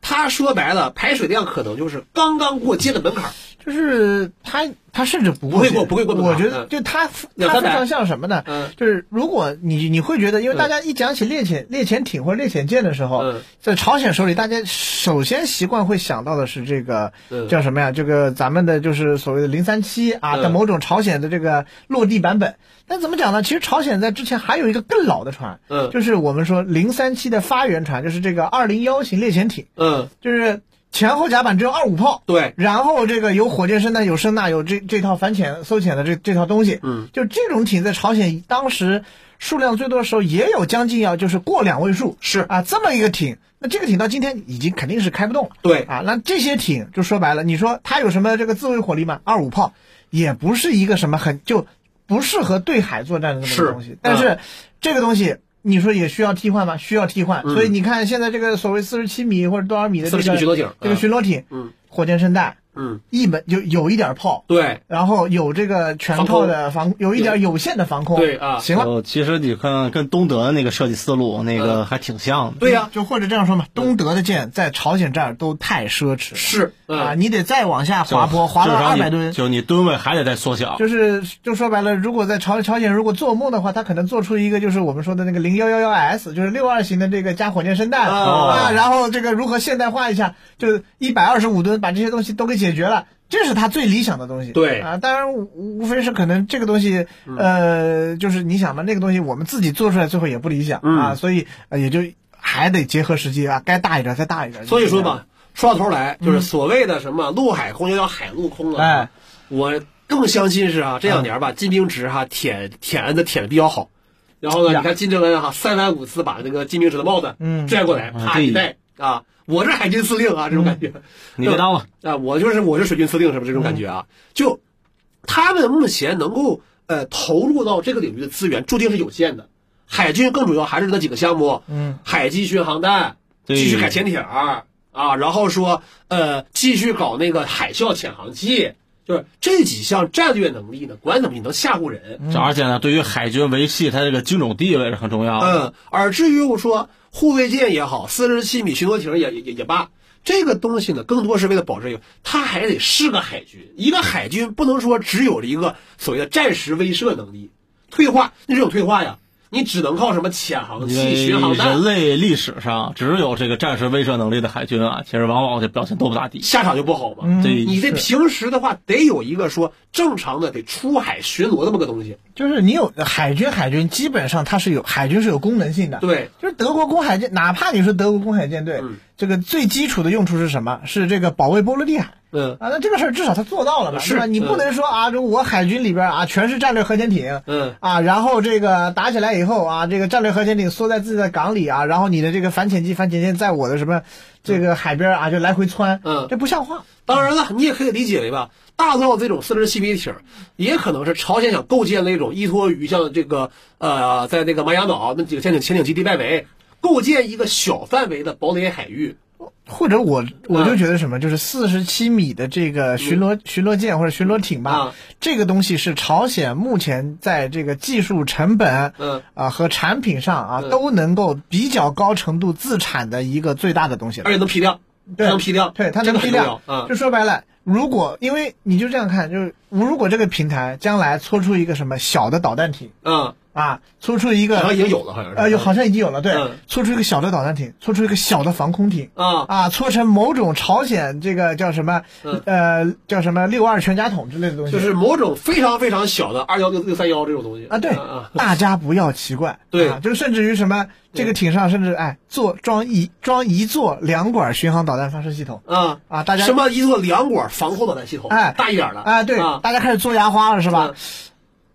Speaker 2: 它说白了排水量可能就是刚刚过舰的门槛儿，
Speaker 1: 就是他，他甚至不
Speaker 2: 不会
Speaker 1: 去
Speaker 2: 过不会过门槛
Speaker 1: 我觉得
Speaker 2: 嗯
Speaker 1: 就他，
Speaker 2: 两
Speaker 1: 他
Speaker 2: 三
Speaker 1: 非
Speaker 2: 百
Speaker 1: 常像什么呢？
Speaker 2: 嗯
Speaker 1: 就是如果你你会觉得，因为
Speaker 2: 嗯
Speaker 1: 大家一讲起猎潜猎潜艇或者猎潜舰的时候
Speaker 2: 嗯，
Speaker 1: 在朝鲜手里，大家首先习惯会想到的是这个
Speaker 2: 嗯
Speaker 1: 叫什么呀？这个咱们的就是所谓的零三七啊
Speaker 2: 嗯
Speaker 1: 的某种朝鲜的这个落地版本。但怎么讲呢？其实朝鲜在之前还有一个更老的船，
Speaker 2: 嗯
Speaker 1: 就是我们说零三七的发源船，就是这个二零幺型猎潜艇，
Speaker 2: 嗯，
Speaker 1: 就是前后甲板只有二五炮，
Speaker 2: 对，
Speaker 1: 然后这个有火箭声呐，有声呐，有这这套反潜搜潜的这这套东西，
Speaker 2: 嗯，
Speaker 1: 就这种艇在朝鲜当时数量最多的时候，也有将近要就是过两位数，
Speaker 2: 是
Speaker 1: 啊，这么一个艇，那这个艇到今天已经肯定是开不动了，
Speaker 2: 对
Speaker 1: 啊，那这些艇就说白了，你说它有什么这个自卫火力吗？二五炮也不是一个什么很就不适合对海作战的那么个
Speaker 2: 是嗯
Speaker 1: 东西，但是这个东西。你说也需要替换吗？需要替换，
Speaker 2: 嗯
Speaker 1: 所以你看现在这个所谓四十七米或者多少米的这个
Speaker 2: 47米巡逻艇
Speaker 1: 这个
Speaker 2: 嗯
Speaker 1: 巡逻艇，
Speaker 2: 嗯，
Speaker 1: 火箭声带，
Speaker 2: 嗯，
Speaker 1: 一门有有一点炮，
Speaker 2: 对，
Speaker 1: 然后有这个全套的防，有一点有限的防空，
Speaker 2: 对啊
Speaker 1: 行了，嗯
Speaker 3: 呃，其实你看，跟东德那个设计思路那个还挺像的。
Speaker 2: 对呀、
Speaker 1: 就或者这样说嘛，东德的舰在朝鲜这儿都太奢侈了
Speaker 2: 是，
Speaker 1: 啊，
Speaker 2: 嗯，
Speaker 1: 你得再往下
Speaker 3: 就
Speaker 1: 滑坡，滑到
Speaker 3: 就是
Speaker 1: 二
Speaker 3: 让你
Speaker 1: 百吨。
Speaker 3: 就你吨位还得再缩小。
Speaker 1: 就是就说白了，如果在朝朝鲜如果做梦的话，他可能做出一个就是我们说的那个零幺幺幺 S，就是六二型的这个加火箭声弹、
Speaker 2: 哦
Speaker 1: 啊，然后这个如何现代化一下，就一百二十五吨把这些东西都给解决了，这是他最理想的东西。
Speaker 2: 对嗯
Speaker 1: 啊，当然无无非是可能这个东西，呃，就是你想嘛，那个东西我们自己做出来最后也不理想、
Speaker 2: 嗯
Speaker 1: 啊，所以、呃也就还得结合实际啊，该大一点再大一点。
Speaker 2: 所以说嘛，说到头来就是所谓的什么陆海空要要海陆空了，
Speaker 1: 嗯哎，嗯
Speaker 2: 我更相信是啊，这两年吧，金兵池哈舔舔恩的舔的比较好，然后呢，
Speaker 1: 呀
Speaker 2: 你看金正恩哈啊三番五次把那个金兵池的帽子
Speaker 1: 嗯嗯
Speaker 2: 拽过来，啪
Speaker 3: 这
Speaker 2: 一戴啊，我是海军司令啊，这种感觉。
Speaker 3: 你别当了，
Speaker 2: 啊，我就是我是水军司令什么这种感觉啊，就他们目前能够呃投入到这个领域的资源注定是有限的。海军更主要还是那几个项目，
Speaker 1: 嗯，
Speaker 2: 海基巡航弹，
Speaker 3: 对
Speaker 2: 继续改潜艇儿啊，然后说呃继续搞那个海啸潜航器，就是这几项战略能力呢，管怎么你能吓唬人，
Speaker 1: 嗯
Speaker 3: 这而且呢，对于海军维系它这个军种地位是
Speaker 2: 嗯
Speaker 3: 很重要的。
Speaker 2: 嗯，而至于我说护卫舰也好，四十七米巡逻艇也也也也罢，这个东西呢，更多是为了保证一个，它还得是个海军。一个海军不能说只有了一个所谓的战时威慑能力，退化那是有退化呀，你只能靠什么潜航
Speaker 3: 因
Speaker 2: 器、
Speaker 3: 为
Speaker 2: 巡航
Speaker 3: 人
Speaker 2: 弹，
Speaker 3: 类历史上只有这个战时威慑能力的海军啊，其实往往这表现都不咋地。
Speaker 2: 下场就不好嘛。
Speaker 1: 嗯
Speaker 3: 这
Speaker 2: 你这平时的话，得有一个说正常的得出海巡逻这么个东西。
Speaker 1: 就是你有海军，海军基本上它是有海军是有功能性的。
Speaker 2: 对，
Speaker 1: 就是德国公海舰，哪怕你说德国公海舰队，
Speaker 2: 嗯
Speaker 1: 这个最基础的用处是什么？是这个保卫波罗的海。
Speaker 2: 嗯
Speaker 1: 啊，那这个事儿至少他做到了吧？
Speaker 2: 是
Speaker 1: 对吧？你
Speaker 2: 嗯
Speaker 1: 不能说啊，这我海军里边啊全是战略核潜艇，
Speaker 2: 嗯，
Speaker 1: 啊，然后这个打起来以后啊，这个战略核潜艇缩在自己的港里啊，然后你的这个反潜机、反潜舰在我的什么这个海边啊就来回窜，
Speaker 2: 嗯
Speaker 1: 这不像话。
Speaker 2: 当然了，你也可以理解为吧，大造这种四十 CP 艇儿，也可能是朝鲜想构建了一种依托于像这个呃，在那个马雅岛那几个潜艇潜艇基地外围，构建一个小范围的堡垒海域。
Speaker 1: 或者我我就
Speaker 2: 嗯
Speaker 1: 觉得什么，就是四十七米的这个巡逻、巡逻舰或者巡逻艇吧，
Speaker 2: 啊
Speaker 1: 这个东西是朝鲜目前在这个技术成本，
Speaker 2: 嗯
Speaker 1: 啊和产品上啊、
Speaker 2: 嗯
Speaker 1: 都能够比较高程度自产的一个最大的东西了
Speaker 2: 而。且能批量，
Speaker 1: 对
Speaker 2: 能批量，
Speaker 1: 对，它
Speaker 2: 这
Speaker 1: 能
Speaker 2: 个
Speaker 1: 批
Speaker 2: 很
Speaker 1: 量
Speaker 2: 重。要啊。
Speaker 1: 就说白了，如果因为你就这样看，就是如果这个平台将来搓出一个什么小的导弹艇
Speaker 2: 嗯，
Speaker 1: 啊，搓出一
Speaker 2: 好像
Speaker 1: 个
Speaker 2: 已经有了，好像是。
Speaker 1: 呃，有好像已经有了，对
Speaker 2: 嗯，
Speaker 1: 搓出一个小的导弹艇，搓出一个小的防空艇。
Speaker 2: 啊，
Speaker 1: 啊，搓成某种朝鲜这个叫什么，
Speaker 2: 嗯
Speaker 1: 呃，叫什么六二全家桶之类的东西，
Speaker 2: 就是某种非常非常小的二幺六六三幺这种东西
Speaker 1: 啊，对，
Speaker 2: 啊，
Speaker 1: 大家不要奇怪，
Speaker 2: 对
Speaker 1: 啊，就甚至于什么这个艇上甚至哎做装一装一座两管巡航导弹发射系统
Speaker 2: 啊
Speaker 1: 啊，大家
Speaker 2: 什么一座两管防空导弹系统，
Speaker 1: 哎
Speaker 2: 大一点的
Speaker 1: 啊，对，
Speaker 2: 啊，
Speaker 1: 大家开始做牙花了是吧
Speaker 2: 嗯？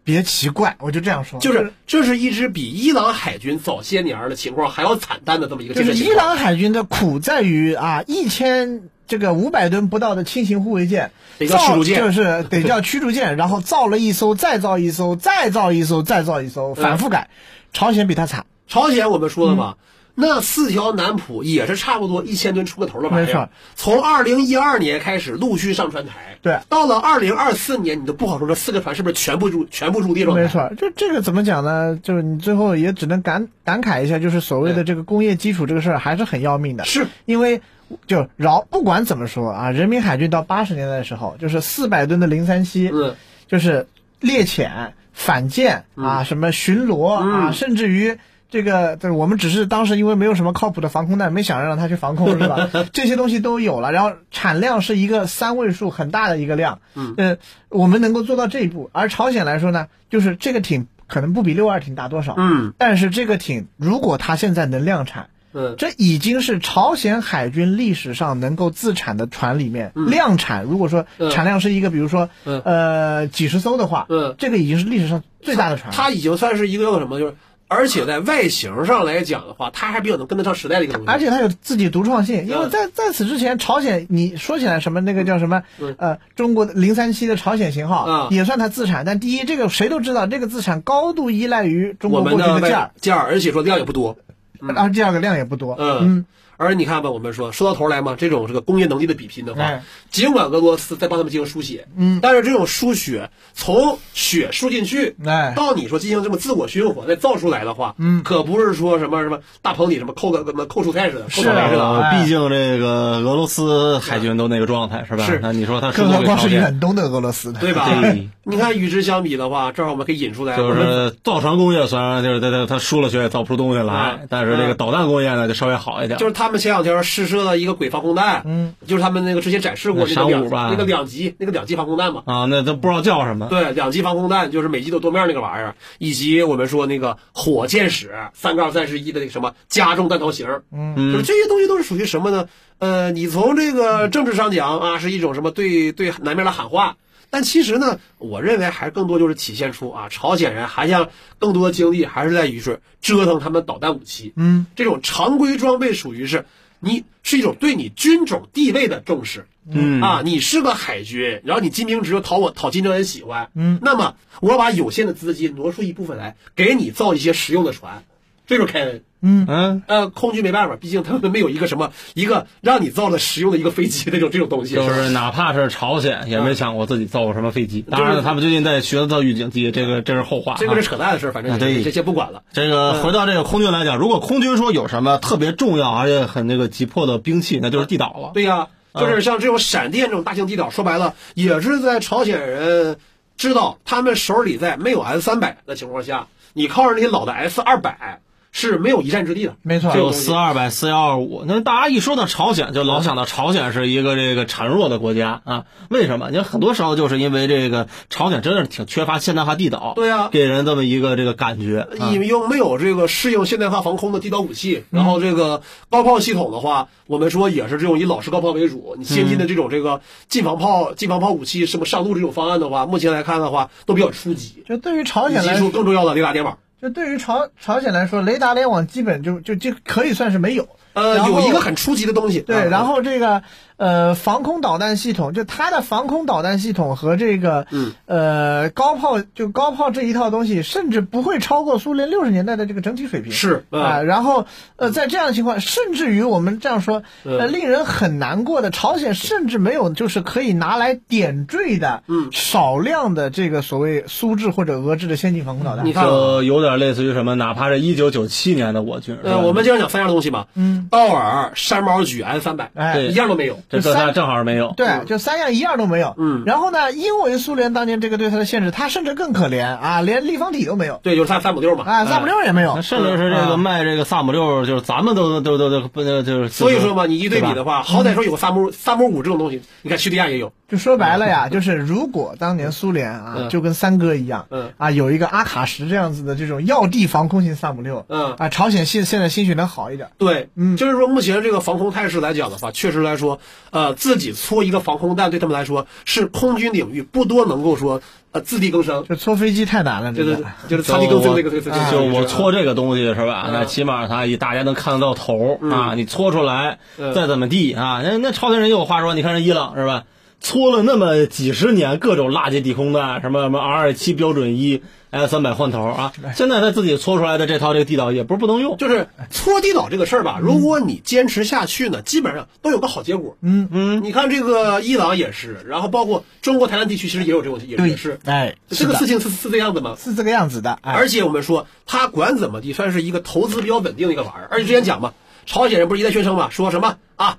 Speaker 1: 别奇怪，我就这样说，
Speaker 2: 就是这是一支比伊朗海军早些年儿的情况还要惨淡的这么一个
Speaker 1: 就
Speaker 2: 真实
Speaker 1: 是
Speaker 2: 情
Speaker 1: 伊
Speaker 2: 况。
Speaker 1: 朗海军的苦在于啊，一千这个五百吨不到的轻型护卫舰，
Speaker 2: 得叫驱逐舰
Speaker 1: 造就是 得叫驱逐舰，然后造了一艘，再造一艘，再造一艘，再造一艘，
Speaker 2: 嗯
Speaker 1: 反复改。朝鲜比他惨，
Speaker 2: 朝鲜我们说了
Speaker 1: 嗯
Speaker 2: 嘛，那四条南浦也是差不多一千吨出个头的玩
Speaker 1: 没
Speaker 2: 意
Speaker 1: 错
Speaker 2: 儿。从二零一二年开始陆续上船台，
Speaker 1: 对
Speaker 2: 到了二零二四年，你都不好说这四个船是不是全部入全部入地状态。
Speaker 1: 没，错。就这个怎么讲呢？就是你最后也只能感感慨一下，就是所谓的这个工业基础这个事儿还是很要命的。
Speaker 2: 是
Speaker 1: 因为就饶不管怎么说啊，人民海军到八十年代的时候，就是四百吨的零三七，
Speaker 2: 嗯，
Speaker 1: 就是猎潜、反舰啊，什么巡逻啊，
Speaker 2: 嗯
Speaker 1: 甚至于。这个，就是我们只是当时因为没有什么靠谱的防空弹，没想让它去防空，是 吧？这些东西都有了，然后产量是一个三位数很大的一个量，嗯，呃，我们能够做到这一步。而朝鲜来说呢，就是这个艇可能不比六二艇大多少，
Speaker 2: 嗯，
Speaker 1: 但是这个艇如果它现在能量产，
Speaker 2: 嗯，
Speaker 1: 这已经是朝鲜海军历史上能够自产的船里面、量产。如果说产量是一个，比如说、
Speaker 2: 嗯
Speaker 1: 呃几十艘的话，
Speaker 2: 嗯
Speaker 1: 这个已经是历史上最大的船了。
Speaker 2: 它已经算是一个什么，就是而且在外形上来讲的话，它还比较能跟得上时代的一个东西。
Speaker 1: 而且它有自己独创性，因为
Speaker 2: 嗯
Speaker 1: 在在此之前，朝鲜你说起来什么那个叫什么，呃，中国的零三七的朝鲜型号
Speaker 2: 嗯
Speaker 1: 也算它自产，但第一，这个谁都知道，这个自产高度依赖于中
Speaker 2: 我
Speaker 1: 国
Speaker 2: 们
Speaker 1: 过去
Speaker 2: 的
Speaker 1: 的件儿
Speaker 2: 外，件儿，而且说量也不多。
Speaker 1: 然后第二个量也不多，
Speaker 2: 嗯，而你看吧，我们说说到头来嘛，这种这个工业能力的比拼的话
Speaker 1: 哎，
Speaker 2: 尽管俄罗斯在帮他们进行输血，嗯，但是这种输血从血输进去，
Speaker 1: 哎
Speaker 2: 到你说进行这么自我循环再造出来的话，嗯，可不是说什么什么大棚里什么扣个什么扣蔬菜似的，扣
Speaker 1: 是
Speaker 2: 草莓似的
Speaker 1: 啊
Speaker 2: 啊。
Speaker 3: 呃
Speaker 1: 哎
Speaker 3: 毕竟这个俄罗斯海军都那个状态是吧？
Speaker 2: 是
Speaker 3: 那你说他
Speaker 1: 更
Speaker 3: 输
Speaker 1: 何
Speaker 3: 给朝
Speaker 1: 况是
Speaker 3: 鲜，
Speaker 1: 远东的俄罗斯呢
Speaker 2: 对吧
Speaker 3: 对？
Speaker 2: 你看与之相比的话，正好我们可以引出来，
Speaker 3: 就
Speaker 2: 我们
Speaker 3: 是造船工业虽然就是他他他输了血也造不出东西来
Speaker 2: 嗯，
Speaker 3: 但是这个
Speaker 2: 嗯
Speaker 3: 导弹工业呢就稍微好一点。
Speaker 2: 就是他们前两天试射了一个鬼防空弹，嗯，就是他们那个之前展示过那
Speaker 3: 那
Speaker 2: 个
Speaker 3: 殲五
Speaker 2: 两
Speaker 3: 吧
Speaker 2: 那个两级那个两级防空弹嘛，
Speaker 3: 啊，那都不知道叫什么。
Speaker 2: 对，两级防空弹就是每机都多面那个玩意儿，以及我们说那个火箭矢三杠三十一的那个什么加重弹头型儿，嗯，就是这些东西都是属于什么呢？呃，你从这个政治上讲啊，是一种什么对对南面的喊话。但其实呢，我认为还更多就是体现出啊，朝鲜人还像更多的精力还是在于是折腾他们导弹武器，嗯，这种常规装备属于是你是一种对你军种地位的重视，
Speaker 3: 嗯
Speaker 2: 啊，你是个海军，然后你金平只有讨我讨金正恩喜欢，嗯，那么我把有限的资金挪出一部分来给你造一些实用的船，这就是凯恩，
Speaker 1: 嗯
Speaker 3: 嗯，
Speaker 2: 呃，空军没办法，毕竟他们没有一个什么一个让你造了实用的一个飞机那种这种东西。
Speaker 3: 就是
Speaker 2: 吧
Speaker 3: 哪怕是朝鲜也没想过自己造过什么飞机。当然了，他们最近在学造预警机，这个这是后话啊。
Speaker 2: 嗯这个是扯淡的事儿，反正
Speaker 3: 啊对
Speaker 2: 这这不管了。
Speaker 3: 这个回到这个空军来讲，如果空军说有什么特别重要而且很那个急迫的兵器，那就是地导了。
Speaker 2: 对呀、
Speaker 3: 嗯
Speaker 2: 就是像这种闪电这种大型地导，说白了也是在朝鲜人知道他们手里在没有 S 三百的情况下，你靠着那些老的 S 二百是没有一战之地的。
Speaker 1: 没错，
Speaker 3: 就四二百、四幺二五，那大家一说到朝鲜，就
Speaker 2: 嗯
Speaker 3: 老想到朝鲜是一个这个孱弱的国家啊。为什么？你看很多时候就是因为这个朝鲜真的是挺缺乏现代化地导，
Speaker 2: 对呀
Speaker 3: 给人这么一个这个感觉。啊
Speaker 2: 你们又没有这个适应现代化防空的地导武器，
Speaker 1: 嗯
Speaker 2: 然后这个高炮系统的话，我们说也是这种以老式高炮为主。
Speaker 1: 嗯
Speaker 2: 你先进的这种这个近防炮、近防炮武器什么上路这种方案的话，目前来看的话都比较初级。
Speaker 1: 就对于朝
Speaker 2: 以
Speaker 1: 鲜
Speaker 2: 及
Speaker 1: 来
Speaker 2: 出更重要的雷达电网，
Speaker 1: 就对于朝朝鲜来说，雷达联网基本就就就可以算是没有。
Speaker 2: 呃，
Speaker 1: 然后
Speaker 2: 有一个很初级的东西。
Speaker 1: 对，
Speaker 2: 嗯
Speaker 1: 然后这个呃防空导弹系统，就它的防空导弹系统和这个
Speaker 2: 嗯
Speaker 1: 呃高炮，就高炮这一套东西，甚至不会超过苏联六十年代的这个整体水平。
Speaker 2: 是嗯
Speaker 1: 啊，然后呃在这样的情况，甚至于我们这样说，
Speaker 2: 嗯
Speaker 1: 呃令人很难过的，朝鲜甚至没有就是可以拿来点缀的
Speaker 2: 嗯
Speaker 1: 少量的这个所谓苏制或者俄制的先进防空导弹。
Speaker 2: 你看啊，
Speaker 3: 就有点类似于什么，哪怕是一九九七年的我军，是吧
Speaker 2: 呃，我们经常讲三样东西嘛，
Speaker 1: 嗯，
Speaker 2: 道尔、山毛榉、S 三百，
Speaker 1: 哎
Speaker 2: 一样都没有。
Speaker 3: 这这仨正好是没有。
Speaker 1: 对，就三样一样都没有。
Speaker 2: 嗯
Speaker 1: 然后呢，因为苏联当年这个对他的限制，他甚至更可怜啊，连立方体都没有
Speaker 2: 对，就是三三五六嘛。
Speaker 1: 啊，萨姆六也没有
Speaker 3: 那。甚至是这
Speaker 2: 啊
Speaker 3: 个
Speaker 1: 嗯
Speaker 3: 卖这个萨姆六，就是咱们都都都都不呃就是，
Speaker 2: 所以说嘛，你一对比的
Speaker 3: 话，
Speaker 2: 话，好歹说有个萨姆萨姆五这种东西，你看叙利亚也有。
Speaker 1: 就说白了呀，就是如果当年苏联啊
Speaker 2: 嗯，
Speaker 1: 就跟三哥一样
Speaker 2: 嗯，
Speaker 1: 啊，有一个阿卡什这样子的这种要地防空型萨姆六，
Speaker 2: 嗯
Speaker 1: 啊，朝鲜现现在兴许能好一点。
Speaker 2: 对，
Speaker 1: 嗯
Speaker 2: 就是说目前这个防空态势来讲的话，确实来说，呃，自己搓一个防空弹对他们来说是空军领域不多能够说呃自力更生，
Speaker 1: 就搓飞机太难了，
Speaker 2: 就
Speaker 1: 真
Speaker 2: 是
Speaker 1: 的。
Speaker 2: 就是
Speaker 3: 就
Speaker 2: 擦地更生
Speaker 3: 我啊
Speaker 2: 这个这个这个。
Speaker 3: 就
Speaker 2: 这个
Speaker 3: 我搓
Speaker 2: 这
Speaker 3: 这个东西是吧？
Speaker 2: 嗯
Speaker 3: 那起码它以大家能看得到头儿啊，
Speaker 2: 嗯
Speaker 3: 你搓出来
Speaker 2: 嗯
Speaker 3: 再怎么地啊，那那朝鲜人也有话说，你看人伊朗是吧？搓了那么几十年各种垃圾地空弹，什么什么 R 七标准一 S 三百换头 啊，现在他自己搓出来的这套这个地道也不是不能用，
Speaker 2: 就是搓地导这个事儿吧，如果你坚持下去呢，基本上都有个好结果。
Speaker 1: 嗯
Speaker 2: 嗯，你看这个伊朗也是，然后包括中国台湾地区，其实也有这种，也也是，
Speaker 1: 哎，
Speaker 2: 这个
Speaker 1: 是
Speaker 2: 事
Speaker 1: 的
Speaker 2: 情是是这样的吗？
Speaker 1: 是这个样子的。哎，
Speaker 2: 而且我们说，他管怎么地，算是一个投资比较稳定的一个玩意儿。而且之前讲嘛，朝鲜人不是一再宣称嘛，说什么啊，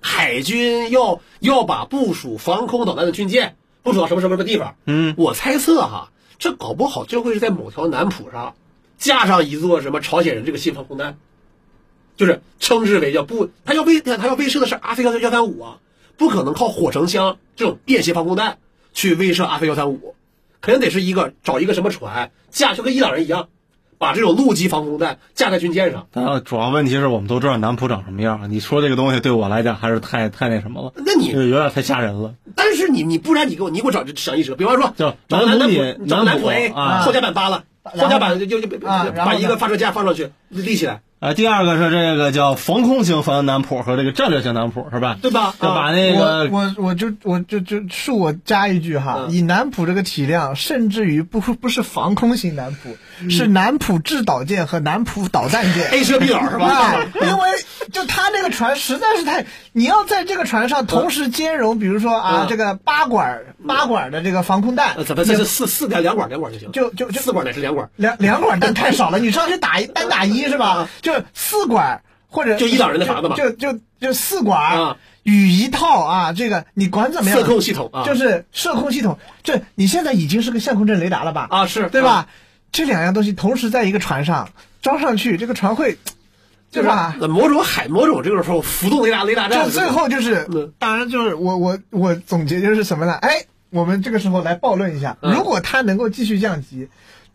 Speaker 2: 海军要要把部署防空导弹的军舰部署到什么什么什么地方？嗯，我猜测哈，这搞不好就会是在某条南浦上架上一座什么朝鲜人这个新防空弹，就是称之为叫不，他要威他要威慑的是阿飞幺幺三五啊，不可能靠火绳枪这种便携防空弹去威慑阿飞幺三五。肯定得是一个找一个什么船架，就跟伊朗人一样，把这种陆基防空弹架在军舰上。
Speaker 3: 但要啊主要问题是我们都知道南浦长什么样，你说这个东西对我来讲还是太太那什么了，
Speaker 2: 那你
Speaker 3: 就是有点太吓人了。
Speaker 2: 但是你你不然你给我你给我找想一折，比方说
Speaker 3: 就
Speaker 2: 找
Speaker 3: 南
Speaker 2: 南
Speaker 3: 浦
Speaker 2: 浦
Speaker 3: 你
Speaker 2: 找
Speaker 3: 南
Speaker 2: 南
Speaker 3: 浦
Speaker 2: 浦 A
Speaker 3: 啊
Speaker 2: 后甲板扒了，后甲板就就就
Speaker 1: 啊然后
Speaker 2: 把
Speaker 1: 呢
Speaker 2: 一个发射架放上去立起来，
Speaker 3: 啊，第二个是这个叫防空型防南浦和这个战略型南浦是吧？
Speaker 2: 对吧？
Speaker 3: 就把
Speaker 2: 啊
Speaker 3: 那个
Speaker 1: 我我我就我就就恕我加一句哈，
Speaker 2: 嗯
Speaker 1: 以南浦这个体量，甚至于不不是防空型南浦，
Speaker 2: 嗯
Speaker 1: 是南浦制导舰和南浦导弹舰。
Speaker 2: A 射 B 导是吧
Speaker 1: 啊？，因为就他那个船实在是太，你要在这个船上同时兼容，比如说啊，
Speaker 2: 嗯
Speaker 1: 这个八管八管的这个防空弹
Speaker 2: 呃，咱们这是四四两两管两管就行，
Speaker 1: 就就就
Speaker 2: 四管乃是两管，
Speaker 1: 两两管弹太少了，你上去打一单打一是吧？就是四管或者
Speaker 2: 嗯就伊朗人的法子嘛
Speaker 1: 就就就四管
Speaker 2: 啊
Speaker 1: 与一套啊，这个你管怎么样？
Speaker 2: 色控系统啊，
Speaker 1: 就是射控系统，这你现在已经是个相控阵雷达了吧？
Speaker 2: 啊是
Speaker 1: 对吧
Speaker 2: 啊？
Speaker 1: 这两样东西同时在一个船上装上去，这个船会，对
Speaker 2: 就是
Speaker 1: 吧？
Speaker 2: 呃某种海某种这个时候浮动雷达雷达
Speaker 1: 这
Speaker 2: 站，
Speaker 1: 最后就是
Speaker 2: 嗯，
Speaker 1: 当然就是我我我总结就是什么呢？哎，我们这个时候来暴论一下，
Speaker 2: 嗯
Speaker 1: 如果它能够继续降级，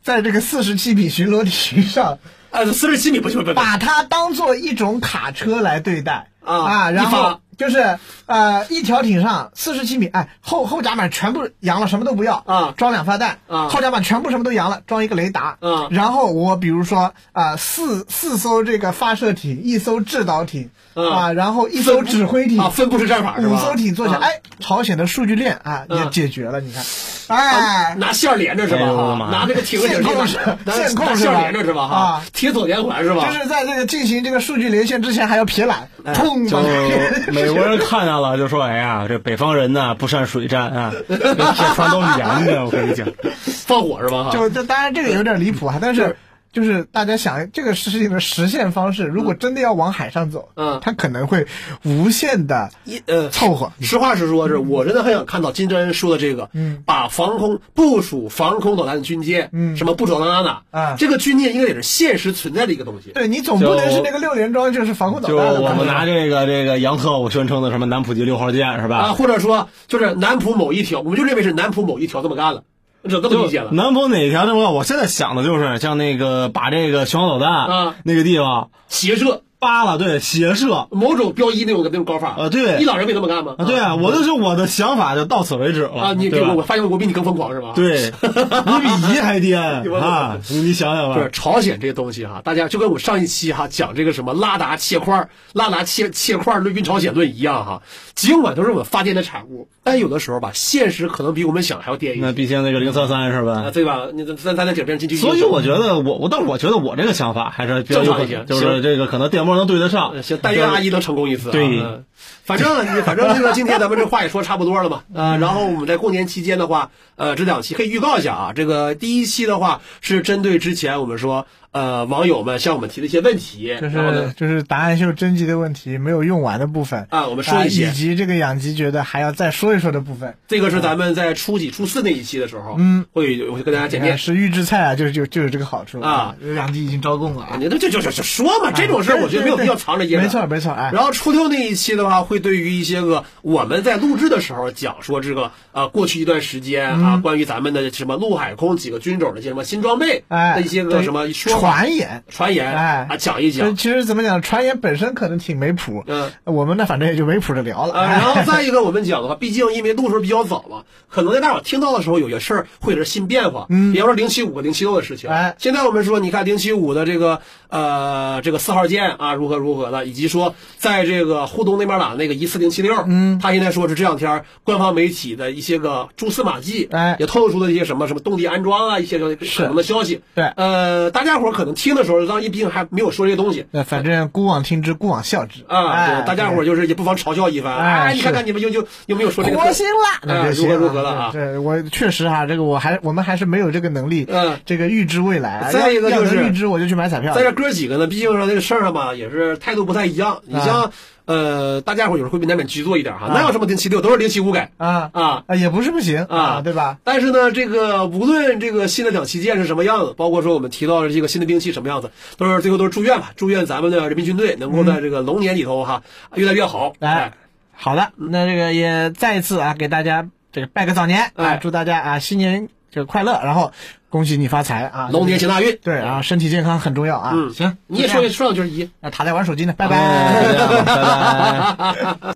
Speaker 1: 在这个四十七米 巡逻艇上，
Speaker 2: 呃四十七米不行不行，不行
Speaker 1: 把它当做一种卡车来对待
Speaker 2: 啊
Speaker 1: 然
Speaker 2: 一
Speaker 1: 后
Speaker 2: 发
Speaker 1: 就是呃，一条艇上四十七米，哎，后后甲板全部扬了，什么都不要
Speaker 2: 啊
Speaker 1: 装两发弹
Speaker 2: 啊
Speaker 1: 后甲板全部什么都扬了，装一个雷达
Speaker 2: 啊
Speaker 1: 然后我比如说啊、四四艘这个发射艇，一艘制导艇
Speaker 2: 啊
Speaker 1: 啊，然后一艘指挥艇
Speaker 2: 啊，分布式战法是吧？
Speaker 1: 五艘艇做起来，
Speaker 2: 啊
Speaker 1: 哎，朝鲜的数据链啊
Speaker 2: 嗯
Speaker 1: 也解决了，你看，哎，
Speaker 2: 拿线儿连着是吧？
Speaker 3: 哎呦我的
Speaker 2: 哈
Speaker 3: 妈
Speaker 2: 拿那个铁轨铁
Speaker 1: 线控
Speaker 2: 钉
Speaker 1: 是
Speaker 2: 拿
Speaker 1: 线控
Speaker 2: 拿
Speaker 1: 是
Speaker 2: 线
Speaker 1: 吧
Speaker 2: 儿连着是吧？
Speaker 1: 啊
Speaker 2: 哈，铁索连环是吧？
Speaker 1: 就是在这个进行这个数据连线之前还要撇懒，
Speaker 2: 哎
Speaker 1: 砰，把这 个
Speaker 3: 就美国人看见了就说：“哎呀，这北方人呐，不善水战啊，这铁窗都连着。”我跟你讲，
Speaker 2: 放火是吧？哈，
Speaker 1: 就这当然这个有点离谱啊，但是就是大家想这个事情的实现方式，如果真的要往海上走，
Speaker 2: 嗯
Speaker 1: 它可能会无限的
Speaker 2: 一呃，
Speaker 1: 凑合，
Speaker 2: 实话实说是，我真的很想看到金正恩说的这个，
Speaker 1: 嗯，
Speaker 2: 把防空部署防空导弹的军舰，
Speaker 1: 嗯
Speaker 2: 什么部署哪哪哪，
Speaker 1: 啊
Speaker 2: 这个军舰应该也是现实存在的一个东西。
Speaker 1: 对你总不能是那个六连装就是防空导
Speaker 3: 就
Speaker 1: 弹了吧
Speaker 3: 我们拿这个这个杨特我宣称的什么南普及六号舰是
Speaker 2: 啊，
Speaker 3: 吧？
Speaker 2: 或者说就是南浦某一条，我们就认为是南浦某一条这么干了，只能这么理解了。
Speaker 3: 南普哪条这么？我现在想的就是像那个把这个巡航导弹
Speaker 2: 啊
Speaker 3: 那个地方
Speaker 2: 斜射
Speaker 3: 扒了，对斜射
Speaker 2: 某种标一那种那种搞法
Speaker 3: 啊对
Speaker 2: 伊朗人没这么干吗？
Speaker 3: 啊，对啊，我就是我的想法就到此为止了
Speaker 2: 啊，你
Speaker 3: 对
Speaker 2: 我我
Speaker 3: 吧？
Speaker 2: 发现我比你更疯狂是吧？，
Speaker 3: 对，你比姨还颠 啊！你你想想
Speaker 2: 不是
Speaker 3: 吧，
Speaker 2: 朝鲜这东西哈、大家就跟我上一期哈、讲这个什么拉达切块儿、拉达切切块儿论运朝鲜论一样哈、尽管都是我们发电的产物，但有的时候吧，现实可能比我们想的还要颠一
Speaker 3: 那
Speaker 2: 些
Speaker 3: 毕竟那个零三三是吧
Speaker 2: 啊，？对吧？你咱咱咱得整这进去，
Speaker 3: 所以我觉得我我，但我觉得我这个想法还是比较有可
Speaker 2: 正常一些
Speaker 3: 能，就是这个可能电波能对得上
Speaker 2: 呃。行，但愿阿姨能成功一次啊。
Speaker 3: 对
Speaker 2: 嗯反正反正这个今天咱们这话也说差不多了嘛，啊，然后我们在过年期间的话，呃，这两期可以预告一下啊，这个第一期的话是针对之前我们说呃网友们向我们提的一些问题，
Speaker 1: 就
Speaker 2: 然后呢
Speaker 1: 是就是答案秀征集的问题没有用完的部分
Speaker 2: 啊我们说一些
Speaker 1: 啊以及这个养鸡觉得还要再说一说的部分。
Speaker 2: 这个是咱们在初几、初四那一期的时候，
Speaker 1: 嗯，
Speaker 2: 会有我会跟大家见
Speaker 1: 你看
Speaker 2: 面。
Speaker 1: 是预制菜啊，就就就有这个好处
Speaker 2: 啊，
Speaker 1: 养鸡已经招供了
Speaker 2: 啊
Speaker 1: 啊，
Speaker 2: 你这就就就就说嘛，这种事儿我觉得没有必要藏着掖着。
Speaker 1: 没错没错，哎，
Speaker 2: 然后初六那一期的话，会对于一些个我们在录制的时候讲说这个呃过去一段时间
Speaker 1: 嗯
Speaker 2: 啊，关于咱们的什么陆海空几个军种的一些什么新装备，
Speaker 1: 哎
Speaker 2: 的一些个
Speaker 1: 对
Speaker 2: 什么说法
Speaker 1: 传言，
Speaker 2: 传言
Speaker 1: 哎
Speaker 2: 啊讲一
Speaker 1: 就
Speaker 2: 讲，
Speaker 1: 其实怎么讲，传言本身可能挺没谱，
Speaker 2: 嗯。
Speaker 1: 我们呢反正也就没谱的聊了。
Speaker 2: 啊，
Speaker 1: 哎
Speaker 2: 然后再一个，我们讲的话，毕竟因为录的时候比较早嘛，可能在大伙听到的时候，有些事儿会有点新变化。嗯，比方说零七五和零七六的事情。
Speaker 1: 哎
Speaker 2: 现在我们说，你看零七五的这个呃这个四号舰啊，如何如何的，以及说在这个沪东那边打那个一四零七六，嗯，他现在说是这两天官方媒体的一些个蛛丝马迹，
Speaker 1: 哎
Speaker 2: 也透露出了一些什么什么动力安装啊，一些个可能的消息。
Speaker 1: 对
Speaker 2: 呃，大家伙儿可能听的时候，当然毕竟还没有说这些东西，
Speaker 1: 那反正姑妄听之，姑妄笑之
Speaker 2: 啊，
Speaker 1: 哎
Speaker 2: 对，大家伙儿就是也不妨嘲笑一番。
Speaker 1: 哎
Speaker 2: 哎，你看
Speaker 1: 是
Speaker 2: 看你们有有有没有说这个
Speaker 1: 活心啦，
Speaker 2: 啊
Speaker 1: 那就行嗯
Speaker 2: 如何如何了啊
Speaker 1: 对，我确实哈，这个我还我们还是没有这个能力，
Speaker 2: 嗯
Speaker 1: 这个预知未来。
Speaker 2: 再一个
Speaker 1: 要
Speaker 2: 就是
Speaker 1: 要能预知我就去买彩票
Speaker 2: 在。这哥几个呢，毕竟说这个事儿上吧，也是态度不太一样。
Speaker 1: 哎
Speaker 2: 你像呃，大家伙儿有时候会难免局促一点哈，哪有什么零七六都是零七五改
Speaker 1: 啊
Speaker 2: 啊。
Speaker 1: 啊，也不是不行
Speaker 2: 啊
Speaker 1: 对吧？
Speaker 2: 但是呢，这个无论这个新的两栖舰是什么样子，包括说我们提到的这个新的兵器什么样子，都是最后都是祝愿吧，祝愿咱们的人民军队能够在这个龙年里头哈越来越好。
Speaker 1: 嗯哎，好的，那这个也再一次啊，给大家这个拜个早年啊，
Speaker 2: 哎
Speaker 1: 祝大家啊新年这个快乐，然后恭喜你发财啊，
Speaker 2: 哎龙年行大运。
Speaker 1: 对啊，身体健康很重要啊。
Speaker 2: 嗯
Speaker 1: 行，
Speaker 2: 你也说说上就是一。
Speaker 1: 那塔在玩手机呢，拜
Speaker 3: 哎
Speaker 1: 拜。
Speaker 3: 再见拜拜。